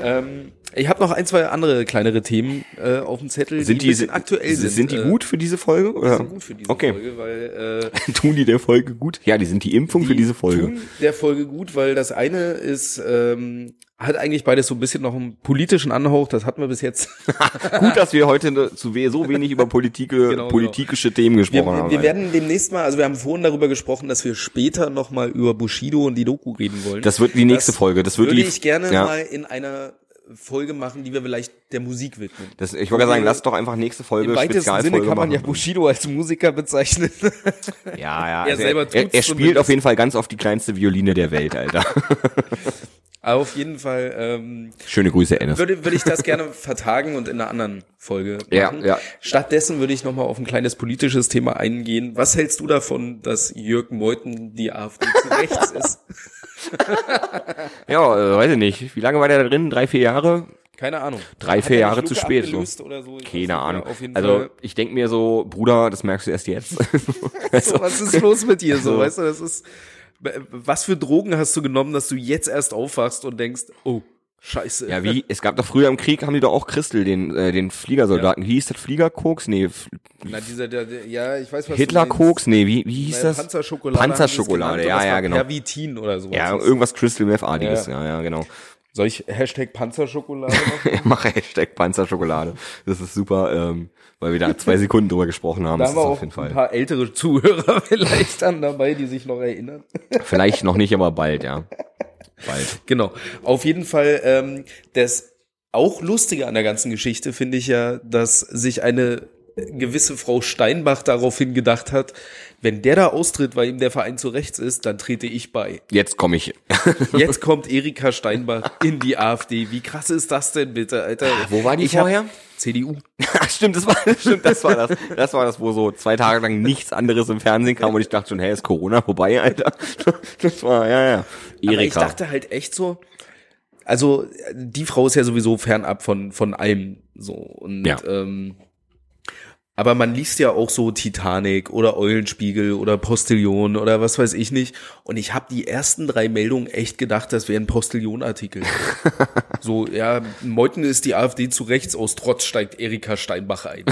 Speaker 2: Ähm, ich habe noch ein, zwei andere kleinere Themen äh, auf dem Zettel,
Speaker 3: Sind
Speaker 2: ein
Speaker 3: die,
Speaker 2: bisschen
Speaker 3: sind,
Speaker 2: aktuell sind.
Speaker 3: sind die gut für diese Folge?
Speaker 2: Äh,
Speaker 3: Oder?
Speaker 2: sind gut für diese
Speaker 3: okay.
Speaker 2: Folge, weil äh,
Speaker 3: Tun die der Folge gut? Ja, die sind die Impfung für diese Folge.
Speaker 2: tun der Folge gut, weil das eine ist, ähm, hat eigentlich beides so ein bisschen noch einen politischen Anhauch, das hatten wir bis jetzt.
Speaker 3: Gut, dass wir heute ne- zu we so wenig über Politik,
Speaker 2: genau.
Speaker 3: politikische Themen
Speaker 2: Wir,
Speaker 3: gesprochen haben.
Speaker 2: wir,
Speaker 3: Alter.
Speaker 2: wir werden demnächst mal, also wir haben vorhin darüber gesprochen, dass wir später nochmal über Bushido und die Doku reden wollen.
Speaker 3: das wird die nächste
Speaker 2: Das
Speaker 3: Folge. Das wird
Speaker 2: würde
Speaker 3: lief-
Speaker 2: ich gerne
Speaker 3: ja.
Speaker 2: mal in einer Folge machen, die wir vielleicht der Musik widmen.
Speaker 3: Das, ich wollte gerade sagen, lass doch einfach nächste Folge
Speaker 2: Im weitesten
Speaker 3: Spezialfolge
Speaker 2: Sinne kann man ja
Speaker 3: machen.
Speaker 2: Bushido als Musiker bezeichnen.
Speaker 3: Ja, ja.
Speaker 2: Er
Speaker 3: also
Speaker 2: selber
Speaker 3: er,
Speaker 2: tut's
Speaker 3: er spielt
Speaker 2: zumindest.
Speaker 3: auf jeden Fall ganz oft die kleinste Violine der Welt, Alter.
Speaker 2: Aber auf jeden Fall ähm,
Speaker 3: Schöne Grüße, Ennis.
Speaker 2: würde, würde ich das gerne vertagen und in einer anderen Folge machen.
Speaker 3: Ja, ja.
Speaker 2: Stattdessen würde ich nochmal auf ein kleines politisches Thema eingehen. Was hältst du davon, dass Jörg Meuthen die AfD zu rechts ist?
Speaker 3: Ja, äh, weiß ich nicht. Wie lange war der da drin? Drei, vier Jahre?
Speaker 2: Keine Ahnung.
Speaker 3: Drei,
Speaker 2: Hat
Speaker 3: vier
Speaker 2: er
Speaker 3: Jahre
Speaker 2: die
Speaker 3: zu
Speaker 2: Schlucke
Speaker 3: spät, also.
Speaker 2: abgelöst Oder so? Ich weiß
Speaker 3: Keine
Speaker 2: nicht,
Speaker 3: Ahnung.
Speaker 2: aber Auf jeden
Speaker 3: Also
Speaker 2: Fall.
Speaker 3: ich denk mir so, Bruder, das merkst du erst jetzt. Also,
Speaker 2: So, was ist los mit dir so? Weißt du, das ist. Was für Drogen hast du genommen, dass du jetzt erst aufwachst und denkst, oh, scheiße.
Speaker 3: ja, wie? Es gab doch früher im Krieg, haben die doch auch Christel, den, äh, den Fliegersoldaten. Wie hieß das? Fliegerkoks? Nee, F-
Speaker 2: Na, dieser, der, der, ja, ich weiß, was du meinst.
Speaker 3: Hitlerkoks? Nee, wie, wie hieß
Speaker 2: Naja,
Speaker 3: ne, das?
Speaker 2: Panzerschokolade. haben
Speaker 3: Panzerschokolade,
Speaker 2: sie es genannt,
Speaker 3: ja,
Speaker 2: aber es
Speaker 3: ja,
Speaker 2: war
Speaker 3: genau.
Speaker 2: Pervitin oder sowas.
Speaker 3: Ja, irgendwas Crystal Meth-artiges.
Speaker 2: Ja.
Speaker 3: Ja. ja, genau.
Speaker 2: Soll ich Hashtag Panzerschokolade machen?
Speaker 3: Ja, mach Hashtag Panzerschokolade. Das ist super, ähm, weil wir da zwei Sekunden drüber gesprochen haben.
Speaker 2: Da
Speaker 3: Das
Speaker 2: haben
Speaker 3: ist
Speaker 2: wir
Speaker 3: auf
Speaker 2: auch
Speaker 3: jeden
Speaker 2: ein
Speaker 3: Fall.
Speaker 2: paar ältere Zuhörer vielleicht dann dabei, die sich noch erinnern.
Speaker 3: Vielleicht noch nicht, aber bald, ja. Bald.
Speaker 2: Genau. Auf jeden Fall, ähm, das auch Lustige an der ganzen Geschichte finde ich ja, dass sich eine gewisse Frau Steinbach daraufhin gedacht hat, wenn der da austritt, weil ihm der Verein zu rechts ist, dann trete ich bei.
Speaker 3: Jetzt komme ich.
Speaker 2: Jetzt kommt Erika Steinbach in die AfD. Wie krass ist das denn bitte, Alter?
Speaker 3: Wo war die
Speaker 2: Ich hab-
Speaker 3: vorher?
Speaker 2: CDU.
Speaker 3: Ach, stimmt, das war, stimmt, das war das. Das war das, wo so zwei Tage lang nichts anderes im Fernsehen kam und ich dachte schon, hey, ist Corona vorbei, Alter? Das war, ja, ja.
Speaker 2: Aber ich
Speaker 3: Erika.
Speaker 2: dachte halt echt so, also die Frau ist ja sowieso fernab von, von allem so. Und
Speaker 3: Ja.
Speaker 2: ähm, aber man liest ja auch so Titanic oder Eulenspiegel oder Postillon oder was weiß ich nicht. Und ich habe die ersten drei Meldungen echt gedacht, das wären Postillon-Artikel. so, ja, Meuthen ist die AfD zu rechts, aus Trotz steigt Erika Steinbach ein.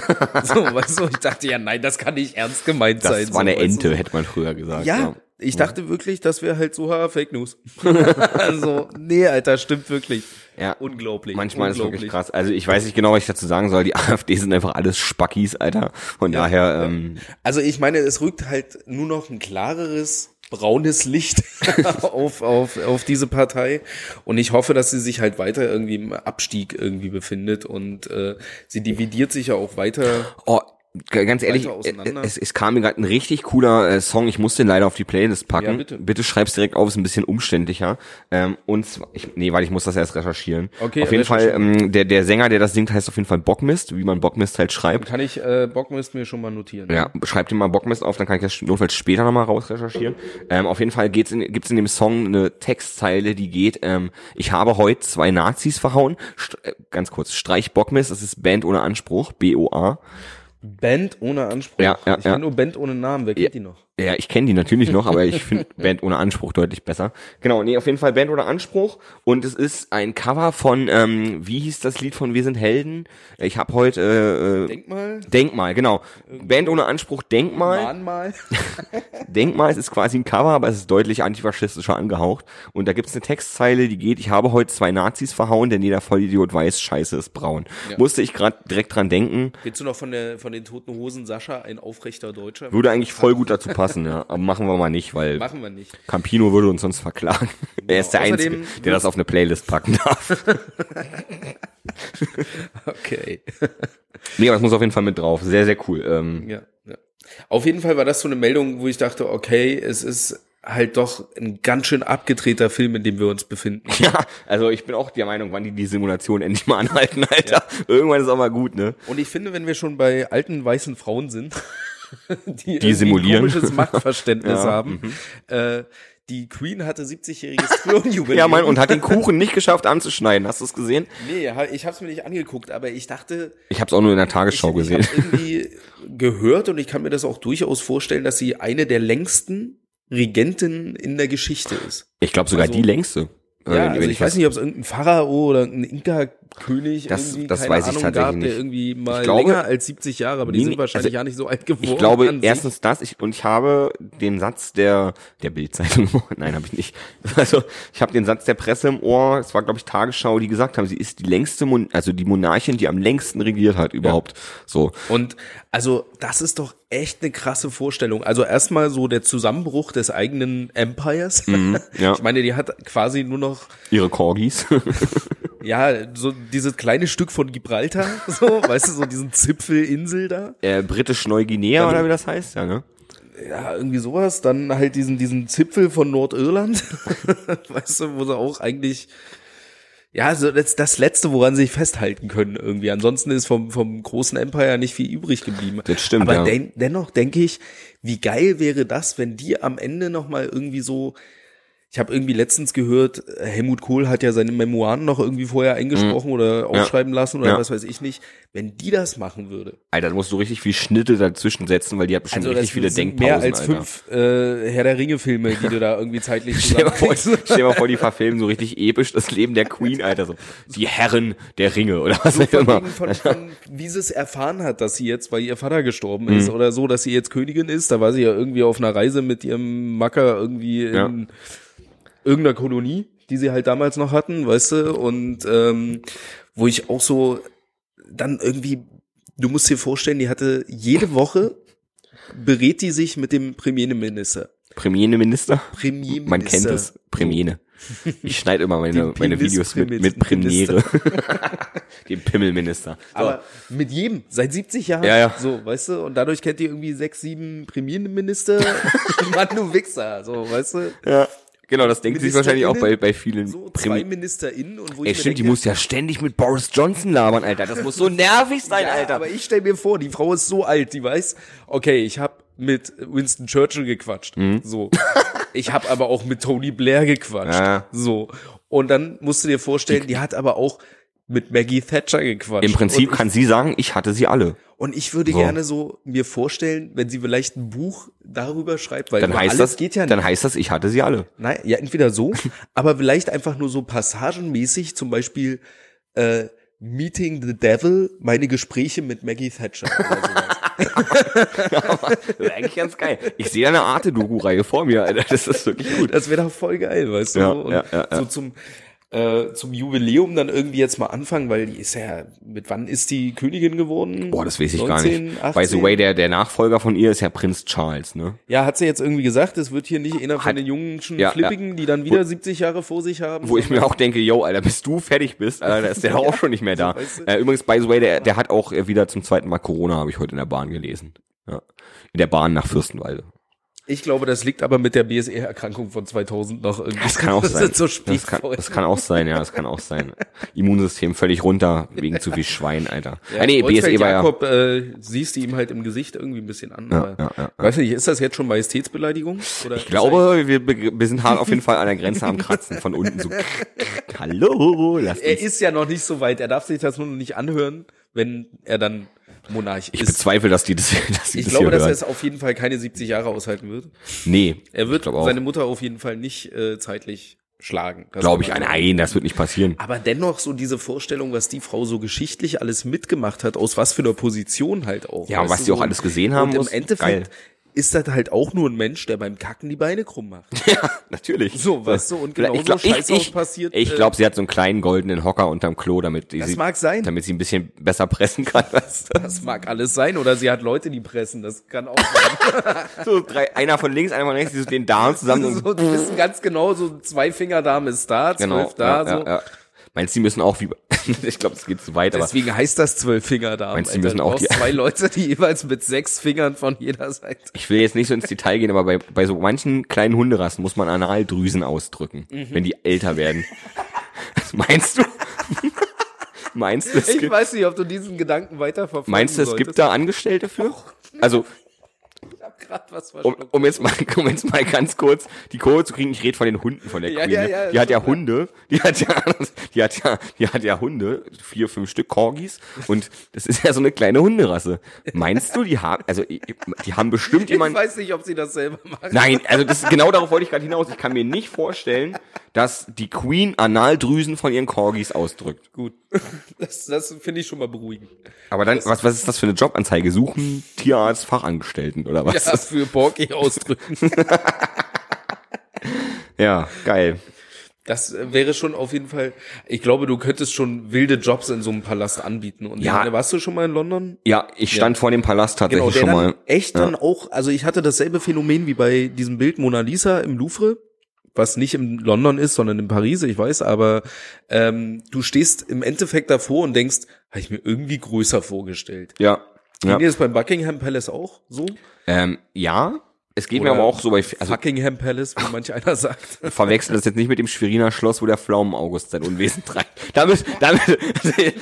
Speaker 2: so, weißt du, ich dachte, ja, nein, das kann nicht ernst gemeint
Speaker 3: das
Speaker 2: sein.
Speaker 3: war
Speaker 2: so,
Speaker 3: eine
Speaker 2: weißt du,
Speaker 3: Ente, hätte man früher gesagt.
Speaker 2: ja, ich dachte wirklich, das wäre halt so ha, Fake News. also, nee, Alter, stimmt wirklich.
Speaker 3: Ja.
Speaker 2: Unglaublich.
Speaker 3: Manchmal ist es
Speaker 2: unglaublich.
Speaker 3: wirklich krass. Also ich weiß nicht genau, was ich dazu sagen soll. Die AfD sind einfach alles Spackis, Alter. Von daher, ähm,
Speaker 2: Also ich meine, es rückt halt nur noch ein klareres braunes Licht auf, auf, auf diese Partei. Und ich hoffe, dass sie sich halt weiter irgendwie im Abstieg irgendwie befindet und äh, sie dividiert sich ja auch weiter.
Speaker 3: Oh, g- ganz ehrlich, äh,
Speaker 2: auseinander.
Speaker 3: es, es kam mir gerade ein richtig cooler äh, Song. Ich muss den leider auf die Playlist packen.
Speaker 2: Ja, bitte.
Speaker 3: schreib's direkt auf, ist ein bisschen umständlicher. Ähm, und zwar, ich, nee, weil ich muss das erst recherchieren.
Speaker 2: Okay,
Speaker 3: auf jeden Fall,
Speaker 2: recherchieren.
Speaker 3: ähm, der, der Sänger, der das singt, heißt auf jeden Fall Bockmist, wie man Bockmist halt schreibt.
Speaker 2: Kann ich äh, Bockmist mir schon mal notieren.
Speaker 3: Ja, schreibt ihm mal Bockmist auf, dann kann ich das notfalls später nochmal rausrecherchieren. Ähm, auf jeden Fall geht's in, gibt's in dem Song eine Textzeile, die geht, ähm, ich habe heute zwei Nazis verhauen. St äh, ganz kurz, Streich Bockmist, das ist Band ohne Anspruch, B-O-A.
Speaker 2: Band ohne Anspruch.
Speaker 3: Ja, ja,
Speaker 2: ich kenne
Speaker 3: ja.
Speaker 2: nur Band ohne Namen. Wer kennt die noch?
Speaker 3: Ja, ich kenne die natürlich noch, aber ich finde Band ohne Anspruch deutlich besser. Genau, nee, auf jeden Fall Band ohne Anspruch. Und es ist ein Cover von, ähm, wie hieß das Lied von Wir sind Helden? Ich habe heute äh, äh,
Speaker 2: Denkmal?
Speaker 3: Denkmal, genau. Band ohne Anspruch Denkmal.
Speaker 2: Mahnmal?
Speaker 3: Denkmal es ist quasi ein Cover, aber es ist deutlich antifaschistischer angehaucht. Und da gibt's eine Textzeile, die geht, ich habe heute zwei Nazis verhauen, denn jeder Vollidiot weiß, Scheiße ist braun. Musste ich gerade direkt dran denken.
Speaker 2: Willst du noch von, der, von den toten Hosen Sascha, ein aufrechter Deutscher?
Speaker 3: Würde eigentlich voll gut dazu passen, ja. Aber machen wir mal nicht, weil
Speaker 2: Machen wir nicht.
Speaker 3: Campino würde uns sonst verklagen. Er ist der
Speaker 2: Außerdem
Speaker 3: Einzige, der das auf eine Playlist packen darf.
Speaker 2: Okay.
Speaker 3: nee, aber es muss auf jeden Fall mit drauf. Sehr, sehr cool. Ähm,
Speaker 2: Ja, ja. Auf jeden Fall war das so eine Meldung, wo ich dachte, okay, es ist halt doch ein ganz schön abgedrehter Film, in dem wir uns befinden.
Speaker 3: Ja, also ich bin auch der Meinung, wann die die Simulation endlich mal anhalten, Alter. Irgendwann ist auch mal gut, ne?
Speaker 2: Und ich finde, wenn wir schon bei alten weißen Frauen sind, die,
Speaker 3: Die simulieren.
Speaker 2: ein komisches Machtverständnis
Speaker 3: Ja, Mhm.
Speaker 2: haben, äh, die Queen hatte 70-jähriges Thronjubiläum.
Speaker 3: Ja, Mann, und hat den Kuchen nicht geschafft anzuschneiden. Hast du es gesehen?
Speaker 2: Nee, ha- ich hab's mir nicht angeguckt, aber ich dachte,
Speaker 3: Ich hab's auch nur in der Tagesschau
Speaker 2: ich,
Speaker 3: gesehen.
Speaker 2: ich habe irgendwie gehört und ich kann mir das auch durchaus vorstellen, dass sie eine der längsten Regenten in der Geschichte ist.
Speaker 3: Ich glaube sogar
Speaker 2: Also-
Speaker 3: die längste. Äh,
Speaker 2: Ja,
Speaker 3: wenn
Speaker 2: also ich weiß
Speaker 3: das-
Speaker 2: nicht, ob es irgendein Pharao oder ein Inka-König
Speaker 3: Das-
Speaker 2: irgendwie,
Speaker 3: das
Speaker 2: keine
Speaker 3: weiß ich
Speaker 2: Ahnung,
Speaker 3: tatsächlich
Speaker 2: gab, der
Speaker 3: nicht.
Speaker 2: irgendwie mal
Speaker 3: Ich glaube-
Speaker 2: länger als 70 Jahre, aber die
Speaker 3: Nee,
Speaker 2: sind
Speaker 3: nee,
Speaker 2: wahrscheinlich
Speaker 3: also
Speaker 2: ja nicht so alt geworden.
Speaker 3: Ich glaube
Speaker 2: an sich.
Speaker 3: erstens das ich, und ich habe den Satz der der Bildzeitung nein habe ich nicht also ich habe den Satz der Presse im Ohr es war glaube ich Tagesschau die gesagt haben sie ist die längste Mon also die Monarchin die am längsten regiert hat überhaupt so
Speaker 2: Und also das ist doch echt eine krasse Vorstellung. Also erstmal so der Zusammenbruch des eigenen Empires.
Speaker 3: Mhm, ja.
Speaker 2: Ich meine, die hat quasi nur noch
Speaker 3: ihre Corgis
Speaker 2: ja so dieses kleine Stück von Gibraltar, so weißt du, so diesen Zipfelinsel da,
Speaker 3: äh, britisch Neuguinea oder wie das heißt ja ne
Speaker 2: ja irgendwie sowas. Dann halt diesen diesen Zipfel von Nordirland, weißt du, wo sie auch eigentlich ja, so das, das letzte, woran sie sich festhalten können irgendwie. Ansonsten ist vom, vom großen Empire nicht viel übrig geblieben.
Speaker 3: Das stimmt,
Speaker 2: Aber
Speaker 3: ja.
Speaker 2: den, dennoch denke ich, wie geil wäre das, wenn die am Ende nochmal irgendwie so, ich habe irgendwie letztens gehört, Helmut Kohl hat ja seine Memoiren noch irgendwie vorher eingesprochen oder aufschreiben lassen oder
Speaker 3: Mhm. Ja.
Speaker 2: was weiß ich nicht. Wenn die das machen würde,
Speaker 3: Alter da musst du richtig viel Schnitte dazwischen setzen weil die hat bestimmt
Speaker 2: also das
Speaker 3: richtig viele
Speaker 2: sind
Speaker 3: Denkpausen
Speaker 2: mehr als
Speaker 3: Alter.
Speaker 2: fünf äh, Herr der Ringe Filme, die du da irgendwie zeitlich
Speaker 3: Stell dir mal vor,
Speaker 2: zusammenkriegst.
Speaker 3: stell dir mal vor, die verfilmen so richtig episch das Leben der Queen, Alter. So, die Herren der Ringe oder was
Speaker 2: so
Speaker 3: auch
Speaker 2: von,
Speaker 3: immer.
Speaker 2: wegen, von, von wie sie es erfahren hat, dass sie jetzt, weil ihr Vater gestorben ist
Speaker 3: Mhm.
Speaker 2: oder so, dass sie jetzt Königin ist. Da war sie ja irgendwie auf einer Reise mit ihrem Macker irgendwie in
Speaker 3: Ja.
Speaker 2: irgendeiner Kolonie, die sie halt damals noch hatten, weißt du? Und ähm, wo ich auch so dann irgendwie, du musst dir vorstellen, die hatte jede Woche berät die sich mit dem Premierminister.
Speaker 3: Premierminister?
Speaker 2: Premierminister.
Speaker 3: Man kennt es. Premiere. Ich schneide immer meine,
Speaker 2: Den
Speaker 3: meine Videos mit, mit Premiere. Dem Pimmelminister. So.
Speaker 2: Aber mit jedem, seit 70 Jahren.
Speaker 3: Ja, ja.
Speaker 2: So, weißt du? Und dadurch kennt ihr irgendwie sechs, sieben Premierminister. Mann, du Wichser. So, weißt du?
Speaker 3: ja. Genau, das denkt sich wahrscheinlich auch bei,
Speaker 2: Ministerinnen,
Speaker 3: bei vielen
Speaker 2: So zwei
Speaker 3: Premi-
Speaker 2: MinisterInnen und wo
Speaker 3: Ey,
Speaker 2: ich mir
Speaker 3: stimmt, die
Speaker 2: denke,
Speaker 3: muss ja ständig mit Boris Johnson labern, Alter. Das muss so nervig sein,
Speaker 2: ja,
Speaker 3: Alter.
Speaker 2: Aber ich stell mir vor, die Frau ist so alt, die weiß, okay, ich hab mit Winston Churchill gequatscht.
Speaker 3: Mhm.
Speaker 2: So. Ich hab aber auch mit Tony Blair gequatscht.
Speaker 3: Ja.
Speaker 2: So. Und dann musst du dir vorstellen, die hat aber auch mit Maggie Thatcher gequatscht.
Speaker 3: Im Prinzip
Speaker 2: und
Speaker 3: kann sie sagen, ich hatte sie alle.
Speaker 2: Und ich würde
Speaker 3: So.
Speaker 2: gerne so mir vorstellen, wenn sie vielleicht ein Buch darüber schreibt, weil
Speaker 3: Dann
Speaker 2: über
Speaker 3: heißt
Speaker 2: alles
Speaker 3: das,
Speaker 2: geht ja
Speaker 3: dann
Speaker 2: nicht.
Speaker 3: heißt das, ich hatte sie alle.
Speaker 2: Nein, ja, entweder so, aber vielleicht einfach nur so passagenmäßig, zum Beispiel äh, Meeting the Devil, meine Gespräche mit Maggie Thatcher. Oder sowas.
Speaker 3: Das ist eigentlich ganz geil. Ich sehe da eine Arte-Doku-Reihe vor mir, Alter. Das ist wirklich gut.
Speaker 2: das wäre doch voll geil, weißt du?
Speaker 3: Ja,
Speaker 2: Und
Speaker 3: ja, ja, ja.
Speaker 2: so zum äh, zum Jubiläum dann irgendwie jetzt mal anfangen, weil die ist ja, mit wann ist die Königin geworden?
Speaker 3: Boah, das weiß ich gar
Speaker 2: 19,
Speaker 3: nicht.
Speaker 2: 18?
Speaker 3: By the way, der, der Nachfolger von ihr ist ja Prinz Charles, ne?
Speaker 2: Ja, hat sie jetzt irgendwie gesagt, es wird hier nicht einer von
Speaker 3: Hat-
Speaker 2: den jungen schon
Speaker 3: ja,
Speaker 2: Flippigen, die dann wieder 70 Jahre vor sich haben.
Speaker 3: Wo ich mir auch denke, yo, Alter, bis du fertig bist, Alter, da ist der auch schon nicht mehr da.
Speaker 2: weißt du?
Speaker 3: Äh, übrigens, by the way, der, der hat auch äh, wieder zum zweiten Mal Corona, habe ich heute in der Bahn gelesen. Ja. In der Bahn nach Fürstenwalde.
Speaker 2: Ich glaube, das liegt aber mit der BSE-Erkrankung von 2000 noch irgendwie.
Speaker 3: Das kann auch
Speaker 2: Das
Speaker 3: sein.
Speaker 2: ist so spät
Speaker 3: das, kann,
Speaker 2: voll.
Speaker 3: das kann auch sein, ja, das kann auch sein. Immunsystem völlig runter, wegen zu viel Schwein, Alter.
Speaker 2: Ja,
Speaker 3: ah, nee, BSE
Speaker 2: Wolfgang
Speaker 3: war ja.
Speaker 2: Jakob, äh, siehst du ihm halt im Gesicht irgendwie ein bisschen an. aber
Speaker 3: ja, ja,
Speaker 2: Weiß nicht, ist das jetzt schon Majestätsbeleidigung? Oder
Speaker 3: Ich glaube, wir, be- wir sind hart auf jeden Fall an der Grenze am Kratzen von unten. So, hallo, lass
Speaker 2: er
Speaker 3: uns.
Speaker 2: ist ja noch nicht so weit. Er darf sich das nur noch nicht anhören, wenn er dann Monarch
Speaker 3: Ich
Speaker 2: ist.
Speaker 3: bezweifle, dass die das, dass die
Speaker 2: Ich
Speaker 3: das
Speaker 2: glaube,
Speaker 3: hier
Speaker 2: dass er
Speaker 3: hören.
Speaker 2: es auf jeden Fall keine 70 Jahre aushalten wird.
Speaker 3: Nee,
Speaker 2: Er wird
Speaker 3: glaub auch.
Speaker 2: seine Mutter auf jeden Fall nicht äh, zeitlich schlagen. Das
Speaker 3: glaube ich,
Speaker 2: kann man sagen. Ah,
Speaker 3: nein, das wird nicht passieren.
Speaker 2: Aber dennoch so diese Vorstellung, was die Frau so geschichtlich alles mitgemacht hat, aus was für einer Position halt auch.
Speaker 3: Ja, und
Speaker 2: weißt
Speaker 3: was
Speaker 2: du,
Speaker 3: die auch
Speaker 2: so.
Speaker 3: alles gesehen haben
Speaker 2: Und
Speaker 3: muss.
Speaker 2: im Endeffekt
Speaker 3: Geil.
Speaker 2: ist das halt auch nur ein Mensch, der beim Kacken die Beine krumm macht.
Speaker 3: Ja, natürlich.
Speaker 2: So, weißt du, und
Speaker 3: Vielleicht-
Speaker 2: genauso scheiße auch passiert,
Speaker 3: Ich
Speaker 2: äh,
Speaker 3: glaube, sie hat so einen kleinen goldenen Hocker unterm Klo, damit die
Speaker 2: Das
Speaker 3: sie,
Speaker 2: mag sein.
Speaker 3: damit sie ein bisschen besser pressen kann. Weißt du?
Speaker 2: Das mag alles sein. Oder sie hat Leute, die pressen. Das kann auch sein.
Speaker 3: So drei, einer von links, einer von rechts, die so
Speaker 2: Also
Speaker 3: den Darm zusammen.
Speaker 2: so, die wissen ganz genau, so zwei Finger Darm ist da, zwölf
Speaker 3: genau,
Speaker 2: da.
Speaker 3: ja,
Speaker 2: so.
Speaker 3: ja, ja. Meinst du, die müssen auch wie, ich glaube, es geht zu weit, aber
Speaker 2: Deswegen heißt das Zwölffinger da.
Speaker 3: Meinst du, die müssen auch die-
Speaker 2: zwei Leute, die jeweils mit sechs Fingern von jeder Seite.
Speaker 3: ich will jetzt nicht so ins Detail gehen, aber bei, bei so manchen kleinen Hunderassen muss man Analdrüsen ausdrücken,
Speaker 2: Mhm.
Speaker 3: wenn die älter werden. Was meinst du? meinst du, es
Speaker 2: Ich
Speaker 3: gibt,
Speaker 2: weiß nicht, ob du diesen Gedanken weiterverfolgen
Speaker 3: meinst du, es gibt da Angestellte für? Also,
Speaker 2: gerade was
Speaker 3: um, um, jetzt mal, um jetzt mal ganz kurz die Kurve zu kriegen, ich rede von den Hunden von der
Speaker 2: Ja,
Speaker 3: Queen.
Speaker 2: ja,
Speaker 3: ne?
Speaker 2: ja,
Speaker 3: die
Speaker 2: ist
Speaker 3: hat ja Hunde, die hat ja, die hat ja, die hat ja Hunde, vier, fünf Stück Corgis und das ist ja so eine kleine Hunderasse. Meinst du, die haben, also die haben bestimmt
Speaker 2: Ich
Speaker 3: jemanden.
Speaker 2: weiß nicht, ob sie das selber machen.
Speaker 3: Nein, also das genau darauf wollte ich gerade hinaus. Ich kann mir nicht vorstellen, dass die Queen Analdrüsen von ihren Corgis ausdrückt.
Speaker 2: Gut, das, das finde ich schon mal beruhigend.
Speaker 3: Aber dann, was, was ist das für eine Jobanzeige? Suchen Tierarzt Fachangestellten oder was?
Speaker 2: Das für Porky ausdrücken.
Speaker 3: ja geil.
Speaker 2: Das äh, wäre schon auf jeden Fall. Ich glaube, du könntest schon wilde Jobs in so einem Palast anbieten. Und
Speaker 3: Ja.
Speaker 2: ja. warst du schon mal in London?
Speaker 3: Ja, ich stand vor dem Palast
Speaker 2: Genau,
Speaker 3: tatsächlich
Speaker 2: der
Speaker 3: schon
Speaker 2: dann
Speaker 3: mal.
Speaker 2: echt dann auch, also ich hatte dasselbe Phänomen wie bei diesem Bild Mona Lisa im Louvre, was nicht in London ist, sondern in Paris, ich weiß, aber ähm, du stehst im Endeffekt davor und denkst, habe ich mir irgendwie größer vorgestellt.
Speaker 3: Ja.
Speaker 2: Ja.
Speaker 3: Ja.
Speaker 2: Ging dir das beim Buckingham Palace auch so?
Speaker 3: Ähm, ja, es geht mir
Speaker 2: Oder
Speaker 3: aber auch so bei, also
Speaker 2: Buckingham Palace, wie manch einer sagt.
Speaker 3: verwechseln das jetzt nicht mit dem Schweriner Schloss, wo der Pflaumenaugust sein Unwesen treibt. Damit, damit,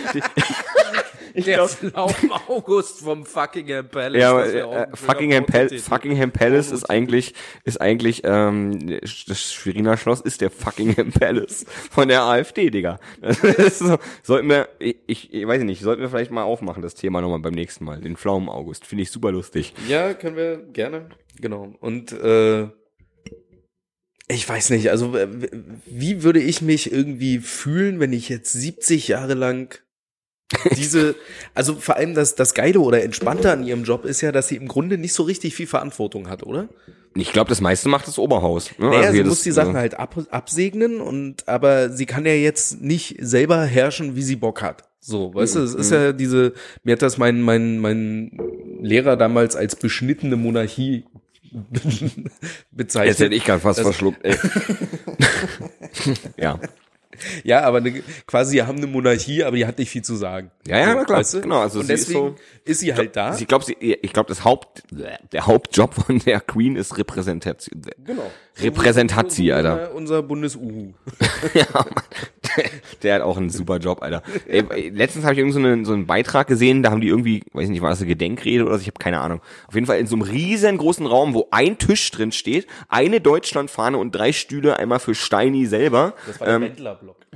Speaker 2: Der Pflaumen August vom Buckingham Palace.
Speaker 3: ja,
Speaker 2: das wär auch ein
Speaker 3: äh,
Speaker 2: schöner
Speaker 3: Fuckingham, Pal
Speaker 2: Folgentitel.
Speaker 3: Fuckingham Palace ist eigentlich, ist eigentlich, ähm, das Schweriner Schloss ist der Fuckingham Palace von der AfD, Digga. Das ist so, sollten wir, ich, ich weiß nicht, sollten wir vielleicht mal aufmachen, das Thema nochmal beim nächsten Mal, den Pflaumenaugust. Finde ich super lustig.
Speaker 2: Ja, können wir gerne. Genau. Und äh, ich weiß nicht, also w- w- wie würde ich mich irgendwie fühlen, wenn ich jetzt 70 Jahre lang diese, also vor allem das, das Geile oder Entspannte an ihrem Job ist ja, dass sie im Grunde nicht so richtig viel Verantwortung hat, oder?
Speaker 3: Ich glaube, das meiste macht das Oberhaus. ne?
Speaker 2: Naja,
Speaker 3: Also
Speaker 2: sie
Speaker 3: hier
Speaker 2: muss
Speaker 3: das,
Speaker 2: die Sachen
Speaker 3: äh,
Speaker 2: halt ab, absegnen und aber sie kann ja jetzt nicht selber herrschen, wie sie Bock hat. So, weißt du, es
Speaker 3: Mhm.
Speaker 2: ist ja diese, mir hat das mein, mein, mein Lehrer damals als beschnittene Monarchie
Speaker 3: Jetzt hätte
Speaker 2: bezeichnet.
Speaker 3: ich gerade fast
Speaker 2: Das-
Speaker 3: verschluckt. Ey. ja.
Speaker 2: Ja, aber eine, quasi, wir haben eine Monarchie, aber die hat nicht viel zu sagen.
Speaker 3: Ja, ja, na klar. Genau, also
Speaker 2: und
Speaker 3: sie ist
Speaker 2: deswegen
Speaker 3: so-
Speaker 2: ist, sie halt da.
Speaker 3: Ich glaube, ich glaub, das Haupt, der Hauptjob von der Queen ist Repräsentation.
Speaker 2: genau.
Speaker 3: Repräsentati,
Speaker 2: So wie
Speaker 3: Alter.
Speaker 2: Unser, unser Bundes-Uhu.
Speaker 3: Der hat auch einen super Job, Alter. Ey, ey, letztens habe ich irgend so einen, so einen Beitrag gesehen, da haben die irgendwie, weiß nicht, war das eine Gedenkrede oder so, ich habe keine Ahnung. Auf jeden Fall in so einem riesengroßen Raum, wo ein Tisch drin steht, eine Deutschlandfahne und drei Stühle, einmal für Steini selber.
Speaker 2: Das war der Wendler-Block.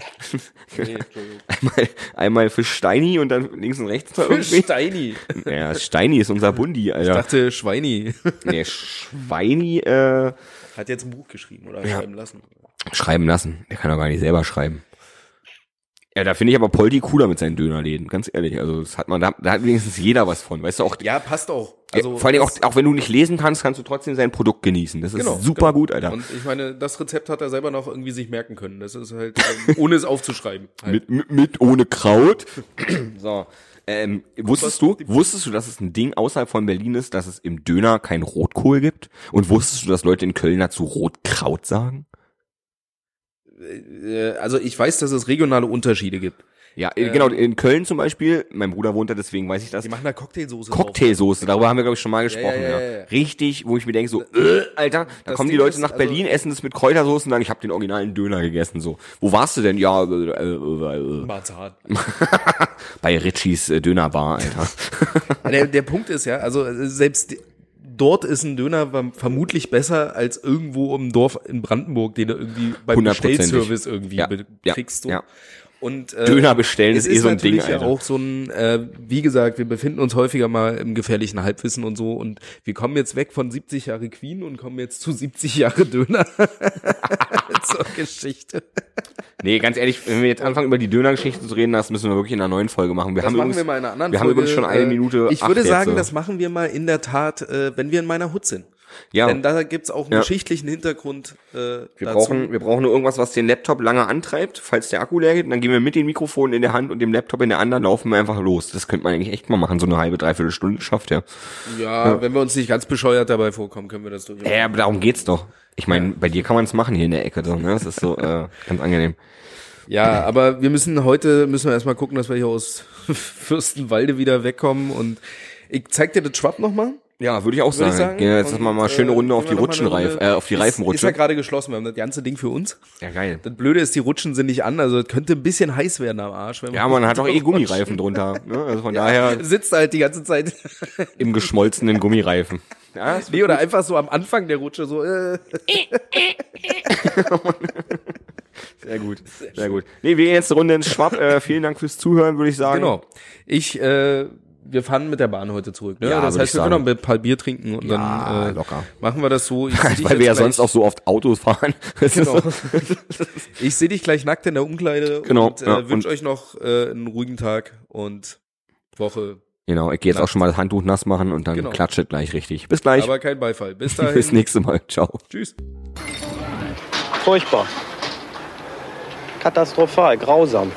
Speaker 2: Nee, Entschuldigung.
Speaker 3: Einmal, einmal für Steini und dann links und rechts. noch irgendwie.
Speaker 2: Steini.
Speaker 3: Ja, Steini ist unser Bundi,
Speaker 2: Ich
Speaker 3: Alter.
Speaker 2: dachte, Schweini.
Speaker 3: Nee, Schweini, äh,
Speaker 2: Hat jetzt ein Buch geschrieben oder schreiben lassen.
Speaker 3: schreiben lassen. Der kann doch gar nicht selber schreiben. Ja, da finde ich aber Poldi cooler mit seinen Dönerläden, ganz ehrlich. Also das hat man, da, da hat wenigstens jeder was von, weißt du auch.
Speaker 2: Ja, passt auch.
Speaker 3: Also, vor allem auch,
Speaker 2: das-
Speaker 3: auch wenn du nicht lesen kannst, kannst du trotzdem sein Produkt genießen. Das ist
Speaker 2: Genau,
Speaker 3: super
Speaker 2: genau.
Speaker 3: gut, Alter.
Speaker 2: Und ich meine, das Rezept hat er selber noch irgendwie sich merken können. Das ist halt, ähm, ohne es aufzuschreiben. Halt.
Speaker 3: mit, mit, mit ohne Kraut. so. Ähm, wusstest du, wusstest du, dass es ein Ding außerhalb von Berlin ist, dass es im Döner kein Rotkohl gibt? Und wusstest du, dass Leute in Köln dazu Rotkraut sagen?
Speaker 2: Äh, Also ich weiß, dass es regionale Unterschiede gibt.
Speaker 3: Ja, äh, genau, in Köln zum Beispiel, mein Bruder wohnt da, deswegen weiß ich das.
Speaker 2: Die machen da Cocktailsoße drauf.
Speaker 3: Cocktailsoße, darüber haben wir, glaube ich, schon mal gesprochen. Ja,
Speaker 2: ja, ja, ja.
Speaker 3: Richtig, wo ich mir denke, so, äh, Alter, da
Speaker 2: das
Speaker 3: kommen die
Speaker 2: Ding
Speaker 3: Leute
Speaker 2: ist,
Speaker 3: nach
Speaker 2: also-
Speaker 3: Berlin, essen das mit Kräutersoßen und sagen, ich habe den originalen Döner gegessen. So, wo warst du denn? Ja, äh, äh, äh,
Speaker 2: Marzahn.
Speaker 3: bei Richies äh, Dönerbar, Alter.
Speaker 2: Der, der Punkt ist ja, also äh, selbst die- dort ist ein Döner verm- vermutlich besser als irgendwo im Dorf in Brandenburg, den du irgendwie beim
Speaker 3: Hundertprozentig.
Speaker 2: Bestellservice irgendwie
Speaker 3: Ja,
Speaker 2: be-
Speaker 3: ja,
Speaker 2: kriegst. So.
Speaker 3: ja.
Speaker 2: Und, äh,
Speaker 3: Döner bestellen
Speaker 2: es
Speaker 3: ist eh so ein Ding,
Speaker 2: natürlich
Speaker 3: Alter.
Speaker 2: ja auch so ein, äh, wie gesagt, wir befinden uns häufiger mal im gefährlichen Halbwissen und so und wir kommen jetzt weg von 70 Jahre Queen und kommen jetzt zu 70 Jahre Döner zur Geschichte.
Speaker 3: Nee, ganz ehrlich, wenn wir jetzt anfangen, über die Dönergeschichten zu reden, das müssen wir wirklich in einer neuen Folge machen. Wir
Speaker 2: Das
Speaker 3: haben
Speaker 2: machen
Speaker 3: übrigens,
Speaker 2: wir mal in einer anderen
Speaker 3: Wir haben
Speaker 2: Folge.
Speaker 3: übrigens schon eine
Speaker 2: Äh,
Speaker 3: Minute.
Speaker 2: Ich
Speaker 3: acht
Speaker 2: würde
Speaker 3: jetzt,
Speaker 2: sagen,
Speaker 3: so.
Speaker 2: das machen wir mal in der Tat, äh, wenn wir in meiner Hut sind.
Speaker 3: ja,
Speaker 2: Denn da gibt's auch einen
Speaker 3: Ja.
Speaker 2: geschichtlichen Hintergrund äh, wir
Speaker 3: wir brauchen, wir brauchen nur irgendwas, was den Laptop lange antreibt, falls der Akku leer geht, und dann gehen wir mit den Mikrofonen in der Hand und dem Laptop in der anderen, laufen wir einfach los. Das könnte man eigentlich echt mal machen, so eine halbe, dreiviertel Stunde schafft ja.
Speaker 2: Ja, wenn wir uns nicht ganz bescheuert dabei vorkommen, können wir das durchaus.
Speaker 3: Ja, aber darum geht's doch. Ich meine, bei dir kann man es machen hier in der Ecke, so, ne? Das ist so äh, ganz angenehm.
Speaker 2: Ja, aber wir müssen heute, müssen wir erstmal gucken, dass wir hier aus Fürstenwalde wieder wegkommen und ich zeig dir das Schwapp nochmal.
Speaker 3: Ja, würde ich auch sagen. äh,
Speaker 2: Würde ich sagen. äh,
Speaker 3: Gehen wir jetzt mal mal eine schöne Runde auf die Rutschenreif,
Speaker 2: Rutschenreifen,
Speaker 3: äh, auf die
Speaker 2: Ist, ist ja
Speaker 3: Reifenrutsche.
Speaker 2: gerade geschlossen, wir haben das ganze Ding für uns.
Speaker 3: Ja, geil.
Speaker 2: Das Blöde ist, die Rutschen sind nicht an, also es könnte ein bisschen heiß werden am Arsch. Wenn
Speaker 3: Ja, man hat auch eh Gummireifen drunter. Ne? Also von daher
Speaker 2: sitzt halt die ganze Zeit.
Speaker 3: im geschmolzenen Gummireifen. Ja,
Speaker 2: Nee, oder einfach so am Anfang der Rutsche so. Äh.
Speaker 3: sehr gut. Sehr gut. Nee, wir gehen jetzt eine Runde ins Schwapp. Äh, vielen Dank fürs Zuhören, würde ich sagen.
Speaker 2: Genau. Ich, äh, wir fahren mit der Bahn heute zurück. Ne?
Speaker 3: Ja,
Speaker 2: das
Speaker 3: würd
Speaker 2: heißt,
Speaker 3: ich
Speaker 2: wir können
Speaker 3: sagen.
Speaker 2: noch ein paar Bier trinken und
Speaker 3: Ah,
Speaker 2: dann äh,
Speaker 3: locker.
Speaker 2: machen wir das so. Ich seh dich
Speaker 3: Weil wir ja
Speaker 2: jetzt
Speaker 3: sonst auch
Speaker 2: gleich-
Speaker 3: so oft Autos fahren. Das ist
Speaker 2: Genau.
Speaker 3: so-
Speaker 2: Ich sehe dich gleich nackt in der Umkleide
Speaker 3: Genau,
Speaker 2: und äh,
Speaker 3: ja,
Speaker 2: wünsche
Speaker 3: und-
Speaker 2: euch noch äh, einen ruhigen Tag und Woche.
Speaker 3: Genau, ich gehe jetzt auch schon mal das Handtuch nass machen und dann
Speaker 2: Genau.
Speaker 3: klatscht es gleich richtig. Bis gleich.
Speaker 2: Aber kein Beifall. Bis dahin.
Speaker 3: Bis nächste Mal. Ciao.
Speaker 2: Tschüss.
Speaker 4: Furchtbar. Katastrophal, grausam.